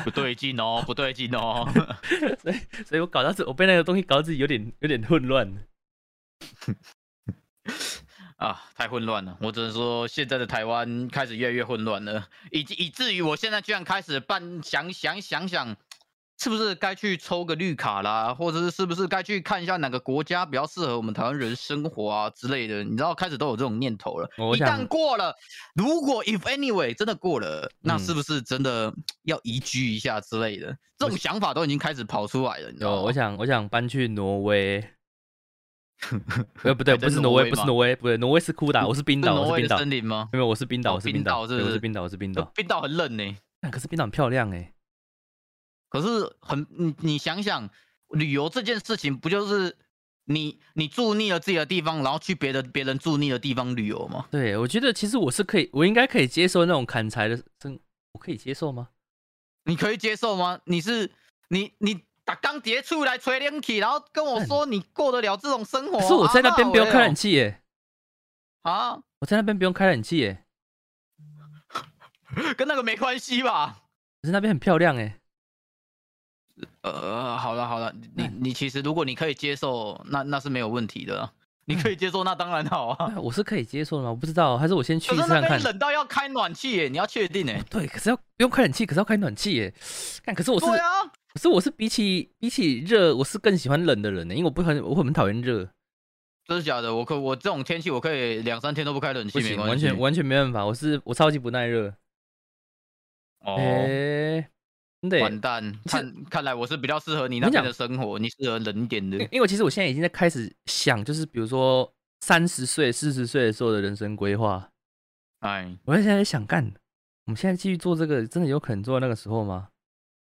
[SPEAKER 2] 不对劲哦，不对劲
[SPEAKER 1] <laughs>
[SPEAKER 2] 哦。
[SPEAKER 1] 所以所以我搞到自我被那个东西搞到自己有点有点混乱。
[SPEAKER 2] 啊，太混乱了！我只能说，现在的台湾开始越来越混乱了，以及以至于我现在居然开始办想想想想，是不是该去抽个绿卡啦，或者是是不是该去看一下哪个国家比较适合我们台湾人生活啊之类的？你知道，开始都有这种念头了。
[SPEAKER 1] 我
[SPEAKER 2] 一
[SPEAKER 1] 想
[SPEAKER 2] 旦过了，如果 if anyway 真的过
[SPEAKER 1] 嗯
[SPEAKER 2] 了，那是不是真的要移居一下之类的？这种想法都已经开始跑出来了，你知道
[SPEAKER 1] 有，
[SPEAKER 2] 吗？
[SPEAKER 1] 哦我想我想搬去挪
[SPEAKER 2] <laughs>
[SPEAKER 1] 威。呃，不对，
[SPEAKER 2] 还在
[SPEAKER 1] 不是挪
[SPEAKER 2] 挪
[SPEAKER 1] 威，
[SPEAKER 2] 威
[SPEAKER 1] 不是
[SPEAKER 2] 吗
[SPEAKER 1] 挪威，不对，挪威是酷岛，我是冰
[SPEAKER 2] 是
[SPEAKER 1] 岛，
[SPEAKER 2] 挪
[SPEAKER 1] 我是
[SPEAKER 2] 威
[SPEAKER 1] 冰
[SPEAKER 2] 的
[SPEAKER 1] 岛，
[SPEAKER 2] 森
[SPEAKER 1] 没
[SPEAKER 2] 林吗？
[SPEAKER 1] 有，我是冰岛，
[SPEAKER 2] 哦
[SPEAKER 1] 我是
[SPEAKER 2] 冰
[SPEAKER 1] 冰
[SPEAKER 2] 岛
[SPEAKER 1] 岛，
[SPEAKER 2] 是
[SPEAKER 1] 对
[SPEAKER 2] 哦不
[SPEAKER 1] 我是
[SPEAKER 2] 是
[SPEAKER 1] 冰岛，我是冰岛。
[SPEAKER 2] 冰岛很冷呢、
[SPEAKER 1] 但可是冰岛很漂亮哎，
[SPEAKER 2] 可是很你你想想，旅游这件事情不就是你你住腻了自己的地方，然后去别的别人住腻的地方旅游吗？
[SPEAKER 1] 对，我觉得其实我是可以，我应该可以接受那种砍柴的生，我可以接受吗？
[SPEAKER 2] 你可以接受吗？你是你你打钢铁出来吹冷气，然后跟我说你过得了这种生活？
[SPEAKER 1] 嗯可是我在那边不用开冷
[SPEAKER 2] 气
[SPEAKER 1] 气耶，
[SPEAKER 2] 啊，
[SPEAKER 1] 我在那边不用开冷气耶，
[SPEAKER 2] 跟那个没关系吧？
[SPEAKER 1] 可是那边很漂亮哎。
[SPEAKER 2] 呃，好了好了，你你其实如果你可以接受，那那是没有问题的啊。你可以接受，那当然好啊。
[SPEAKER 1] 啊我是可以接受的吗？我不知道，还是我先去
[SPEAKER 2] 可是
[SPEAKER 1] 试
[SPEAKER 2] 那
[SPEAKER 1] 看
[SPEAKER 2] 边
[SPEAKER 1] 看。
[SPEAKER 2] 冷到要开暖气耶，你要确定哎。
[SPEAKER 1] 对，可是要不用开冷气，可是要开暖气耶。但可是我是，
[SPEAKER 2] 对啊，
[SPEAKER 1] 可是我是比起比起热，我是更喜欢冷的人呢，因为我不很我很讨厌热，
[SPEAKER 2] 真的假的？我可我这种天气，我可以两三天都不开冷气，
[SPEAKER 1] 不
[SPEAKER 2] 没
[SPEAKER 1] 行，
[SPEAKER 2] 关
[SPEAKER 1] 完
[SPEAKER 2] 系。
[SPEAKER 1] 全完全没办法，我是我超级不耐热。
[SPEAKER 2] 哦，
[SPEAKER 1] 哎，真的耶，
[SPEAKER 2] 完蛋！看看来我是比较适合你
[SPEAKER 1] 我跟你
[SPEAKER 2] 那边
[SPEAKER 1] 讲
[SPEAKER 2] 的生活，你适合冷一点的
[SPEAKER 1] 因。因为其实我现在已经在开始想，就是比如说三十岁、四十岁的时候的人生规划。
[SPEAKER 2] 哎，
[SPEAKER 1] 我现在在想，干，我们现在继续做这个，真的有可能做到那个时候吗？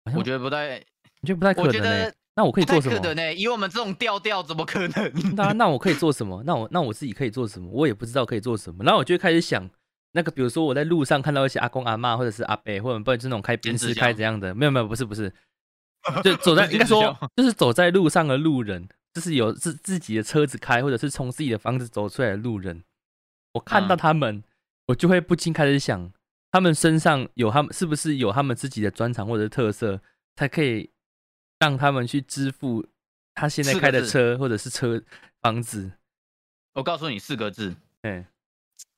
[SPEAKER 1] 好像
[SPEAKER 2] 我觉得不太，
[SPEAKER 1] 我觉得不太可
[SPEAKER 2] 我
[SPEAKER 1] 能、
[SPEAKER 2] 觉
[SPEAKER 1] 欸
[SPEAKER 2] 得。
[SPEAKER 1] 那我可以
[SPEAKER 2] 不太
[SPEAKER 1] 做什
[SPEAKER 2] 可
[SPEAKER 1] 么？
[SPEAKER 2] 能欸呢。以我们这种调调，怎么可 <laughs> 能？
[SPEAKER 1] 那那我可以做什么？那我那我自己可以做什么？我也不知道可以做什么。然后我就会开始想，那个比如说我在路上看到一些阿公阿嬷，或者是阿伯，或者不然就是那种开
[SPEAKER 2] 剪
[SPEAKER 1] 宾
[SPEAKER 2] 指
[SPEAKER 1] 士
[SPEAKER 2] 甲
[SPEAKER 1] 开怎样的，没有没有，不是不是，就走在
[SPEAKER 2] 不是
[SPEAKER 1] 应该
[SPEAKER 2] 剪指甲
[SPEAKER 1] 说就是走在路上的路人，就是有自自己的车子开，或者是从自己的房子走出来的路人，我看到
[SPEAKER 2] 嗯
[SPEAKER 1] 他们，我就会不禁开始想，他们身上有他们是不是有他们自己的专长或者是特色，才可以让他们去支付他现在
[SPEAKER 2] 是的
[SPEAKER 1] 开的
[SPEAKER 2] 是
[SPEAKER 1] 车或者是车房子？
[SPEAKER 2] 我告诉你四个字：
[SPEAKER 1] 哎、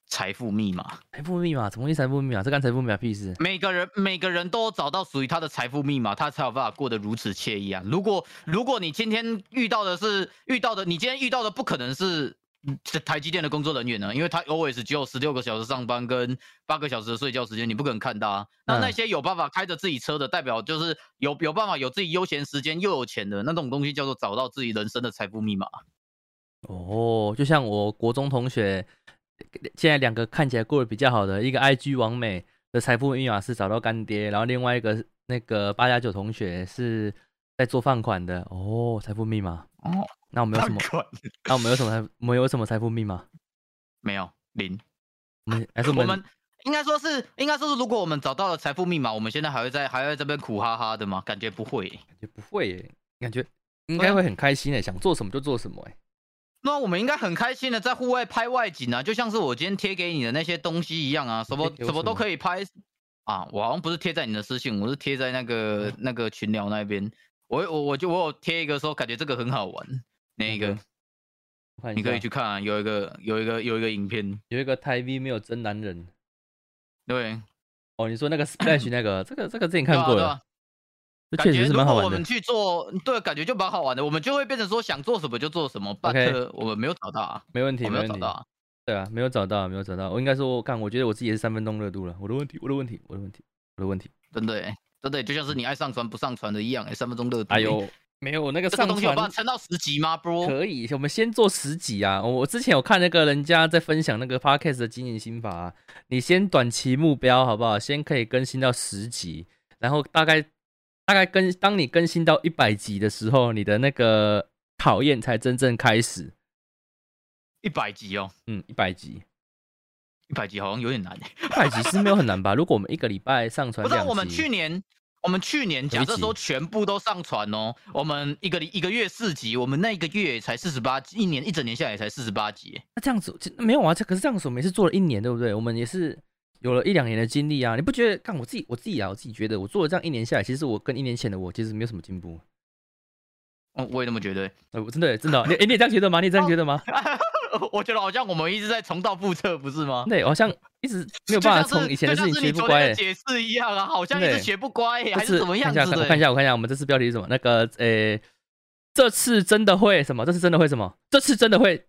[SPEAKER 2] 财富密码。
[SPEAKER 1] 财富密码，什么意思？财富密码，这干财富密码屁事？
[SPEAKER 2] 每个人每个人都有找到属于他的财富密码，他才有办法过得如此惬意啊！如果如果你今天遇到的是遇到的，你今天遇到的不可能是嗯台积电的工作人员呢，因为他 always 只有十六个小时上班跟八个小时的睡觉时间，你不可能看到啊。那
[SPEAKER 1] 嗯
[SPEAKER 2] 那些有办法开着自己车的，代表就是有有办法有自己悠闲时间又有钱的那种东西，叫做找到自己人生的财富密码。
[SPEAKER 1] 哦，就像我国中同学，现在两个看起来过得比较好的，一个 IG 王美的财富密码是找到干爹，然后另外一个那个八加九同学是在做放款的。哦，财富密码。
[SPEAKER 2] 哦，
[SPEAKER 1] 那我们有
[SPEAKER 2] <laughs>
[SPEAKER 1] 什么？那我们有什么财？我们有什么财富密码？
[SPEAKER 2] 没有零。
[SPEAKER 1] 我们还是
[SPEAKER 2] 我
[SPEAKER 1] 我们
[SPEAKER 2] 们应该说是，应该说是，如果我们找到了财富密码，我们现在还会在还会在这边苦哈哈的吗？感觉不会耶。
[SPEAKER 1] 感觉不会耶，感觉应该会很开心诶，想做什么就做什么诶。
[SPEAKER 2] 那我们应该很开心的在户外拍外景啊，就像是我今天贴给你的那些东西一样啊，什么
[SPEAKER 1] 贴给我
[SPEAKER 2] 什么
[SPEAKER 1] 什
[SPEAKER 2] 都
[SPEAKER 1] 么
[SPEAKER 2] 可以拍啊。我好像不是贴在你的私信，我是贴在那
[SPEAKER 1] 嗯
[SPEAKER 2] 个那个群聊那边。我我我就我有贴一个说，感觉这个很好玩，那
[SPEAKER 1] 哪
[SPEAKER 2] 个
[SPEAKER 1] 个我嗯看一
[SPEAKER 2] 你可以
[SPEAKER 1] 下
[SPEAKER 2] 去看、啊，有一个有一个有一个影片，
[SPEAKER 1] 有一个台 V 没有真男人
[SPEAKER 2] 对，
[SPEAKER 1] 哦，你说
[SPEAKER 2] <clears throat>
[SPEAKER 1] 那个 Splash 那个，这个这个之前
[SPEAKER 2] 对
[SPEAKER 1] 看
[SPEAKER 2] 啊
[SPEAKER 1] 过
[SPEAKER 2] 对啊
[SPEAKER 1] 了，这
[SPEAKER 2] 感
[SPEAKER 1] 确
[SPEAKER 2] 觉
[SPEAKER 1] 实是蛮好
[SPEAKER 2] 如果我
[SPEAKER 1] 玩的
[SPEAKER 2] 们。去做，对，感觉就蛮好玩的。我们就会变成说想做什么就做什么
[SPEAKER 1] OK
[SPEAKER 2] but 我们没有找到啊，
[SPEAKER 1] 没问题，
[SPEAKER 2] 我
[SPEAKER 1] 没
[SPEAKER 2] 没
[SPEAKER 1] 问
[SPEAKER 2] 有找
[SPEAKER 1] 题
[SPEAKER 2] 到。啊。
[SPEAKER 1] 对啊，没有找到，没有找到。我应该说，我干，我觉得我自己也是三分钟热度了。我的问题，我的问题，我的问题，我的问题。
[SPEAKER 2] 真的欸，真的欸，就像是你爱上传不上传的一样欸，三分钟热度欸。
[SPEAKER 1] 哎呦，没有那个
[SPEAKER 2] 这个
[SPEAKER 1] 上
[SPEAKER 2] 东西有办
[SPEAKER 1] 传
[SPEAKER 2] 法撑到十集吗，bro？
[SPEAKER 1] 可以，我们先做十集啊。我我之前有看那个人家在分享那个 podcast 的经营心法、啊，你先短期目标好不好？先可以更新到十集，然后大概大概更当你更新到一百集的时候，你的那个考验才真正开始。
[SPEAKER 2] 一百集哦，
[SPEAKER 1] 嗯，一百集，
[SPEAKER 2] 一百集好像有点难欸。
[SPEAKER 1] 一百集是没有很
[SPEAKER 2] <laughs>
[SPEAKER 1] 难吧？如果我们一个礼拜上传
[SPEAKER 2] 不是啊
[SPEAKER 1] 两集，
[SPEAKER 2] 我们去年，我们去年假设说全部都上传哦，我们一个礼一个月四集，我们那一个月也才四十八，一年一整年下来也才四十八集欸。
[SPEAKER 1] 那这样子这没有啊？这可是这样子，我们也是做了一年，对不对？我们也是有了一两年的经历啊。你不觉得？干我自己，我自己啊，我自己觉得，我做了这样一年下来，其实我跟一年前的我其实没有什么进步。
[SPEAKER 2] 哦，我也这么觉得。
[SPEAKER 1] 呃，我真的真的，你诶你也这样觉得吗？你也这样觉得
[SPEAKER 2] 哦
[SPEAKER 1] 吗？
[SPEAKER 2] <laughs> 我觉得好像我们一直在重蹈覆辙，不是吗？
[SPEAKER 1] 对，我好像一直没有办法
[SPEAKER 2] 就像
[SPEAKER 1] 从
[SPEAKER 2] 是
[SPEAKER 1] 以前的事
[SPEAKER 2] 就
[SPEAKER 1] 情
[SPEAKER 2] 像是
[SPEAKER 1] 学
[SPEAKER 2] 你
[SPEAKER 1] 不
[SPEAKER 2] 昨
[SPEAKER 1] 乖、欸
[SPEAKER 2] 天的。解释一样啊，好像一
[SPEAKER 1] 对
[SPEAKER 2] 直学不乖、欸，还
[SPEAKER 1] 这
[SPEAKER 2] 是
[SPEAKER 1] 次
[SPEAKER 2] 怎么样
[SPEAKER 1] 看
[SPEAKER 2] 子
[SPEAKER 1] 一下，
[SPEAKER 2] 的、
[SPEAKER 1] 我看一下，我看一下，我们这次标题是什么？那个，诶、这次真的会什么？这次真的会什么？这次真的会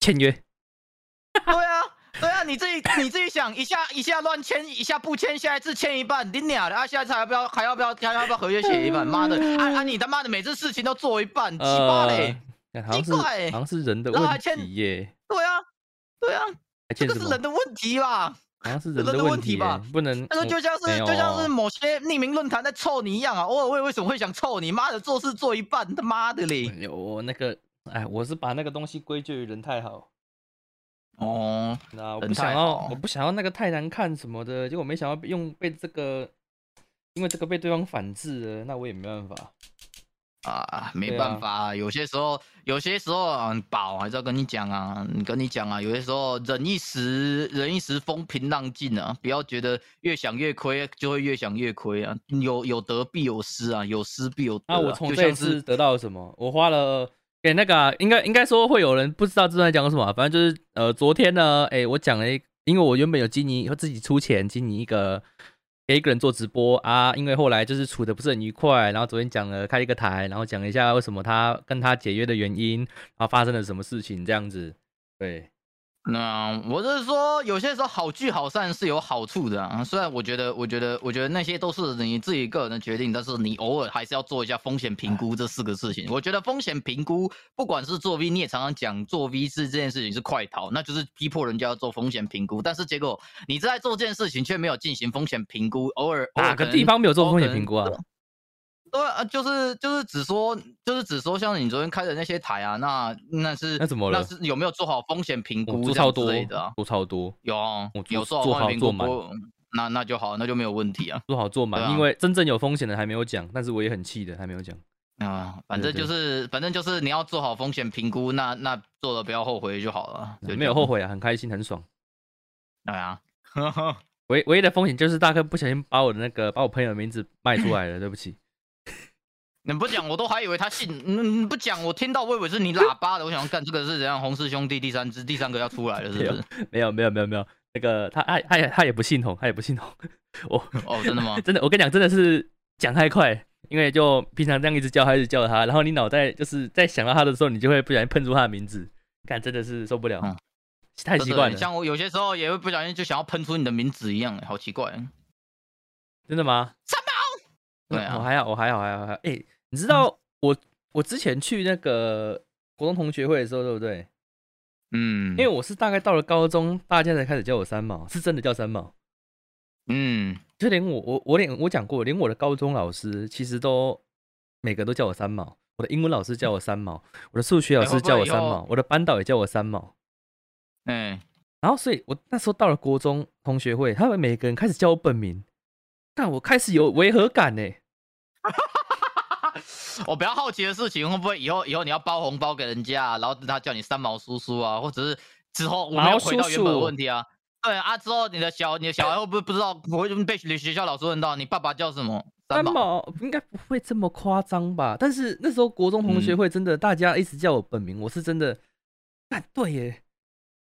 [SPEAKER 1] 签约？
[SPEAKER 2] <laughs> 对啊，对啊，你自己你自己想一下一下乱签，一下不签，下一次签一半，你俩的啊，下一次还要不要还要不要还要不要合约写一半？妈的，啊啊你他妈的每次事情都做一半，鸡巴嘞！
[SPEAKER 1] 干呃好像是
[SPEAKER 2] 奇怪欸
[SPEAKER 1] 好像是人的
[SPEAKER 2] 然后
[SPEAKER 1] 问
[SPEAKER 2] 还欠
[SPEAKER 1] 题耶、
[SPEAKER 2] 对啊，对啊，
[SPEAKER 1] 还
[SPEAKER 2] 这
[SPEAKER 1] 欠
[SPEAKER 2] 个
[SPEAKER 1] 什
[SPEAKER 2] 是
[SPEAKER 1] 么
[SPEAKER 2] 人？的问题吧？
[SPEAKER 1] 好像是人
[SPEAKER 2] 人
[SPEAKER 1] 的
[SPEAKER 2] 的
[SPEAKER 1] 问
[SPEAKER 2] 问
[SPEAKER 1] 题
[SPEAKER 2] 题
[SPEAKER 1] 耶
[SPEAKER 2] 吧
[SPEAKER 1] 不能
[SPEAKER 2] 那个就像
[SPEAKER 1] 嗯没
[SPEAKER 2] 是
[SPEAKER 1] 有哦
[SPEAKER 2] 就像是某些匿名论坛在臭你一样啊，偶尔我也为什么会想臭你？妈的，做事做一半，他妈的嘞！
[SPEAKER 1] 有我那个，哎，我是把那个东西归咎于人太好，
[SPEAKER 2] 哦，
[SPEAKER 1] 那我
[SPEAKER 2] 人
[SPEAKER 1] 不想
[SPEAKER 2] 太
[SPEAKER 1] 要，
[SPEAKER 2] 好
[SPEAKER 1] 我不想要那个太难看什么的，结果没想到用被这个，因为这个被对方反制了，那我也没办法。
[SPEAKER 2] 啊，没
[SPEAKER 1] 对啊
[SPEAKER 2] 办法、啊，有些时候，有些时候啊，宝还是要跟你讲啊，跟你讲啊，有些时候忍一时，忍一时风平浪静啊，不要觉得越想越亏，就会越想越亏啊，有有得必有失啊，有失必有得、
[SPEAKER 1] 那
[SPEAKER 2] 啊。
[SPEAKER 1] 我从
[SPEAKER 2] 就
[SPEAKER 1] 这一
[SPEAKER 2] 像
[SPEAKER 1] 次
[SPEAKER 2] 是
[SPEAKER 1] 得到了什么？我花了给、那个啊、应该应该说会有人不知道这段在讲什么啊，反正就是呃，昨天呢，哎、我讲了一，因为我原本有经营，自己出钱经营一个。给一个人做直播啊，因为后来就是处的不是很愉快，然后昨天讲了开了一个台，然后讲了一下为什么他跟他解约的原因，然后发生了什么事情这样子。对，
[SPEAKER 2] 那、我是说，有些时候好聚好散是有好处的啊，虽然我觉得，我觉得，我觉得那些都是你自己个人的决定，但是你偶尔还是要做一下风险评估这四个事情。我觉得风险评估，不管是做 V，你也常常讲做 V 是这件事情是快逃，那就是逼迫人家要做风险评估，但是结果你在做这件事情却没有进行风险评估，偶尔
[SPEAKER 1] 哪个地方没有做风险评估？
[SPEAKER 2] 哦偶尔可能偶尔可能
[SPEAKER 1] 啊？
[SPEAKER 2] 对啊，就是就是只说就是只说像你昨天开的那些台啊，那那是
[SPEAKER 1] 那怎么了
[SPEAKER 2] 那是有没有做好风险评
[SPEAKER 1] 我
[SPEAKER 2] 估
[SPEAKER 1] 做
[SPEAKER 2] 这
[SPEAKER 1] 超
[SPEAKER 2] 样
[SPEAKER 1] 多
[SPEAKER 2] 之类的啊？，
[SPEAKER 1] 做超多，
[SPEAKER 2] 有啊
[SPEAKER 1] 我哦做
[SPEAKER 2] 有时候
[SPEAKER 1] 做
[SPEAKER 2] 换
[SPEAKER 1] 好
[SPEAKER 2] 评
[SPEAKER 1] 做
[SPEAKER 2] 估
[SPEAKER 1] 满
[SPEAKER 2] 过，那那就好，那就没有问题啊。
[SPEAKER 1] 做好做满，
[SPEAKER 2] 对啊
[SPEAKER 1] 因为真正有风险的还没有讲，但是我也很气的还没有讲。
[SPEAKER 2] 啊、反
[SPEAKER 1] 对
[SPEAKER 2] 正就是反正就是你要做好风险评估，那那做了不要后悔就好了，就
[SPEAKER 1] 没有后
[SPEAKER 2] 悔。
[SPEAKER 1] 悔啊，很开心，很爽。
[SPEAKER 2] 对啊，
[SPEAKER 1] 唯唯一的风险就是大哥不小心把我的那个把我朋友的名字卖出来了，对不起。
[SPEAKER 2] 你不讲，我都还以为他姓。嗯，你不讲，我听到我以为是你喇叭的。我想干这个是怎样？洪氏兄弟第三支第三个要出来了，是不是？
[SPEAKER 1] 没有没有没有没有，那个他他他也他也不信统，他也不信统。我
[SPEAKER 2] 哦，真的吗？
[SPEAKER 1] <laughs> 真的，我跟你讲，真的是讲太快，因为就平常这样一直叫他，一直叫他，然后你脑袋就是在想到他的时候，你就会不小心喷出他的名字，干真的是受不了，
[SPEAKER 2] 嗯
[SPEAKER 1] <laughs> 太习惯
[SPEAKER 2] 真的
[SPEAKER 1] 了。
[SPEAKER 2] 像我有些时候也会不小心就想要喷出你的名字一样，好奇怪。
[SPEAKER 1] 真的吗？
[SPEAKER 2] 对
[SPEAKER 1] 嗯我
[SPEAKER 2] 啊，嗯
[SPEAKER 1] 还好，我还好，还好，还好。哎、你知道我我之前去那个国中同学会的时候，对不对？
[SPEAKER 2] 嗯，
[SPEAKER 1] 因为我是大概到了高中，大家才开始叫我三毛，是真的叫三毛。
[SPEAKER 2] 嗯，
[SPEAKER 1] 就连我我我连我讲过，连我的高中老师其实都每个都叫我三毛，我的英文老师叫我三毛，我的数学老
[SPEAKER 2] 哎
[SPEAKER 1] 师
[SPEAKER 2] 会不会
[SPEAKER 1] 叫我
[SPEAKER 2] 以
[SPEAKER 1] 三
[SPEAKER 2] 后
[SPEAKER 1] 毛，我的班导也叫我三毛。
[SPEAKER 2] 哎，
[SPEAKER 1] 然后，所以我那时候到了国中同学会，他们每个人开始叫我本名，但我开始有违和感欸呢。
[SPEAKER 2] <laughs> 我比较好奇的事情，会不会以后以后你要包红包给人家啊、然后他叫你三毛叔叔啊，或者是之后我们
[SPEAKER 1] 毛
[SPEAKER 2] 要回到原本的
[SPEAKER 1] 叔叔
[SPEAKER 2] 问题啊？对啊，之后你的小你的小孩会不会不知道，不会被学学校老师问到你爸爸叫什么？
[SPEAKER 1] 三
[SPEAKER 2] 毛，，
[SPEAKER 1] 毛应该不会这么夸张吧？但是那时候国中同学会真的，大家一直叫我本名，我是真的，干对耶，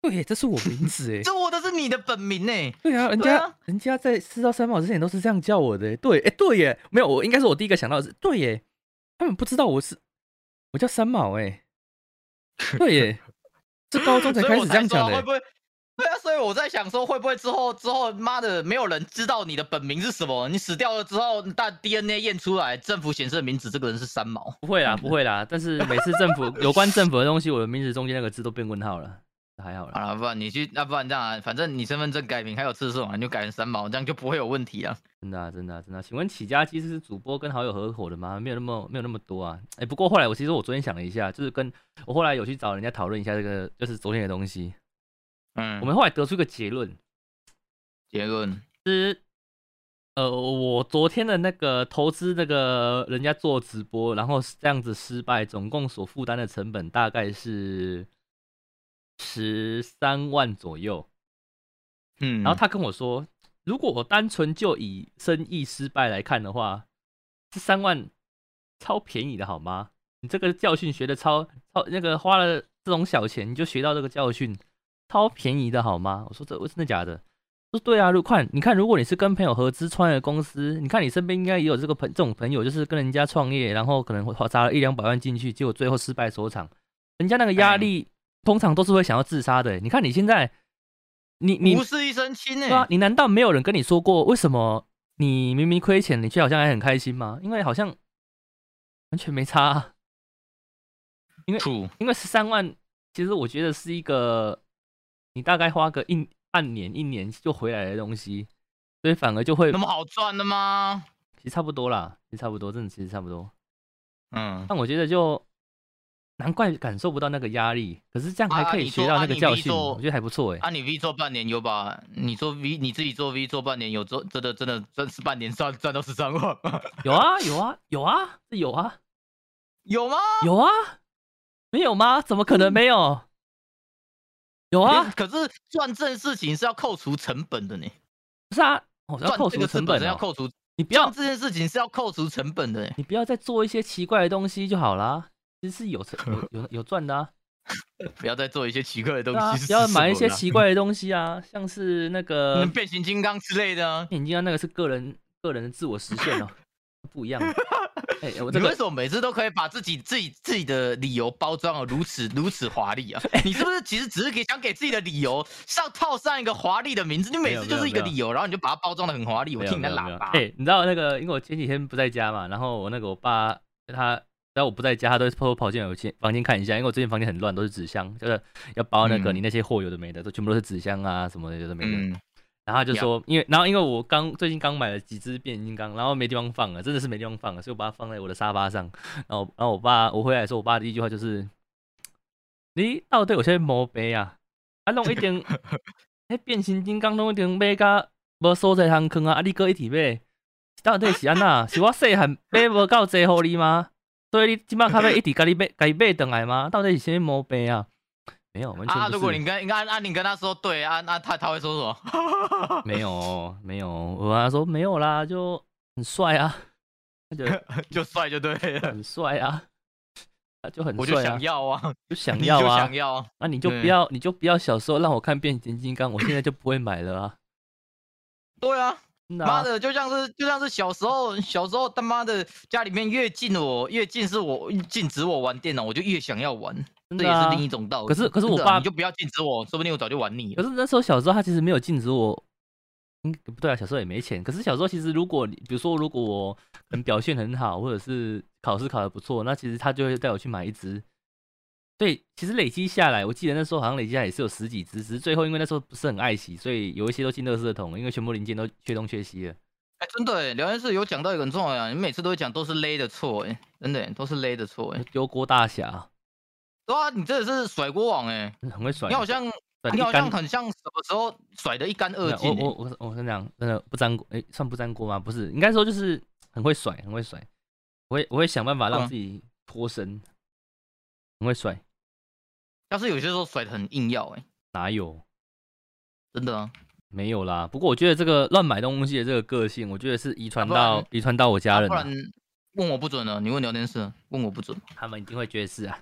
[SPEAKER 1] 对耶，这是我名字 <laughs> 哎
[SPEAKER 2] 这我的是你的本名呢、
[SPEAKER 1] 对啊，人
[SPEAKER 2] 对
[SPEAKER 1] 家、
[SPEAKER 2] 啊
[SPEAKER 1] 人家在吃到三毛之前都是这样叫我的耶，对，哎对耶，没有，我应该是我第一个想到的是对耶，他们不知道我是我叫三毛哎，对 <laughs> 耶，是高中才
[SPEAKER 2] 所以
[SPEAKER 1] 开
[SPEAKER 2] 我
[SPEAKER 1] 始这
[SPEAKER 2] 才
[SPEAKER 1] 样
[SPEAKER 2] 说
[SPEAKER 1] 讲的
[SPEAKER 2] 会
[SPEAKER 1] 耶
[SPEAKER 2] 不，会？对啊，所以我在想说，会不会之后之后，妈的，没有人知道你的本名是什么？你死掉了之后，大 DNA 验出来，政府显示的名字，这个人是三毛。
[SPEAKER 1] 不会啦，不会啦，但是每次政府有关政府的东西，我的名字中间那个字都变问号了，还好啦
[SPEAKER 2] 好。了，不然你去，那、不然这样、啊，反正你身份证改名还有次数嘛，你就改成三毛，这样就不会有问题啊。
[SPEAKER 1] 真的、啊，真的、啊，真的啊、请问起家鸡是主播跟好友合伙的吗？没有那么没有那么多啊。哎、不过后来我其实我昨天想了一下，就是跟我后来有去找人家讨论一下这个，就是昨天的东西。
[SPEAKER 2] 嗯，
[SPEAKER 1] 我们后来得出一个结论，
[SPEAKER 2] 结论，
[SPEAKER 1] 是呃，我昨天的那个投资那个人家做直播，然后这样子失败，总共所负担的成本大概是十三万左右。
[SPEAKER 2] 嗯，
[SPEAKER 1] 然后他跟我说，如果我单纯就以生意失败来看的话，这三万超便宜的好吗？你这个教训学的超超那个花了这种小钱，你就学到这个教训，超便宜的好吗？我说这真的假的？说对啊，如看你看，如果你是跟朋友合资创业的公司，你看你身边应该也有这个朋这种朋友，就是跟人家创业，然后可能花砸了一两百万进去，结果最后失败收场，人家那个压
[SPEAKER 2] 哎
[SPEAKER 1] 力通常都是会想要自杀的。欸你看你现在，你你
[SPEAKER 2] 无事一身轻欸呢、
[SPEAKER 1] 对啊，你难道没有人跟你说过，为什么你明明亏钱，你却好像还很开心吗？因为好像完全没差啊、 <laughs> 因为
[SPEAKER 2] True，
[SPEAKER 1] 因为十三万，其实我觉得是一个你大概花个一半年、一年就回来的东西，所以反而就会
[SPEAKER 2] 那么好赚的吗？
[SPEAKER 1] 其实差不多啦，其实差不多，真的其实差不多。
[SPEAKER 2] 嗯，
[SPEAKER 1] 但我觉得就难怪感受不到那个压力，可是这样还
[SPEAKER 2] 啊
[SPEAKER 1] 可以
[SPEAKER 2] 你
[SPEAKER 1] 学
[SPEAKER 2] 做
[SPEAKER 1] 到
[SPEAKER 2] 啊
[SPEAKER 1] 那个
[SPEAKER 2] 你
[SPEAKER 1] 教
[SPEAKER 2] 比
[SPEAKER 1] 训，
[SPEAKER 2] 做
[SPEAKER 1] 我觉得还不错哎、
[SPEAKER 2] 啊，你 V 做半年有吧？你做 V，你自己做 V 做半年有做，真的真的真是半年赚赚到十三万 <laughs> 吗？
[SPEAKER 1] 有啊，有啊，有啊，这有啊。
[SPEAKER 2] 有吗？
[SPEAKER 1] 有啊，没有吗？怎么可
[SPEAKER 2] 嗯
[SPEAKER 1] 能没有？有
[SPEAKER 2] 诶
[SPEAKER 1] 啊，
[SPEAKER 2] 可是赚这事情是要扣除成本的呢，
[SPEAKER 1] 不是啊，我、哦、要
[SPEAKER 2] 赚
[SPEAKER 1] 扣
[SPEAKER 2] 这
[SPEAKER 1] 除
[SPEAKER 2] 个资
[SPEAKER 1] 成
[SPEAKER 2] 本
[SPEAKER 1] 本、
[SPEAKER 2] 是要
[SPEAKER 1] 哦，
[SPEAKER 2] 扣除，
[SPEAKER 1] 你不要
[SPEAKER 2] 赚这件事情是要扣除成
[SPEAKER 1] <laughs>
[SPEAKER 2] 本的呢。
[SPEAKER 1] 你不要再做一些奇怪的东西就好啦。其实是有
[SPEAKER 2] <laughs>
[SPEAKER 1] 成有有有赚的啊，
[SPEAKER 2] 不要再做一些奇怪的东
[SPEAKER 1] 对啊，
[SPEAKER 2] 西，是
[SPEAKER 1] 不要
[SPEAKER 2] 什
[SPEAKER 1] 买一
[SPEAKER 2] 么
[SPEAKER 1] 些
[SPEAKER 2] 啦
[SPEAKER 1] 奇呃怪的东西啊，像是那个
[SPEAKER 2] 嗯变形金刚之类的啊。
[SPEAKER 1] 眼睛啊，那个是个人个人的自我实现哦，不一样。
[SPEAKER 2] <laughs>
[SPEAKER 1] 哎、我这
[SPEAKER 2] 你为
[SPEAKER 1] 个
[SPEAKER 2] 什么每次都可以把自己自己自己的理由包装的如此如此华丽啊？
[SPEAKER 1] 哎
[SPEAKER 2] 你是不是其实只是给想给自己的理由上套上一个华丽的名字？你
[SPEAKER 1] 没
[SPEAKER 2] 每
[SPEAKER 1] 有
[SPEAKER 2] 次就
[SPEAKER 1] 没有
[SPEAKER 2] 是一个
[SPEAKER 1] 没有
[SPEAKER 2] 理由，然后你就把它包装的很华丽。我
[SPEAKER 1] 没有
[SPEAKER 2] 听你
[SPEAKER 1] 没
[SPEAKER 2] 的
[SPEAKER 1] 有没
[SPEAKER 2] 喇
[SPEAKER 1] 有
[SPEAKER 2] 叭
[SPEAKER 1] 哎、，你知道那个，因为我前几天不在家嘛，然后我那个我爸他只要我不在家，他都会偷偷跑进来我间房间看一下，因为我最近房间很乱，都是纸箱，就是要包那个
[SPEAKER 2] 嗯
[SPEAKER 1] 你那些货有的没的，都全部都是纸箱啊什么的有的没的。
[SPEAKER 2] 嗯，
[SPEAKER 1] 然后他就说，因为然后因为我刚最近刚买了几只变形金刚，然后没地方放了，真的是没地方放了，所以我把它放在我的沙发上。然后然后我爸我回来的时候，我爸第一句话就是：“你到底有些毛病啊？啊弄一
[SPEAKER 2] <laughs>
[SPEAKER 1] 点，那变形金刚弄一点买甲无所在通坑啊！啊你哥一起买，到底是安那？是我细汉买无够济互你吗？所以你即摆较要一直甲你买甲伊买回来吗？到底是啥物毛病啊？没有，完全
[SPEAKER 2] 啊，
[SPEAKER 1] 不
[SPEAKER 2] 如果
[SPEAKER 1] 是
[SPEAKER 2] 你跟你按按你跟他说对啊，那他他会说什么？ <laughs>
[SPEAKER 1] 没有没有，我跟他说没有啦，就很帅啊，他
[SPEAKER 2] <laughs>
[SPEAKER 1] 就
[SPEAKER 2] 就帅就对了，
[SPEAKER 1] 很帅啊，他就很
[SPEAKER 2] 我就
[SPEAKER 1] 帅啊
[SPEAKER 2] 想，要啊，
[SPEAKER 1] 就想
[SPEAKER 2] 你
[SPEAKER 1] 要
[SPEAKER 2] 就
[SPEAKER 1] 啊
[SPEAKER 2] 想，要啊，
[SPEAKER 1] 那你就不
[SPEAKER 2] 对
[SPEAKER 1] 要你就不要小时候让我看变形金刚，我现在就不会买了啊，
[SPEAKER 2] 对啊，
[SPEAKER 1] 真的啊
[SPEAKER 2] 妈的，就像是就像是小时候小时候他妈的家里面越禁我越禁是我禁止我玩电脑，我就越想要玩，
[SPEAKER 1] 真的
[SPEAKER 2] 这也是
[SPEAKER 1] 啊
[SPEAKER 2] 另一种道理。
[SPEAKER 1] 可是可是我
[SPEAKER 2] 真的啊
[SPEAKER 1] 爸
[SPEAKER 2] 你就不要禁止我，说不定我早就玩腻
[SPEAKER 1] 可
[SPEAKER 2] 了。
[SPEAKER 1] 是那时候小时候他其实没有禁止我，嗯，不对啊，小时候也没钱。可是小时候其实如果你比如说如果我可能表现很好，或者是考试考得不错，那其实他就会带我去买一只。对，其实累积下来，我记得那时候好像累积下来也是有十几只，只是最后因为那时候不是很爱惜，所以有一些都进垃圾桶了，因为全部零件都缺东缺西
[SPEAKER 2] <laughs>
[SPEAKER 1] 了。
[SPEAKER 2] 哎、真的耶，聊天室有讲到一个很重要的，你每次都会讲都是勒的错，哎，真的耶都是勒的错，哎，
[SPEAKER 1] 丢锅大侠
[SPEAKER 2] 对啊，你真的是甩锅王哎，
[SPEAKER 1] 很会甩，
[SPEAKER 2] 你好像
[SPEAKER 1] 甩得
[SPEAKER 2] 你
[SPEAKER 1] 一
[SPEAKER 2] 好
[SPEAKER 1] 干
[SPEAKER 2] 像很像什么时候甩的一干二
[SPEAKER 1] 对啊
[SPEAKER 2] 净、
[SPEAKER 1] 我
[SPEAKER 2] 欸，
[SPEAKER 1] 我我我跟你讲，真的不粘锅，哎、算不粘锅吗？不是，应该说就是很会甩，很会甩。我会我会想办法让
[SPEAKER 2] 嗯
[SPEAKER 1] 自己脱身，很会甩，
[SPEAKER 2] 要是有些时候甩的很硬要哎、
[SPEAKER 1] 哪有？
[SPEAKER 2] 真的啊，
[SPEAKER 1] 没有啦。不过我觉得这个乱买东西的这个个性，我觉得是遗传
[SPEAKER 2] 啊不然
[SPEAKER 1] 到遗传到我家人、
[SPEAKER 2] 不
[SPEAKER 1] 啊
[SPEAKER 2] 然，问我不准了，你问聊天室问我不准，
[SPEAKER 1] 他们一定会觉得是啊，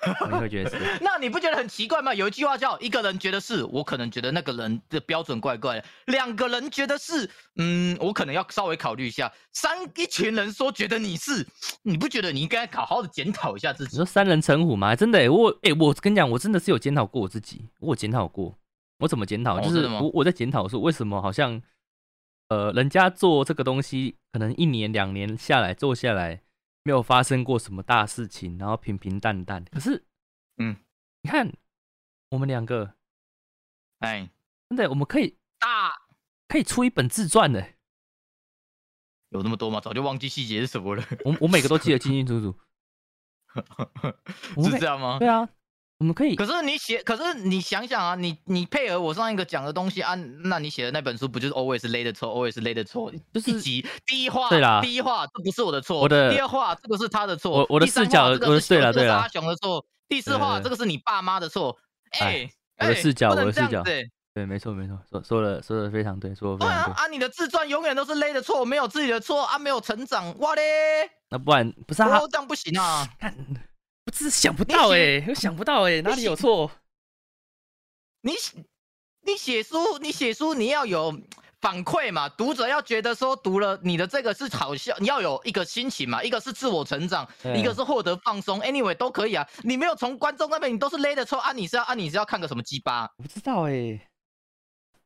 [SPEAKER 1] 他们一定会觉得是啊、
[SPEAKER 2] 那你不觉得很奇怪吗？有一句话叫“一个人觉得是我可能觉得那个人的标准怪怪的，两个人觉得是嗯，我可能要稍微考虑一下，三一群人说觉得你是，你不觉得你应该好好的检讨一下自
[SPEAKER 1] 你
[SPEAKER 2] 己？
[SPEAKER 1] 说三人成虎吗？真的、欸，我哎、我跟你讲，我真的是有检讨过我自己，我有检讨过。我怎么检讨？
[SPEAKER 2] 哦
[SPEAKER 1] 就
[SPEAKER 2] 真
[SPEAKER 1] 是
[SPEAKER 2] 的吗
[SPEAKER 1] 我我在检讨说，为什么好像呃，人家做这个东西，可能一年两年下来做下来，没有发生过什么大事情，然后平平淡淡。可是，
[SPEAKER 2] 嗯，
[SPEAKER 1] 你看我们两个，
[SPEAKER 2] 哎，
[SPEAKER 1] 真的，我们可以
[SPEAKER 2] 大
[SPEAKER 1] 可以出一本自传的、
[SPEAKER 2] 有那么多吗？早就忘记细节是什么了，
[SPEAKER 1] 我我每个都记得清清楚
[SPEAKER 2] <laughs>
[SPEAKER 1] 楚。我
[SPEAKER 2] 是
[SPEAKER 1] 每
[SPEAKER 2] 这样吗？
[SPEAKER 1] 对啊，我们可以
[SPEAKER 2] 可是你写，可是你想想啊，你你配合我上一个讲的东西啊，那你写的那本书不就是 always lay 的错，always lay 的错，
[SPEAKER 1] 就是
[SPEAKER 2] 一集第一话，
[SPEAKER 1] 对啦
[SPEAKER 2] 第一话这不是我的错，
[SPEAKER 1] 我的
[SPEAKER 2] 第二话这个是他的错，
[SPEAKER 1] 我我的
[SPEAKER 2] 第三
[SPEAKER 1] 视角
[SPEAKER 2] 话这个
[SPEAKER 1] 我的
[SPEAKER 2] 是
[SPEAKER 1] 对啦
[SPEAKER 2] 这个
[SPEAKER 1] 对
[SPEAKER 2] 是
[SPEAKER 1] 啦
[SPEAKER 2] 阿雄的错，第四话
[SPEAKER 1] 对对对
[SPEAKER 2] 这个是你爸妈的错，哎
[SPEAKER 1] 哎。我的
[SPEAKER 2] 哎
[SPEAKER 1] 视角
[SPEAKER 2] 不能
[SPEAKER 1] 我的
[SPEAKER 2] 这样
[SPEAKER 1] 视角
[SPEAKER 2] 子哎
[SPEAKER 1] 对，没错没错，说说的说的非常对，说的非
[SPEAKER 2] 对
[SPEAKER 1] 常
[SPEAKER 2] 啊
[SPEAKER 1] 对。
[SPEAKER 2] 啊！你的自传永远都是勒的错，没有自己的错啊，没有成长，哇嘞！
[SPEAKER 1] 那不然不是啊，
[SPEAKER 2] 哦，这样不行
[SPEAKER 1] <laughs>
[SPEAKER 2] 啊！
[SPEAKER 1] 看，我只是想不到哎、我想不到哎、哪里有错？
[SPEAKER 2] 你写你写书，你写书你要有反馈嘛，读者要觉得说读了你的这个是好笑，你要有一个心情嘛，一个是自我成长，
[SPEAKER 1] 对
[SPEAKER 2] 一个是获得放松，anyway 都可以啊。你没有从观众那边你都是勒的抽啊，你是要啊你是要看个什么鸡巴？
[SPEAKER 1] <laughs> 我不知道哎、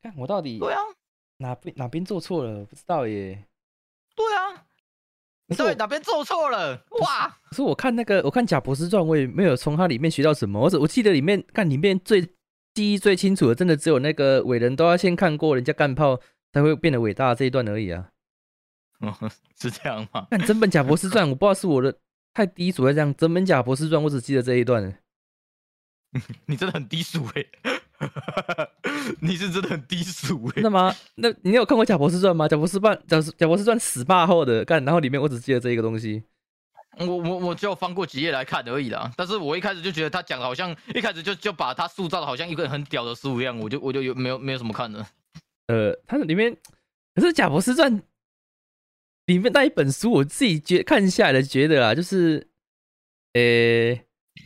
[SPEAKER 1] 看我到底
[SPEAKER 2] 对啊，
[SPEAKER 1] 哪边哪边做错了，我不知道耶、
[SPEAKER 2] 对啊，
[SPEAKER 1] 可
[SPEAKER 2] 你
[SPEAKER 1] 是
[SPEAKER 2] 到
[SPEAKER 1] 我
[SPEAKER 2] 底哪边做错 <laughs> 了？哇！
[SPEAKER 1] 可是我看那个，我看贾博士传，我也没有从它里面学到什么。我只我记得里面看里面最记忆最清楚的，真的只有那个伟人都要先看过人家干炮才会变得伟大这一段而已啊。
[SPEAKER 2] 是这样吗？ <laughs>
[SPEAKER 1] 看整本贾博士传，我不知道是我的太低俗，还是这样整本贾博士传我只记得这一段。欸
[SPEAKER 2] 你真的很低俗哎、 <laughs> 你是真的很低俗 <laughs> 哎、
[SPEAKER 1] 真的吗？ <laughs> 那你有看过《贾博士传》吗？《贾博士传》《贾贾博士传》死霸后的干，然后里面我只记得这一个东西。
[SPEAKER 2] 我我我就翻过几页来看而已啦，但是我一开始就觉得他讲的好像一开始就就把他塑造的好像一个很屌的书一样，我就我就有没有没有什么看的。
[SPEAKER 1] 呃，它里面可是《贾博士传》里面那一本书，我自己觉看下来觉得啊，就是呃，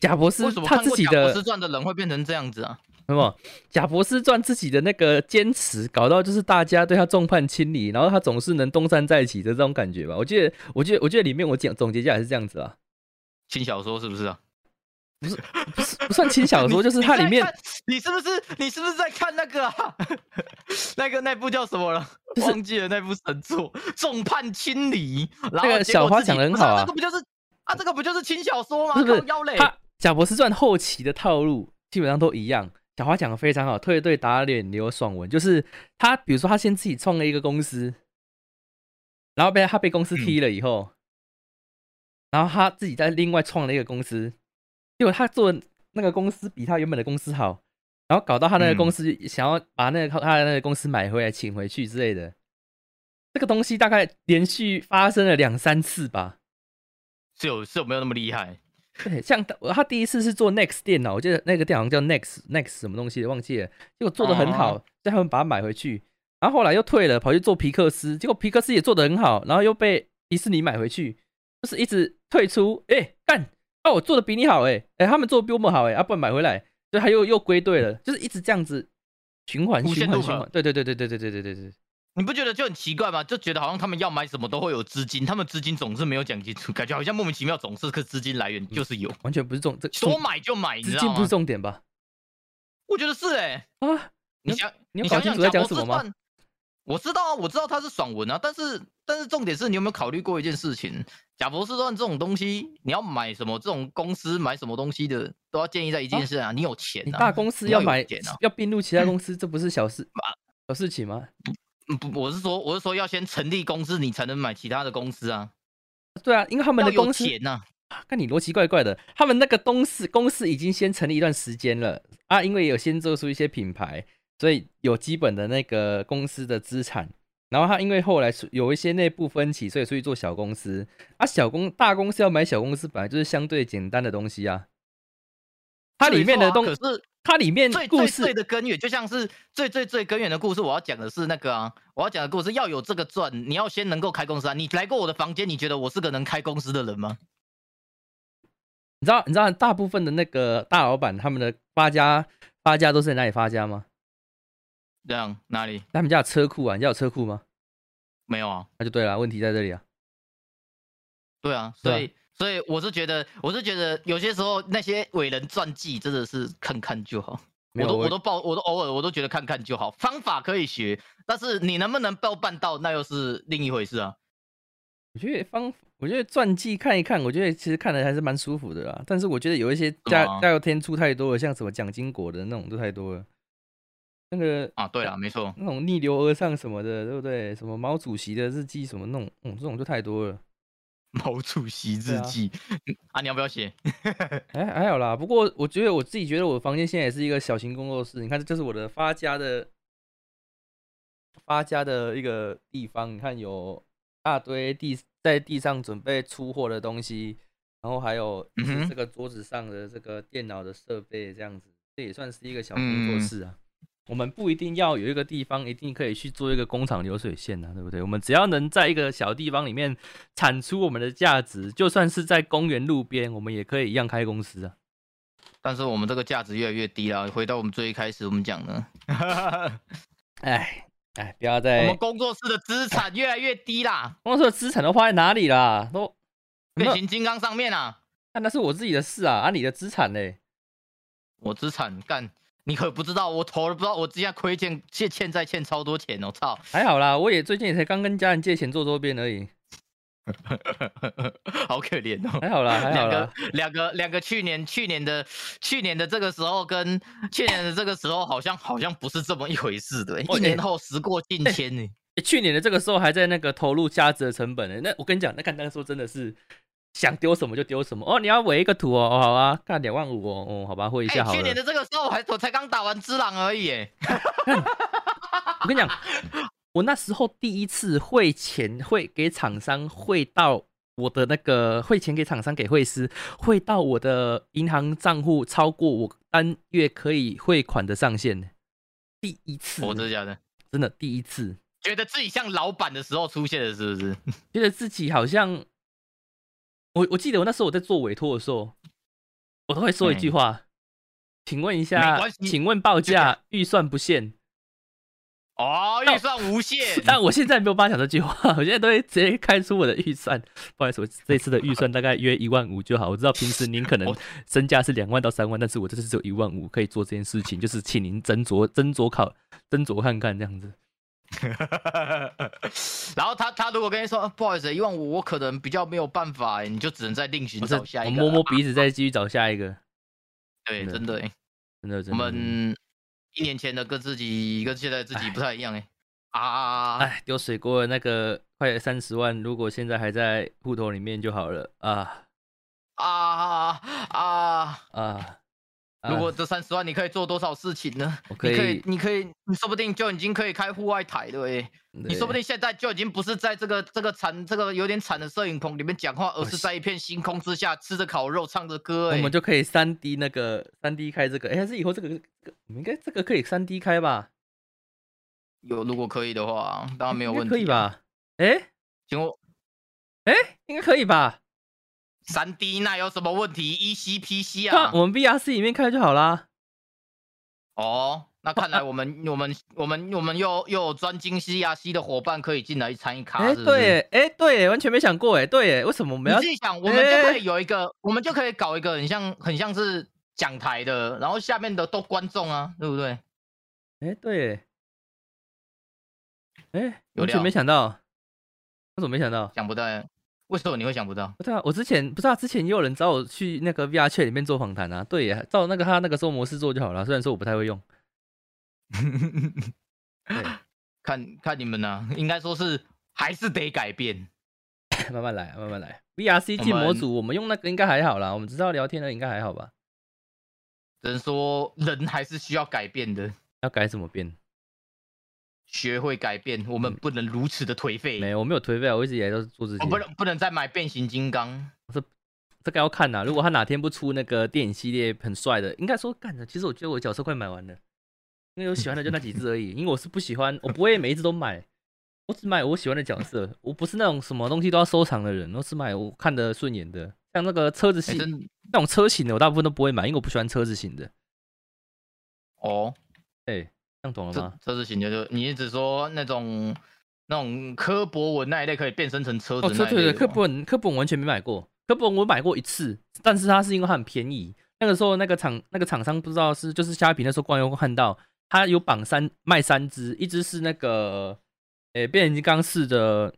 [SPEAKER 1] 贾博士
[SPEAKER 2] 为什么
[SPEAKER 1] 他
[SPEAKER 2] 看
[SPEAKER 1] 自
[SPEAKER 2] 过
[SPEAKER 1] 己
[SPEAKER 2] 《贾博
[SPEAKER 1] 的
[SPEAKER 2] 士传》的人会变成这样子啊？
[SPEAKER 1] 什么《贾博士传》自己的那个坚持，搞到就是大家对他众叛亲离，然后他总是能东山再起的这种感觉吧。我记得，我记得，我记得里面我讲总结下来是这样子啊，
[SPEAKER 2] 轻小说是不是啊？
[SPEAKER 1] 不是不算轻小
[SPEAKER 2] <laughs>
[SPEAKER 1] 说，就是它里面
[SPEAKER 2] 你是不是你是不是在看那个啊？ <laughs> 那个那部叫什么了？
[SPEAKER 1] 就是
[SPEAKER 2] 忘记了那部神作《众叛亲离》，然后
[SPEAKER 1] 那个
[SPEAKER 2] 结果
[SPEAKER 1] 小花
[SPEAKER 2] 自己
[SPEAKER 1] 讲得很
[SPEAKER 2] 不是
[SPEAKER 1] 好啊
[SPEAKER 2] 这个不就是啊？这个不就是轻小说吗？
[SPEAKER 1] 不是不是
[SPEAKER 2] 靠腰嘞，
[SPEAKER 1] 他《贾博士传》后期的套路基本上都一样。小花讲的非常好，退队打脸刘爽文，就是他，比如说他先自己创了一个公司，然后被他被公司踢了以后，然后他自己再另外创了一个公司，结果他做的那个公司比他原本的公司好，然后搞到他那个
[SPEAKER 2] 嗯
[SPEAKER 1] 公司想要把那个他的那个公司买回来请回去之类的，这个东西大概连续发生了两三次吧。
[SPEAKER 2] 是有是有没有那么厉害？
[SPEAKER 1] 对，像他他第一次是做 Next 电脑，我记得那个电脑叫 Next Next 什么东西忘记了，结果做的很
[SPEAKER 2] 哦
[SPEAKER 1] 好，叫他们把它买回去，然后后来又退了，跑去做皮克斯，结果皮克斯也做的很好，然后又被迪士尼买回去，就是一直退出，哎、干，啊我做的比你好、哎，哎他们做的比我们好、哎，啊不然买回来，所以他又又归队了，就是一直这样子循环
[SPEAKER 2] 无限
[SPEAKER 1] 循环
[SPEAKER 2] 路
[SPEAKER 1] 循
[SPEAKER 2] 跑
[SPEAKER 1] 环，对对对对对对对对对对，
[SPEAKER 2] 你不觉得就很奇怪吗？就觉得好像他们要买什么都会有资金，他们资金总是没有讲清楚，感觉好像莫名其妙总是个资金来源就是有，
[SPEAKER 1] 完全不是重这
[SPEAKER 2] 说
[SPEAKER 1] 重
[SPEAKER 2] 买就买，你
[SPEAKER 1] 嗯资
[SPEAKER 2] 知
[SPEAKER 1] 金
[SPEAKER 2] 道
[SPEAKER 1] 不是
[SPEAKER 2] 吗？
[SPEAKER 1] 重点吧？
[SPEAKER 2] 我觉得是哎、
[SPEAKER 1] 啊，
[SPEAKER 2] 你想
[SPEAKER 1] 你有搞
[SPEAKER 2] 想
[SPEAKER 1] 清
[SPEAKER 2] 想
[SPEAKER 1] 楚在讲
[SPEAKER 2] 讲我
[SPEAKER 1] 什
[SPEAKER 2] 这
[SPEAKER 1] 么吗？
[SPEAKER 2] 段？我知道啊，我知道它是爽文啊，但是但是重点是你有没有考虑过一件事情？贾博士段这种东西，你要买什么这种公司买什么东西的，都要建议在一件事啊，你有钱
[SPEAKER 1] 你
[SPEAKER 2] 啊，
[SPEAKER 1] 大公司
[SPEAKER 2] 你要
[SPEAKER 1] 要
[SPEAKER 2] 有
[SPEAKER 1] 买
[SPEAKER 2] 钱啊，
[SPEAKER 1] 要并入其他公司，这不是小事小事情吗？
[SPEAKER 2] 嗯不，我是说我是说要先成立公司，你才能买其他的公司啊，
[SPEAKER 1] 对啊，因为他们
[SPEAKER 2] 要
[SPEAKER 1] 的
[SPEAKER 2] 有
[SPEAKER 1] 公司，
[SPEAKER 2] 钱呐、
[SPEAKER 1] 啊看你逻辑怪怪的，他们那个公司公司已经先成立一段时间了啊，因为有先做出一些品牌，所以有基本的那个公司的资产。然后他因为后来出有一些内部分歧，所以出去做小公司啊，小公大公司要买小公司，本来就是相对简单的东西啊。它
[SPEAKER 2] 没
[SPEAKER 1] 里面的
[SPEAKER 2] 错啊
[SPEAKER 1] 东，
[SPEAKER 2] 可是
[SPEAKER 1] 它里面
[SPEAKER 2] 最
[SPEAKER 1] 哎故
[SPEAKER 2] 最
[SPEAKER 1] 事
[SPEAKER 2] 最的根源，就像是最最最根源的故事。我要讲的是那个啊，我要讲的故事要有这个赚，你要先能够开公司啊。你来过我的房间，你觉得我是个能开公司的人吗？
[SPEAKER 1] 你知道，你知道大部分的那个大老板他们的发家发家都是在哪里发家吗？
[SPEAKER 2] 这样哪里
[SPEAKER 1] 他们家有车库啊，你家有车库吗？
[SPEAKER 2] 没有啊？
[SPEAKER 1] 那就对了，问题在这里啊。
[SPEAKER 2] 对啊，
[SPEAKER 1] 对啊
[SPEAKER 2] 所以所以我是觉得，我是觉得有些时候那些伟人传记真的是看看就好。
[SPEAKER 1] 没
[SPEAKER 2] 我
[SPEAKER 1] 有
[SPEAKER 2] 都我都报我都偶尔我都觉得看看就好，方法可以学，但是你能不能报办到，那又是另一回事啊。
[SPEAKER 1] 我觉得方，我觉得传记看一看，我觉得其实看的还是蛮舒服的啊啦。但是我觉得有一些加
[SPEAKER 2] 是吗
[SPEAKER 1] 加油添醋太多了，像什么蒋经国的那种都太多了。那个
[SPEAKER 2] 啊，对了，
[SPEAKER 1] <laughs>
[SPEAKER 2] 没错，
[SPEAKER 1] 那种逆流而上什么的，对不对？什么毛主席的日记什么那种，嗯，这种就太多了。
[SPEAKER 2] 毛主席
[SPEAKER 1] 对
[SPEAKER 2] 日
[SPEAKER 1] 啊
[SPEAKER 2] 记 <laughs> 啊，你要不要写？
[SPEAKER 1] 还哎还好啦，不过我觉得我自己觉得我房间现在也是一个小型工作室。你看，这就是我的发家的发家的一个地方。你看，有一大堆地在地上准备出货的东西，然后还有就
[SPEAKER 2] 嗯
[SPEAKER 1] 是
[SPEAKER 2] 哼
[SPEAKER 1] 这个桌子上的这个电脑的设备，这样子，这也算是一个小工作
[SPEAKER 2] 嗯
[SPEAKER 1] 室啊。我们不一定要有一个地方，一定可以去做一个工厂流水线啊，对不对？我们只要能在一个小地方里面产出我们的价值，就算是在公园路边，我们也可以一样开公司啊。
[SPEAKER 2] 但是我们这个价值越来越低了。回到我们最一开始我们讲的，
[SPEAKER 1] 哎哎，不要
[SPEAKER 2] 我
[SPEAKER 1] 再
[SPEAKER 2] 们工作室的资产越来越低啦，
[SPEAKER 1] 公司的资产都花在哪里啦？都有没
[SPEAKER 2] 变
[SPEAKER 1] 有
[SPEAKER 2] 形金刚上面啊，
[SPEAKER 1] 那那是我自己的事啊，啊你的资产嘞？
[SPEAKER 2] 我资产干，你可不知道，我投了不知道，我之前亏欠欠欠债欠超多钱哦，操！
[SPEAKER 1] 还好啦，我也最近也才刚跟家人借钱做周边而已，
[SPEAKER 2] 好可怜哦。
[SPEAKER 1] 还好啦，哎还好
[SPEAKER 2] 两个
[SPEAKER 1] 啦。
[SPEAKER 2] 两个两个去年去年的去年的这个时候跟去年的这个时候好像好像不是这么一回事的欸、
[SPEAKER 1] 哦
[SPEAKER 2] 一年后时过境迁呢、
[SPEAKER 1] 欸去年的这个时候还在那个投入价值的成本呢、那我跟你讲，那看那个时候真的是想丢什么就丢什么哦。你要围一个图哦，哦好啊，干两万五哦，哦好吧，会一
[SPEAKER 2] 哎、
[SPEAKER 1] 下好
[SPEAKER 2] 去
[SPEAKER 1] 了。
[SPEAKER 2] 年的这个时候我还我才刚打完之狼而
[SPEAKER 1] <laughs>
[SPEAKER 2] 已、欸，
[SPEAKER 1] 我跟你讲，我那时候第一次汇钱汇给厂商，汇到我的那个汇钱给厂商给汇师，汇到我的银行账户超过我单月可以汇款的上限。第一次，
[SPEAKER 2] 我真的假的？
[SPEAKER 1] 真的第一次，
[SPEAKER 2] 觉得自己像老板的时候出现的，是
[SPEAKER 1] <laughs>
[SPEAKER 2] 不是？
[SPEAKER 1] 觉得自己好像，我我记得我那时候我在做委托的时候，我都会说一句话，请问一
[SPEAKER 2] 哎没
[SPEAKER 1] 下
[SPEAKER 2] 关系，
[SPEAKER 1] 请问报
[SPEAKER 2] 就这样
[SPEAKER 1] 价预算不限。，
[SPEAKER 2] 哦，预算无限
[SPEAKER 1] <laughs> 但我现在没有办法讲这句话，我现在都会直接开出我的预算。不好意思，我这次的预算大概约一万五就好。我知道平时您可能
[SPEAKER 2] 我
[SPEAKER 1] 身价是两万到三万，但是我这次只有一万五可以做这件事情，就是请您斟酌斟酌考斟酌看看这样子。
[SPEAKER 2] <laughs> 然后他他如果跟你说、呃不好意思，因为我我可能比较没有办法、欸，你就只能再另寻
[SPEAKER 1] 我
[SPEAKER 2] 找下
[SPEAKER 1] 我
[SPEAKER 2] 一个。
[SPEAKER 1] 摸摸，鼻子，再继续找下一个。
[SPEAKER 2] 对，真的、欸，
[SPEAKER 1] 真的，真的
[SPEAKER 2] 我
[SPEAKER 1] 真的
[SPEAKER 2] 们一年前的跟自己跟现在自己不太一样哎、啊，
[SPEAKER 1] 哎，丢水锅的那个快三十万，如果现在还在户头里面就好了啊
[SPEAKER 2] 啊啊！
[SPEAKER 1] 啊！啊
[SPEAKER 2] 如果这三十万你可以做多少事情呢？
[SPEAKER 1] 我
[SPEAKER 2] 你可
[SPEAKER 1] 可
[SPEAKER 2] 以
[SPEAKER 1] 以，
[SPEAKER 2] 你可以，你说不定就已经可以开户外台了欸诶、你说不定现在就已经不是在这个这个惨这个有点惨的摄影棚里面讲话，而是在一片星空之下吃着烤肉唱着歌、
[SPEAKER 1] 我
[SPEAKER 2] 欸。
[SPEAKER 1] 们就可以三 D 那个三 D 开这个，哎，还是以后这个这个我们应该这个可以三 D 开吧？
[SPEAKER 2] 有如果可以的话，当啊然没有
[SPEAKER 1] 应该
[SPEAKER 2] 问题、
[SPEAKER 1] 可以？吧？哎
[SPEAKER 2] 请问
[SPEAKER 1] 哎，应该可以吧？
[SPEAKER 2] 三 D 那有什么问题？依 c P C
[SPEAKER 1] 对 <laughs> 啊
[SPEAKER 2] 啊，
[SPEAKER 1] 我们 VRC 里面开就好啦。
[SPEAKER 2] 哦，那看来我们 <laughs> 我们我们我们又又有专精 C R C 的伙伴可以进来参与卡，
[SPEAKER 1] 哎，
[SPEAKER 2] 啊是不是
[SPEAKER 1] 对耶，哎对耶，完全没想过，哎，对耶，为什么我们
[SPEAKER 2] 你
[SPEAKER 1] 要
[SPEAKER 2] 自己想，我们就可
[SPEAKER 1] 哎
[SPEAKER 2] 以有一个，我们就可以搞一个很像很像是讲台的，然后下面的都观众啊，对不对？
[SPEAKER 1] 哎、对耶，哎、
[SPEAKER 2] 有
[SPEAKER 1] 完全
[SPEAKER 2] 料
[SPEAKER 1] 没想到，我怎么没想到？
[SPEAKER 2] 想不到，为什么你会想不到？
[SPEAKER 1] 不对啊，我之前不是啊，之前也有人找我去那个 VR Chat 里面做访谈啊，对耶，照那个他那个做模式做就好了。虽然说我不太会
[SPEAKER 2] <laughs>
[SPEAKER 1] 用，对
[SPEAKER 2] 看看你们呐、应该说是还是得改变。
[SPEAKER 1] 慢慢来，慢慢来。VRC
[SPEAKER 2] 我
[SPEAKER 1] 建模
[SPEAKER 2] 们
[SPEAKER 1] 组，我们用那个应该还好啦，我们只知道聊天的应该还好吧？
[SPEAKER 2] 只能说人还是需要改变的，
[SPEAKER 1] 要改怎么变？
[SPEAKER 2] 学会改变，我们不能如此的颓废。
[SPEAKER 1] 嗯没有，我没有颓废啊，我一直以来都是做自己
[SPEAKER 2] 我。不能不能再买变形金刚，
[SPEAKER 1] 这个要看呐、如果他哪天不出那个电影系列很帅的，应该说干的。其实我觉得我角色快买完了，因为我喜欢的就那几只而已。因为我是不喜欢，我不会每一只都买，我只买我喜欢的角色。我不是那种什么东西都要收藏的人，我只买我看的顺眼的。像那个车子
[SPEAKER 2] 哎、
[SPEAKER 1] 型、
[SPEAKER 2] 真
[SPEAKER 1] 那种车型的，我大部分都不会买，因为我不喜欢车子型的。
[SPEAKER 2] 哦，
[SPEAKER 1] 哎、这样懂了
[SPEAKER 2] 这
[SPEAKER 1] 吗？
[SPEAKER 2] 这是行就就你一直说那种那种柯博文那一类可以变身成车子
[SPEAKER 1] 哦，
[SPEAKER 2] 那一
[SPEAKER 1] 车
[SPEAKER 2] 类
[SPEAKER 1] 对对，
[SPEAKER 2] 的
[SPEAKER 1] 科
[SPEAKER 2] 吗
[SPEAKER 1] 普文科普文完全没买过，科普文我买过一次，但是它是因为它很便宜。那个时候那个厂那个厂商不知道是就是虾皮那时候逛悠看到，它有绑三卖三只，一只是那个诶、变形金刚四的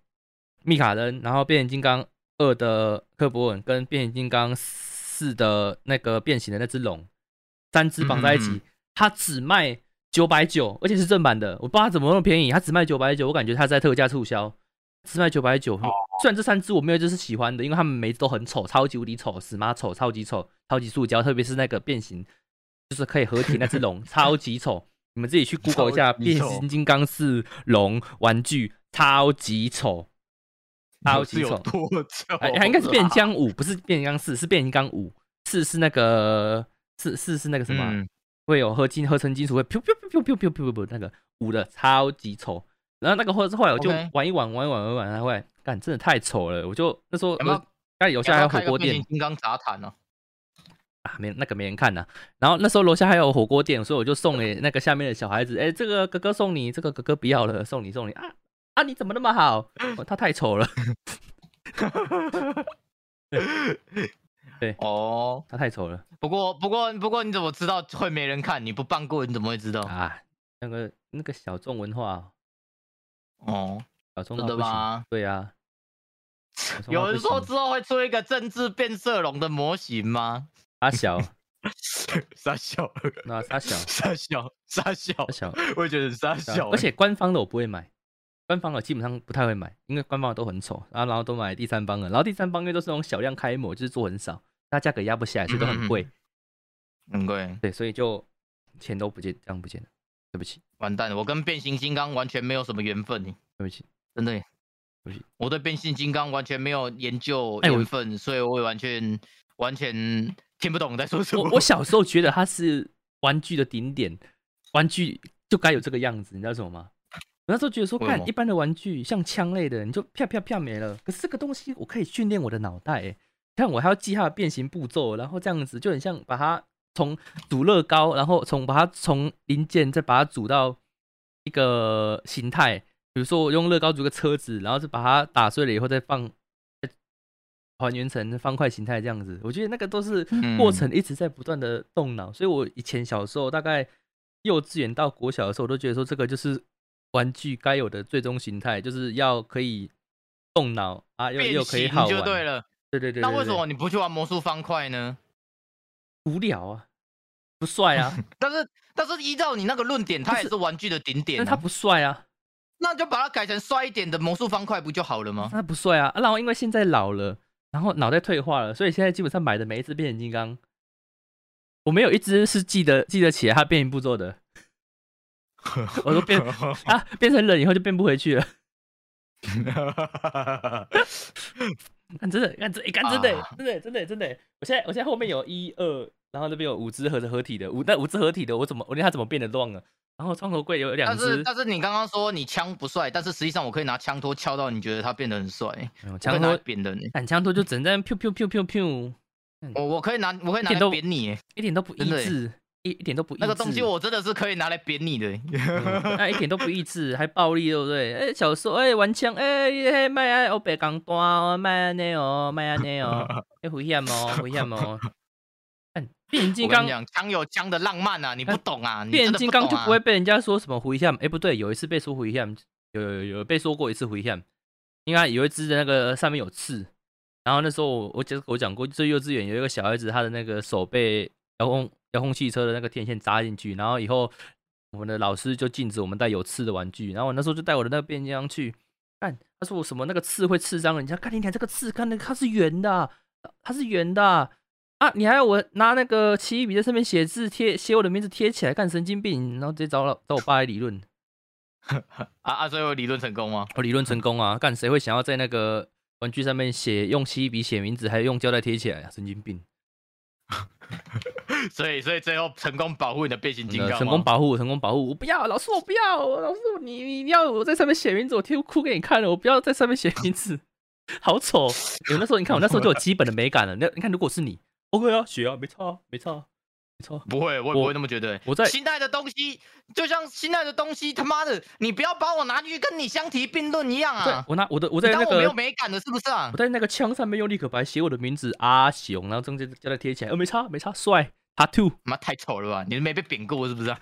[SPEAKER 1] 密卡恩，然后变形金刚二的科博文跟变形金刚四的那个变形的那只龙，三只绑在一起，
[SPEAKER 2] 嗯嗯嗯
[SPEAKER 1] 它只卖九百九，而且是正版的，我不知道它怎么那么便宜，它只卖九百九，我感觉它在特价促销，只卖九百九。
[SPEAKER 2] 哦
[SPEAKER 1] 虽然这三只我没有一只是喜欢的，因为它们每一只都很丑，超级无敌丑，死妈丑，超级丑，超级塑胶，特别是那个变形，就是可以合体那只
[SPEAKER 2] <laughs>
[SPEAKER 1] 龙，超级丑。你们自己去 Google 一下
[SPEAKER 2] 超级
[SPEAKER 1] 变
[SPEAKER 2] 丑
[SPEAKER 1] 形金刚四龙玩具，超级丑，超
[SPEAKER 2] 是
[SPEAKER 1] 级
[SPEAKER 2] 有
[SPEAKER 1] 丑。
[SPEAKER 2] 多丑？
[SPEAKER 1] 哎，它应该是变形金刚五，不是变形金刚四，是变形金刚五，四是那个四四是那个什么啊、
[SPEAKER 2] 嗯
[SPEAKER 1] 会有合金合成金属会 p 噗噗噗噗噗噗噗那个舞的超级丑。然后那个后后来我就
[SPEAKER 2] OK
[SPEAKER 1] 玩一玩玩一玩玩一玩，然后后来干真的太丑了，我就那时候
[SPEAKER 2] 有没有
[SPEAKER 1] 我家里楼下还有火锅
[SPEAKER 2] 要不要开个变
[SPEAKER 1] 店
[SPEAKER 2] 形金刚杂谈呢、
[SPEAKER 1] 啊，没那个没人看呐、然后那时候楼下还有火锅店，所以我就送
[SPEAKER 2] 嗯
[SPEAKER 1] 给那个下面的小孩子，哎，这个哥哥送你，这个哥哥不要了，送你送你啊啊，你怎么那么好？哦他太丑了，
[SPEAKER 2] 哦，
[SPEAKER 1] 他太丑了
[SPEAKER 2] 不过不过不过，你怎么知道会没人看？你不办过，你怎么会知道？
[SPEAKER 1] 啊！那个那个小众文化哦，
[SPEAKER 2] 哦，
[SPEAKER 1] 小众
[SPEAKER 2] 真
[SPEAKER 1] 到
[SPEAKER 2] 的
[SPEAKER 1] 不行
[SPEAKER 2] 吗？
[SPEAKER 1] 对呀、小众到
[SPEAKER 2] 有人
[SPEAKER 1] 不
[SPEAKER 2] 说
[SPEAKER 1] 行
[SPEAKER 2] 之后会出一个政治变色龙的模
[SPEAKER 1] <laughs>
[SPEAKER 2] 型吗？
[SPEAKER 1] 他小，
[SPEAKER 2] 傻笑，
[SPEAKER 1] 那他小。
[SPEAKER 2] 傻笑，傻笑
[SPEAKER 1] 他小，
[SPEAKER 2] 我也觉得很傻
[SPEAKER 1] 对啊
[SPEAKER 2] 笑。
[SPEAKER 1] 而且官方的我不会买，官方的基本上不太会买，因为官方的都很丑，然后然后都买第三方的，然后第三方因为都是那种小量开模，就是做很少，它价格压不下来，所以都很贵，
[SPEAKER 2] 很贵，
[SPEAKER 1] 对，所以就钱都不见，这样不见了，对不起，
[SPEAKER 2] 完蛋了，我跟变形金刚完全没有什么缘分，欸
[SPEAKER 1] 对不起，
[SPEAKER 2] 真的耶
[SPEAKER 1] 不是。
[SPEAKER 2] 我对变形金刚完全没有研究
[SPEAKER 1] 哎我
[SPEAKER 2] 缘分，所以我也完全完全听不懂在说 <laughs> 什么。
[SPEAKER 1] 我我小时候觉得它是玩具的顶点，玩具就该有这个样子，你知道什么吗？我那时候觉得说，
[SPEAKER 2] 为什么
[SPEAKER 1] 看一般的玩具，像枪类的，你就啪啪啪没了。可是这个东西，我可以训练我的脑袋，哎，看我还要记它的变形步骤，然后这样子就很像把它从煮乐高，然后从把它从零件再把它煮到一个形态。比如说我用乐高组个车子，然后就把它打碎了以后再放，再还原成方块形态这样子。我觉得那个都是
[SPEAKER 2] 嗯
[SPEAKER 1] 过程一直在不断的动脑，所以我以前小时候大概幼稚园到国小的时候，我都觉得说这个就是玩具该有的最终形态，就是要可以动脑啊，又
[SPEAKER 2] 变
[SPEAKER 1] 又可以好
[SPEAKER 2] 形就
[SPEAKER 1] 玩。
[SPEAKER 2] 对了。
[SPEAKER 1] 对对对
[SPEAKER 2] 那
[SPEAKER 1] 对
[SPEAKER 2] 为什
[SPEAKER 1] 对
[SPEAKER 2] 么你不去玩魔术方块呢？
[SPEAKER 1] 无聊啊？不帅
[SPEAKER 2] <laughs>
[SPEAKER 1] 啊，
[SPEAKER 2] 但是但是依照你那个论点，它也是玩具的顶点、
[SPEAKER 1] 但
[SPEAKER 2] 啊，
[SPEAKER 1] 他不帅啊。
[SPEAKER 2] 那就把它改成帅一点的魔术方块不就好
[SPEAKER 1] <laughs>
[SPEAKER 2] 了吗？
[SPEAKER 1] 那不帅啊。啊然后因为现在老了，然后脑袋退化了，所以现在基本上买的每一只变形金刚我没有一只是记得记得起来它变形步骤
[SPEAKER 2] <laughs>
[SPEAKER 1] 的，我都变啊变成人以后就变不回去了。看真的，看真，哎看真的
[SPEAKER 2] 啊，
[SPEAKER 1] 真的，真的，真的，我现在我现在后面有一二，然后那边有五只合合体的，五那五只合体的，我怎么我连它怎么变得乱了？然后创头柜有两
[SPEAKER 2] 但是
[SPEAKER 1] 只，
[SPEAKER 2] 但是你刚刚说你枪不帅，但是实际上我可以拿枪托敲到你觉得他变得很帅，
[SPEAKER 1] 哎呦
[SPEAKER 2] 我可以
[SPEAKER 1] 枪
[SPEAKER 2] 拿来
[SPEAKER 1] 托
[SPEAKER 2] 扁人欸，
[SPEAKER 1] 反枪托就整在那 p 噗 p 噗 p 嗯
[SPEAKER 2] 我我可以拿我可以拿
[SPEAKER 1] 一点都
[SPEAKER 2] 来扁你欸，
[SPEAKER 1] 一点都不益
[SPEAKER 2] 真的欸
[SPEAKER 1] 智，一一点都不益智。
[SPEAKER 2] 那个东西我真 <laughs> 的是可以拿来扁你的欸。
[SPEAKER 1] 嗯那一点都不益智，还暴力，对不对？哎、小时候哎、玩枪，哎、欸，卖啊，我白钢单哦，卖安尼哦，卖安尼
[SPEAKER 2] <laughs>
[SPEAKER 1] 哦，哎、危险哦，危险哦。看变形金
[SPEAKER 2] 我跟
[SPEAKER 1] 刚
[SPEAKER 2] 你，讲，枪有枪的浪漫啊，你不懂啊，你
[SPEAKER 1] <laughs> 变
[SPEAKER 2] 真
[SPEAKER 1] 形金
[SPEAKER 2] 的
[SPEAKER 1] 刚就
[SPEAKER 2] 不
[SPEAKER 1] 不会
[SPEAKER 2] 懂啊
[SPEAKER 1] 被人家说什么回向，哎、不对，有一次被说回向，有有有被说过一次回向，应该有一只的那个上面有刺，然后那时候我我讲我讲过，最幼稚园有一个小孩子，他的那个手被遥控遥控汽车的那个天线扎进去，然后以后我们的老师就禁止我们带有刺的玩具，然后我那时候就带我的那个变形金刚去，看他说我什么那个刺会刺伤人家，看你看这个刺，看那个它是圆的啊、它是圆的啊啊你还要我拿那个奇异笔在上面写字贴写我的名字贴起来，干神经病，然后直接找老找我爸来理论，
[SPEAKER 2] 啊啊，所以我理论成功吗？
[SPEAKER 1] 我理论成功啊，干谁会想要在那个玩具上面写用奇异笔写名字，还用胶带贴起来啊，神经病！
[SPEAKER 2] 所以所以最后成功保护你的变形金
[SPEAKER 1] 真的呃
[SPEAKER 2] 刚，
[SPEAKER 1] 成功。保护我，成功保护我，我不要，老师我不要，老师你你你要我在上面写名字，我贴哭给你看了，我不要在上面写名字， <laughs> 好丑！有那时候你看我那时候就有基本的美感了，那你看如果是你，OK 啊，写啊，没差啊，没差啊，没差啊。
[SPEAKER 2] 不会，我也
[SPEAKER 1] 我
[SPEAKER 2] 不会那么觉得。
[SPEAKER 1] 我在
[SPEAKER 2] 新代的东西，就像新代的东西，他妈的，你不要把我拿去跟你相提并论一样
[SPEAKER 1] 对
[SPEAKER 2] 啊！
[SPEAKER 1] 我拿我的我
[SPEAKER 2] 我
[SPEAKER 1] 在那
[SPEAKER 2] 我没
[SPEAKER 1] 个
[SPEAKER 2] 有美感的，是不是啊
[SPEAKER 1] 我？在那个枪上面用立可白写我的名字阿雄，然后中间胶带贴起来，呃没差没差，帅 tattoo
[SPEAKER 2] 妈太丑了吧！你没被扁过是不是啊？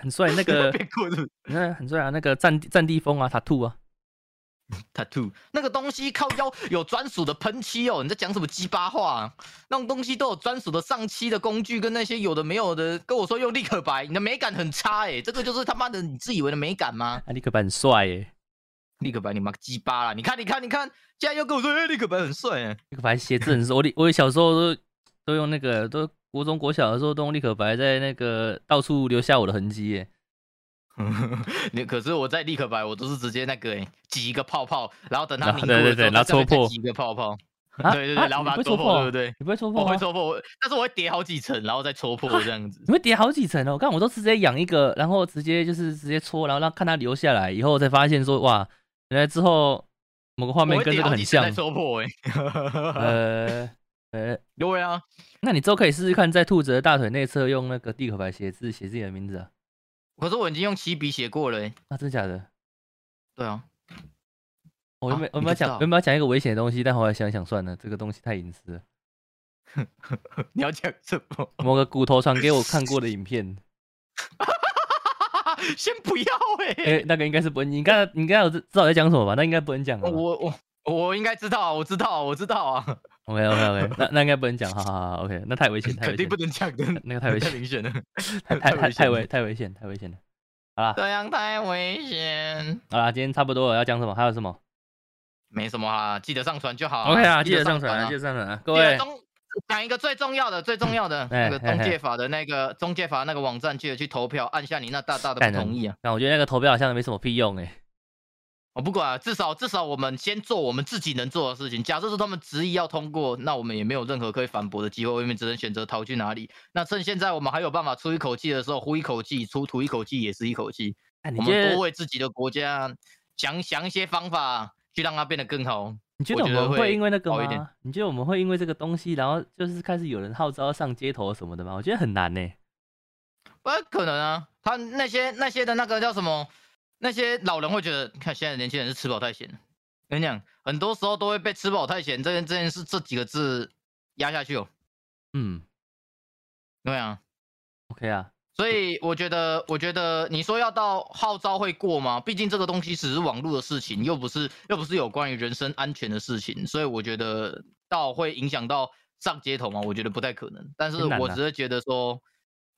[SPEAKER 1] 很帅，
[SPEAKER 2] <laughs>
[SPEAKER 1] 那个
[SPEAKER 2] 扁过是不是
[SPEAKER 1] 你看很帅啊，那个战地战地风啊 tattoo 啊，
[SPEAKER 2] ？tattoo 那个东西靠腰有专属的喷漆哦，你在讲什么鸡巴话、啊？那种东西都有专属的上漆的工具跟那些有的没有的，跟我说用立可白，你的美感很差哎、这个就是他妈的你自以为的美感吗？
[SPEAKER 1] 啊立可白很帅耶，
[SPEAKER 2] 立可白你妈鸡巴啦！你看你看你看，现在又跟我说哎、立可白很帅哎、
[SPEAKER 1] 立可白写字很帅，我立我小时候都都用那个都国中国小的时候都用立可白在那个到处留下我的痕迹
[SPEAKER 2] <laughs>
[SPEAKER 1] 耶，
[SPEAKER 2] 你可是我在立可白，我都是直接那个、欸、挤一个泡泡，然后等它
[SPEAKER 1] 啊
[SPEAKER 2] 凝固
[SPEAKER 1] 对对
[SPEAKER 2] 的时
[SPEAKER 1] 对
[SPEAKER 2] 候，
[SPEAKER 1] 然后
[SPEAKER 2] 在上面
[SPEAKER 1] 戳
[SPEAKER 2] 再
[SPEAKER 1] 破
[SPEAKER 2] 挤一个泡泡，
[SPEAKER 1] 啊
[SPEAKER 2] 对对
[SPEAKER 1] 啊
[SPEAKER 2] 对，然后
[SPEAKER 1] 你
[SPEAKER 2] 把它
[SPEAKER 1] 会戳
[SPEAKER 2] 戳破，对不
[SPEAKER 1] 破，
[SPEAKER 2] 对？
[SPEAKER 1] 你不会戳破啊
[SPEAKER 2] 我
[SPEAKER 1] 吗，
[SPEAKER 2] 会戳破，我但是我会叠好几层，然后再戳破这样子。
[SPEAKER 1] 你会叠好几层哦。看我都直接养一个，然后直接就是直接搓，然后让看它留下来，以后才发现说哇，原来之后某 <laughs> 个画
[SPEAKER 2] 我
[SPEAKER 1] 面
[SPEAKER 2] 会
[SPEAKER 1] 跟
[SPEAKER 2] 叠
[SPEAKER 1] 这个
[SPEAKER 2] 好
[SPEAKER 1] 很
[SPEAKER 2] 几层
[SPEAKER 1] 像
[SPEAKER 2] 再。戳破哎、 <laughs> 欸。
[SPEAKER 1] 呃呃，
[SPEAKER 2] 对啊，
[SPEAKER 1] 那你之后可以试试看，在兔子的大腿内侧用那个地可白写字，写自己的名字啊？
[SPEAKER 2] 可是我已经用起笔写过了、欸。
[SPEAKER 1] 啊，真的假的？<laughs>
[SPEAKER 2] 对啊，
[SPEAKER 1] 我
[SPEAKER 2] 啊
[SPEAKER 1] 有没有、我
[SPEAKER 2] 你
[SPEAKER 1] 没有
[SPEAKER 2] 不知
[SPEAKER 1] 讲
[SPEAKER 2] 道
[SPEAKER 1] 我有没有讲一个危险的东西？但后来想想算了，这个东西太隐私了。
[SPEAKER 2] 你要讲什么？
[SPEAKER 1] 某个骨头传给我看过的影片，
[SPEAKER 2] <laughs> 先不要哎、
[SPEAKER 1] 哎、
[SPEAKER 2] <laughs>
[SPEAKER 1] 那个应该是不能，你刚才你刚才有知道我在讲什么吧？那应该不能讲了吧。
[SPEAKER 2] 我我我应该知道啊，我知道啊，我知道啊，
[SPEAKER 1] OK OK OK，那那应该不能讲，哈哈哈哈。OK，那太危险，太危
[SPEAKER 2] <laughs> 肯
[SPEAKER 1] 险
[SPEAKER 2] 定不，能讲的，
[SPEAKER 1] 那个太危
[SPEAKER 2] 太 <laughs>
[SPEAKER 1] 险，
[SPEAKER 2] 明显了，
[SPEAKER 1] 太太太
[SPEAKER 2] 险
[SPEAKER 1] 太
[SPEAKER 2] 了
[SPEAKER 1] 危太危险，太危险了。好啦
[SPEAKER 2] 这样啊太危险。
[SPEAKER 1] 好啦，今天差不多了，要讲什么？还有什么
[SPEAKER 2] 没什么啊，记得上传就好啊、
[SPEAKER 1] ？OK 啊，
[SPEAKER 2] 记
[SPEAKER 1] 记得上传
[SPEAKER 2] 啊
[SPEAKER 1] 啊，记得上传啊，各
[SPEAKER 2] 记得
[SPEAKER 1] 位。
[SPEAKER 2] 中讲一个最重要的、最重要的
[SPEAKER 1] 哎
[SPEAKER 2] 那个
[SPEAKER 1] 嘿
[SPEAKER 2] 中
[SPEAKER 1] 嘿
[SPEAKER 2] 介法的那个中介法那个网站，记得去投票，按下你那大大的
[SPEAKER 1] 干
[SPEAKER 2] 不同意啊！
[SPEAKER 1] 那我觉得那个投票好像没什么屁用哎、
[SPEAKER 2] 我不管啊、至少至少我们先做我们自己能做的事情。假设是他们执意要通过，那我们也没有任何可以反驳的机会，我们只能选择逃去哪里。那趁现在我们还有办法出一口气的时候，呼一口气，出吐一口气也是一口气。
[SPEAKER 1] 那你
[SPEAKER 2] 我
[SPEAKER 1] 觉
[SPEAKER 2] 们
[SPEAKER 1] 得
[SPEAKER 2] 多为自己的国家想想一些方法，去让它变得更好。
[SPEAKER 1] 你觉
[SPEAKER 2] 我
[SPEAKER 1] 得我
[SPEAKER 2] 觉得
[SPEAKER 1] 们
[SPEAKER 2] 会
[SPEAKER 1] 会因为那个
[SPEAKER 2] 好一点
[SPEAKER 1] 吗？你觉得我们会因为这个东西，然后就是开始有人号召上街头什么的吗？我觉得很难呢、
[SPEAKER 2] 不可能啊！他那些那些的那个叫什么？那些老人会觉得，看现在的年轻人是吃饱太闲。跟你讲，很多时候都会被“吃饱太闲”这件这件事这几个字压下去哦。
[SPEAKER 1] 嗯
[SPEAKER 2] 对啊，
[SPEAKER 1] ，OK 啊，
[SPEAKER 2] 所以我觉得，我觉得你说要到号召会过吗？毕竟这个东西只是网络的事情，又不是又不是有关于人身安全的事情，所以我觉得到会影响到上街头吗？我觉得不太可能。但是
[SPEAKER 1] 很难啊
[SPEAKER 2] 我只是觉得说，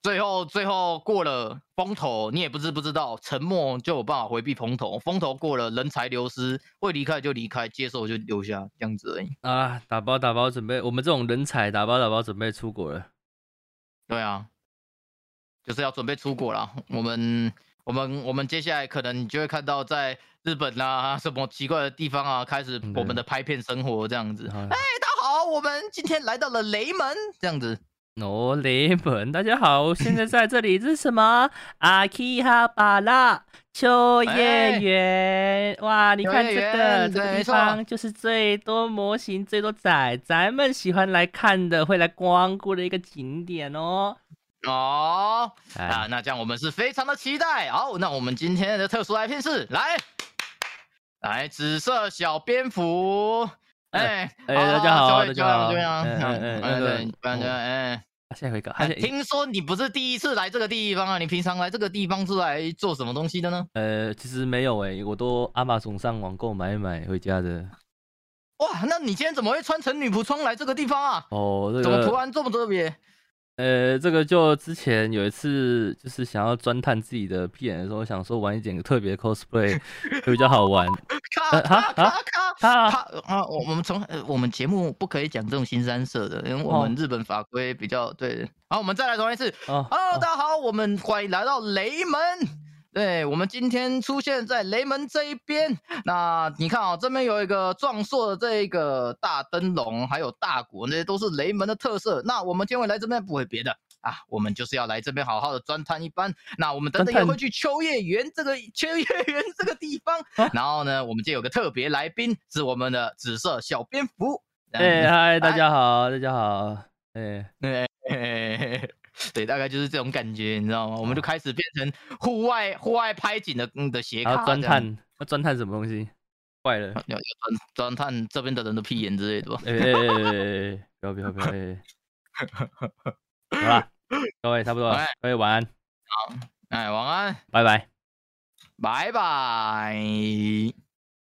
[SPEAKER 2] 最后最后过了风头，你也不是不知道，沉默就有办法回避风头，风头过了，人才流失，会离开就离开，接受就留下，这样子而已。
[SPEAKER 1] 啊，打包打包准备，我们这种人才打包打包准备出国了。
[SPEAKER 2] 对啊，就是要准备出国了。我们我们我们接下来可能你就会看到在日本啊什么奇怪的地方啊，开始
[SPEAKER 1] 嗯
[SPEAKER 2] 我们的拍片生活这样子。
[SPEAKER 1] 然
[SPEAKER 2] 哎、
[SPEAKER 1] 后
[SPEAKER 2] 大家好，我们今天来到了雷门这样子。
[SPEAKER 1] <laughs> 哦，雷门，大家好，现在在这里这是什么？阿基哈巴拉秋叶原，哇，你看这
[SPEAKER 2] 秋叶
[SPEAKER 1] 个
[SPEAKER 2] 原
[SPEAKER 1] 这个
[SPEAKER 2] 对
[SPEAKER 1] 地
[SPEAKER 2] 没错
[SPEAKER 1] 方就是最多模型、最多仔仔们喜欢来看的、会来光顾的一个景点哦。
[SPEAKER 2] 哦，啊
[SPEAKER 1] 哎，，
[SPEAKER 2] 那这样我们是非常的期待。好，那我们今天的特殊来宾是来来紫色小蝙蝠。哎
[SPEAKER 1] 哎大家好
[SPEAKER 2] 这位
[SPEAKER 1] 大家好
[SPEAKER 2] 这位啊
[SPEAKER 1] 嗯
[SPEAKER 2] 这位啊
[SPEAKER 1] 嗯嗯
[SPEAKER 2] 哎
[SPEAKER 1] 那个
[SPEAKER 2] 对反正哎，
[SPEAKER 1] 下一回搞，还
[SPEAKER 2] 哎
[SPEAKER 1] 有
[SPEAKER 2] 听说你不是第一次来这个地方啊？你平常来这个地方是来做什么东西的呢？
[SPEAKER 1] 呃，其实没有哎、我都阿玛总上网购买一买回家的。
[SPEAKER 2] 哇，那你今天怎么会穿成女仆装来这个地方啊？
[SPEAKER 1] 哦，这
[SPEAKER 2] 怎么图
[SPEAKER 1] 个
[SPEAKER 2] 案这么特别？
[SPEAKER 1] 呃，这个就之前有一次就是想要钻探自己的屁眼的时候，想说玩一点特别
[SPEAKER 2] <laughs>
[SPEAKER 1] cosplay 会比较好玩。
[SPEAKER 2] 咔
[SPEAKER 1] 呃
[SPEAKER 2] 咔
[SPEAKER 1] 哈
[SPEAKER 2] 咔咔！
[SPEAKER 1] 他
[SPEAKER 2] 他啊，我我们从呃我们节目不可以讲这种新三色的，因为我们
[SPEAKER 1] 哦
[SPEAKER 2] 日本法规比较对。好，我们再来重来一次。
[SPEAKER 1] 哦
[SPEAKER 2] Hello，
[SPEAKER 1] 哦
[SPEAKER 2] 大家好，我们欢迎来到雷门。对，我们今天出现在雷门这一边。那你看啊、这边有一个壮硕的这一个大灯笼，还有大鼓，那些都是雷门的特色。那我们今天会来这边不会别的啊，我们就是要来这边好好的钻探一番。那我们等等也
[SPEAKER 1] 钻探
[SPEAKER 2] 会去秋叶原这个秋叶原这个地方。然后呢，我们今天有个特别来宾，是我们的紫色小蝙蝠。
[SPEAKER 1] 哎嗨，大
[SPEAKER 2] 哎
[SPEAKER 1] 家好，大家好，哎，
[SPEAKER 2] <laughs> 对，对，大概就是这种感觉，你知道吗？我们就
[SPEAKER 1] 哦
[SPEAKER 2] 开始变成户外户外拍景的嗯的斜
[SPEAKER 1] 然
[SPEAKER 2] 卡
[SPEAKER 1] 后钻
[SPEAKER 2] 这样，
[SPEAKER 1] 探，要钻探什么东西？坏
[SPEAKER 2] <laughs>
[SPEAKER 1] 了，
[SPEAKER 2] 要要钻钻探这边的人的屁眼之类的吧。
[SPEAKER 1] 哎哎哎哎哎哎，不要不要不要，哎，哎好
[SPEAKER 2] <laughs>
[SPEAKER 1] 啦，各位差不多了
[SPEAKER 2] 哎，
[SPEAKER 1] 各位晚安，
[SPEAKER 2] 哎，晚安，
[SPEAKER 1] 拜拜。
[SPEAKER 2] 拜拜。